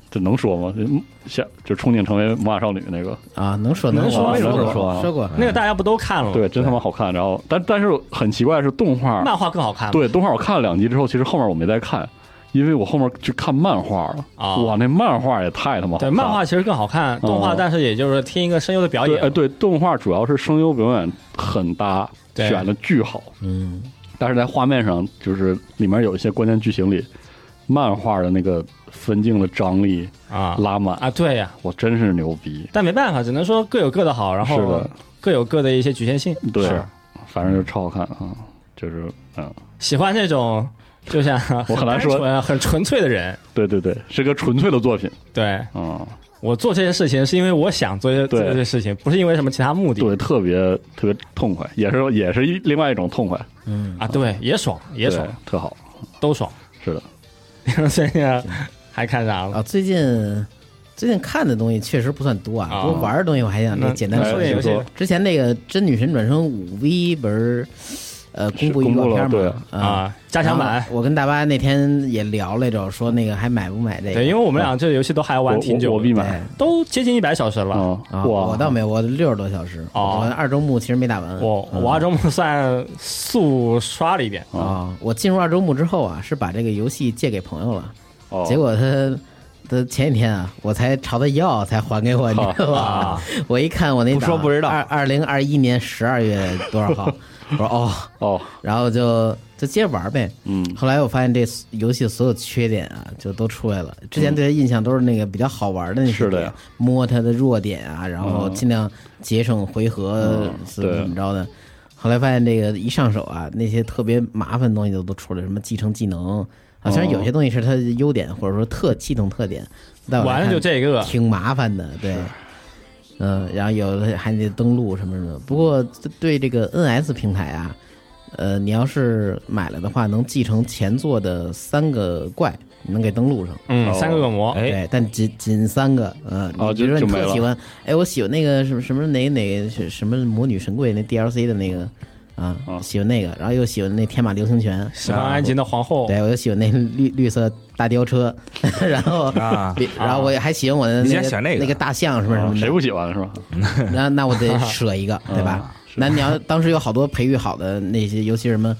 这能说吗？这下就憧憬成为魔法少女那个，
啊，能说
能
说
说
说
能说啊
过啊说过，
那个大家不都看了吗？
对，真他妈好看。然后，但但是很奇怪是动画，
漫画更好看嘛，
对动画我看了两集之后，其实后面我没再看，因为我后面去看漫画了，
啊
哇，那漫画也太他妈好
对，
看
漫画其实更好看，动画
哦
但是也就是听一个声优的表
对，哎
演，
对，动画主要是声优表演很搭，
对
选的巨好，
嗯，
但是在画面上，就是里面有一些关键剧情里，漫画的那个分镜的张力
啊
拉满，
啊，对呀，
我真是牛逼。
但没办法，只能说各有各的好，然
是
后
的
各有各的一些局限性。
对
是，
反正就超好看啊，就是嗯，
喜欢这种就像
我很难说
单纯很纯粹的人。
对对对，是个纯粹的作品
对
啊、
我做这些事情是因为我想做这
对
做这些事情，不是因为什么其他目的。
对，特别特别痛快，也是也是一另外一种痛快，
啊，对，也爽，也
对
爽，
特好，
都爽。
是的，
现在还看啥了？
啊，最近最近看的东西确实不算多啊，
啊
不过玩的东西我还想
那
那简单
哎
说
说点
一
游
下。
请
戏
说
之前那个《真女神转生五 V》不是呃公布
是
预
公
告
布了
片
对
嘛？啊，
啊，加强版
然。后我跟大巴那天也聊来着，说那个还买不买这个？
对，因为我们俩这个游戏都还
我
玩挺
我
久
我必
的，
买
对
都接近一百小时了吧。
啊、
啊，
哇，
我倒没有，我六十多小时，
哦
我二周目其实没打完。
我我二周目算速刷了一遍，
啊、我进入二周目之后啊，是把这个游戏借给朋友了，
哦
结果他。的前几天啊，我才朝他要，才还给我，你知 道吧？
啊
我一看我那
不说
档
不知道
二二零二一年十二月多少 号？我说哦，
哦，
然后就就接着玩呗。
嗯，
后来我发现这游戏所有缺点啊，就都出来了。之前对它印象都是那个比较好玩的那些
是的
点
呀，
摸它的弱点啊，然后尽量节省回合
嗯
是
对
怎么着的。后来发现这个一上手啊，那些特别麻烦的东西都都出来，什么继承技能啊，
哦
虽然有些东西是它的优点或者说特系统特点，但我来
玩
看
的就这个
挺麻烦的，对。嗯，然后有的还得登录什么什么的。不过对这个 NS 平台啊，呃，你要是买了的话，能继承前作的三个怪，你能给登录上。
嗯，
哦
三个恶魔，
哎，
对，但仅仅三个，嗯、你比
哦就
如说
就
你
没
特
了
喜欢，哎，我喜欢那个什么什么哪哪个是什么魔女神贵那 DLC 的那个啊，
啊
喜欢那个，然后又喜欢那天马流星拳，
喜欢安吉的皇后，
对我又喜欢那绿绿色大貂车， 然后
啊
比然后我也还喜欢我的
你
那
先
个
选那个
那个大象什么什么的，
谁不喜哦欢是吧？
那那我得舍一个，对吧？那你要当时有好多培育好的那些，尤其是什么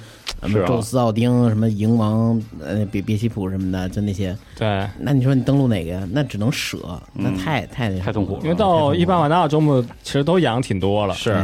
什
是
么
啊
宙斯奥丁、什么蝇王、呃比比西普什么的，就那些。
对，
那你说你登录哪个呀？那只能舍，那太太哦那什么
太痛苦了
因为到一般
了。嗯
玩到周末其实都养挺多了，
是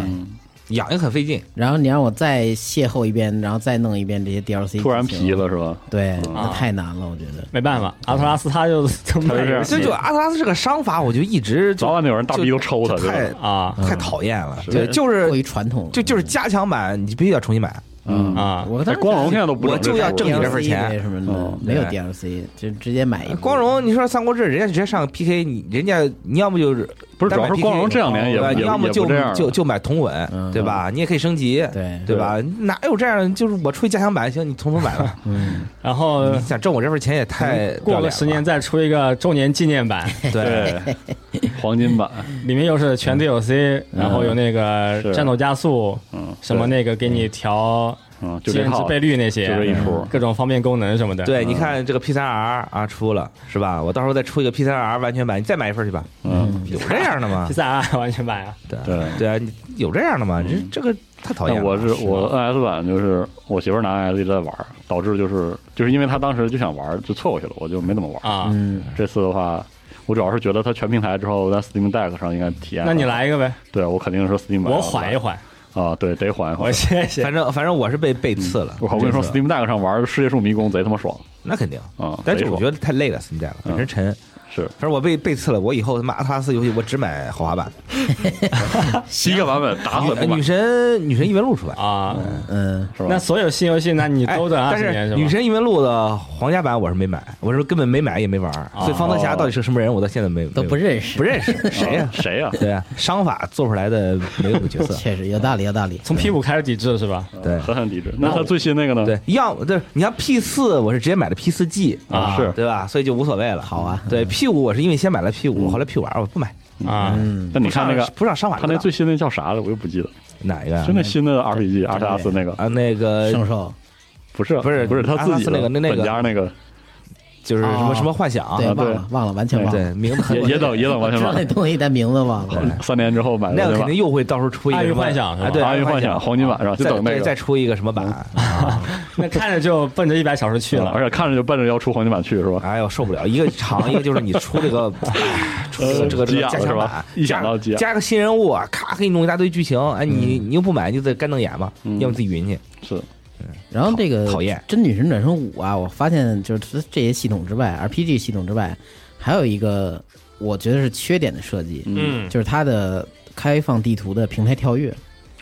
养也很费劲，
然后你让我再邂逅一遍，然后再弄一遍这些 DLC，
突然
剧情
皮。了是吧？
对，
啊
那太难了，我觉得。
没办法，阿特拉斯他就就
他
卖
就这样
游
嗯是
所以
戏
就阿特拉斯这个商法，我就一直就
早晚得有人大逼头抽他，
就太
对吧？
啊
太讨厌了，
是
对，就
过于
是
传统了，
就就是加强版，你必须得重新买，
嗯，
啊，
我
哎
当时
光荣现在都不整
我就要
这
挣
事
你
儿
这份钱哦
DLC 什么
嗯
的，没有
对
DLC，就直接买一部。
光荣，你说《三国志》，人家直接上 PK，你人家你要么就是
不是
单买
主要是光荣
PK
这两年也
对吧
也
你要么
也
就
不这样了
就就买同文，
嗯
对吧？你也可以升级，
对
对吧？哪有这样的？就是我出去加强版，行，你重新买 吧。
嗯，
然后
你想挣我这份钱也太
嗯过
不要脸
个
了
十年再出一个周年纪 念版，
对，
对，黄金版，
里面又是全 DLC，
嗯
然后有那个
是
战斗加速，
嗯，
什么
对，
那个给你调
嗯，就这
颜值
套，
倍率那些，嗯
就这一出
各种方便功能什么的。
嗯
对，你看这个 P 三 R 啊出了是吧？我到时候再出一个 P 三 R 完全版，你再买一份去吧。
嗯，
有这样的吗
，P？三 R 完全版啊，
对
对。
对啊，你有这样的吗？这这个太讨厌
但
了。
我是
吧
我 NS 版，就是我媳妇儿拿 NS 一直在玩儿，导致就是就是因为她当时就想玩儿，就错过去了，我就没怎么玩儿。
啊，
嗯，
这次的话，我主要是觉得它全平台之后，在 Steam Deck 上应该体验。
那你，来一个呗，
对我肯定是 Steam 版。
我缓一缓，
啊，对，得缓一
我
缓。
歇一歇
反。正反正我是被背刺了。
嗯我靠我跟你说
这次
，Steam Deck 上玩《世界树迷宫》贼他妈爽
那肯定。
啊！嗯
但
贼
是我
爽
觉得太累了，Steam Deck 本身沉。
是
反正我被背刺了，我以后他妈阿特拉斯游戏我只买豪华版，
第一个版本打死不
呃
啊买
女，神女神异闻录出来。
啊，
嗯，
是吧
那所有新游戏，那你
哎
都等二
但
十年
是
是
女
吧？
神异闻录的皇家版我是没买，我是根本没买也没玩儿，所以方特霞到底是个什么人，我到现在没
都不
没有
认识，
哦不认识谁
啊？
呀
谁呀？
对啊，商法做出来的没有角 色，
确实有道理，有道理。
从 P 五开始抵制是吧？
对
狠狠抵制。那他最新那个呢？
对，要么就是你像 P 四，我是直接买的 P 四 G
啊，是。
对吧？所以就无所谓了。
好啊
嗯
对 P 五我是因为先买了 P 五，后来 P 五 R 我不买，
啊，
嗯，
那嗯你看那
不啊
个
上不上商法
他
知道，
那最新那叫啥了？我又不记得，
哪个啊？
就那新的 RPG 阿特拉斯那个，
啊那个
圣兽
不是
不是
不是他
阿特拉
自己
斯
的
那个那那个
本家那个
就是什么
哦
什么幻想，
对，
啊
忘
对
了忘了，完全忘了。
对名字很
也也等也等完
我
全
知道
完
那，东西，但名字忘了。
三年之后买
那
的
个
对
肯
吧
定？又会到时候出一个
爱
什
与
么
幻想是吧
啊对，
爱与幻
幻
想黄金版是吧就
再
等那
对
个嗯
再出一个什么版，
那看着就奔着一百小时去了。
啊而且看着就奔着要出黄金版去是吧？
哎呦受不了，一个长，一个就是你出这个，哎出这个这个
嗯呃急
这个
眼
加
了是
强
吧
版？，
一想到急眼，
加个新人物啊，咔给你弄一大堆剧情，哎你你又不买，你就得干瞪眼吧
嗯，
要么自己云去，
是
然后这个
讨厌
《真女神转生五》啊，我发现就是这些系统之外，RPG 系统之外，还有一个我觉得是缺点的设计，
嗯，
就是它的开放地图的平台跳跃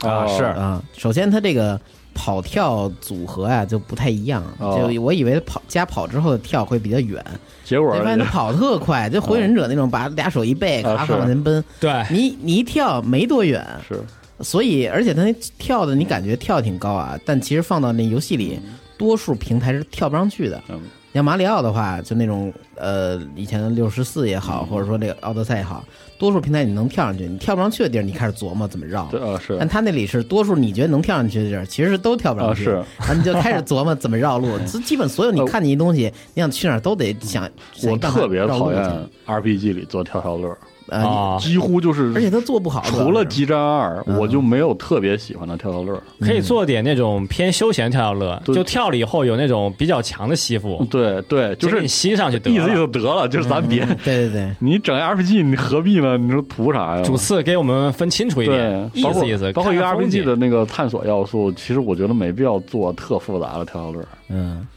啊
哦
是
啊。首先，它这个跑跳组合啊就不太一样，
哦
就我以为跑加跑之后的跳会比较远，
结果
但发现它跑特快，就火影忍者那种把俩手一背，
啊
咔
是哎
咔往前奔，
对，
你你一跳没多远，
是
所以，而且它那跳的，你感觉跳挺高啊，但其实放到那游戏里，多数平台是跳不上去的。
嗯
像马里奥的话，就那种呃，以前的六十四也
嗯
好，或者说这个奥德赛也好，多数平台你能跳上去，你跳不上去的地儿，你开始琢磨怎么绕。
对啊是
但他那里是多数你觉得能跳上去的地儿，其实都跳不上去，
啊
然后你就开始琢磨怎么绕路。 这基本所有你
呃
看见一东西，你想去哪儿都得想。
我
想办法
特别
绕路
讨
去
厌 RPG 里做跳跳乐，
呃，你
啊，
几乎就是
而且他做不好，
除了
主要是
激战二，
嗯
我就没有特别喜欢的跳跳乐。
可以做点那种偏休闲跳跳乐，
对
就跳了以后有那种比较强的吸附，
对对，
直接
就是
给你吸上去得
意思意
了。
思得了，就是咱别
嗯 对对对。
你整 RPG，你何必呢？你说图啥呀？
主次给我们分清楚一点
对，，
意
包括
思意思，
包括一个
看看风
RPG
景
的那个探索要素，其实我觉得没必要做特复杂的跳跳乐。
嗯，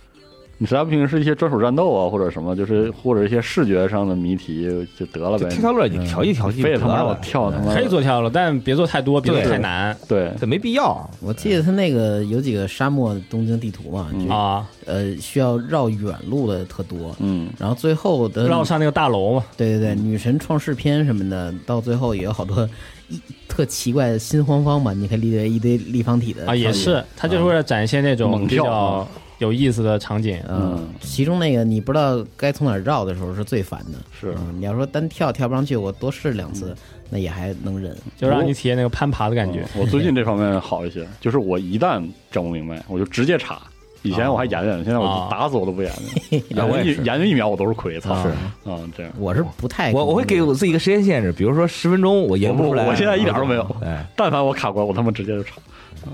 你实在不行是一些专属战斗啊，或者什么，就是或者一些视觉上的谜题就得了
就
呗。
跳跳乐你调戏调戏
嗯非
得
得他妈让我
了，
跳他妈
可以做跳了，但别做太多，别做
对
太难
对
这没必要，
我记得他那个有几个沙漠东京地图嘛，就
啊！
呃需要绕远路的特多。
嗯
然后最后的
绕上那个大楼嘛，
对对对，女神创世篇什么的，到最后也有好多一特奇怪的新荒方嘛，你可以理解为一堆立方体的
哎
啊，也
跳跃
是，它就是为了展现那种
嗯
猛
比
跳
较
啊
有意思的场景。
嗯
嗯，
其中那个你不知道该从哪儿绕的时候是最烦的。
是
嗯，你要说单跳跳不上去，我多试两次，那也还能忍。
就让
哦
你体验那个攀爬的感觉。
嗯我最近这方面好一些，就是我一旦整不明白，我就直接查。以前我还研究呢，现在我
哦
就打死我都不研究，
啊
研
我
究
也
一
是
研究一秒我都是亏，操！
是
嗯，这样。
啊我是不太
我我会给我自己一个时间限制，比如说十分钟，我
我
研
不
不出来。
我现在一点都没有
哎，
但凡我卡关，我他妈直接就查。嗯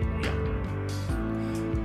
模样。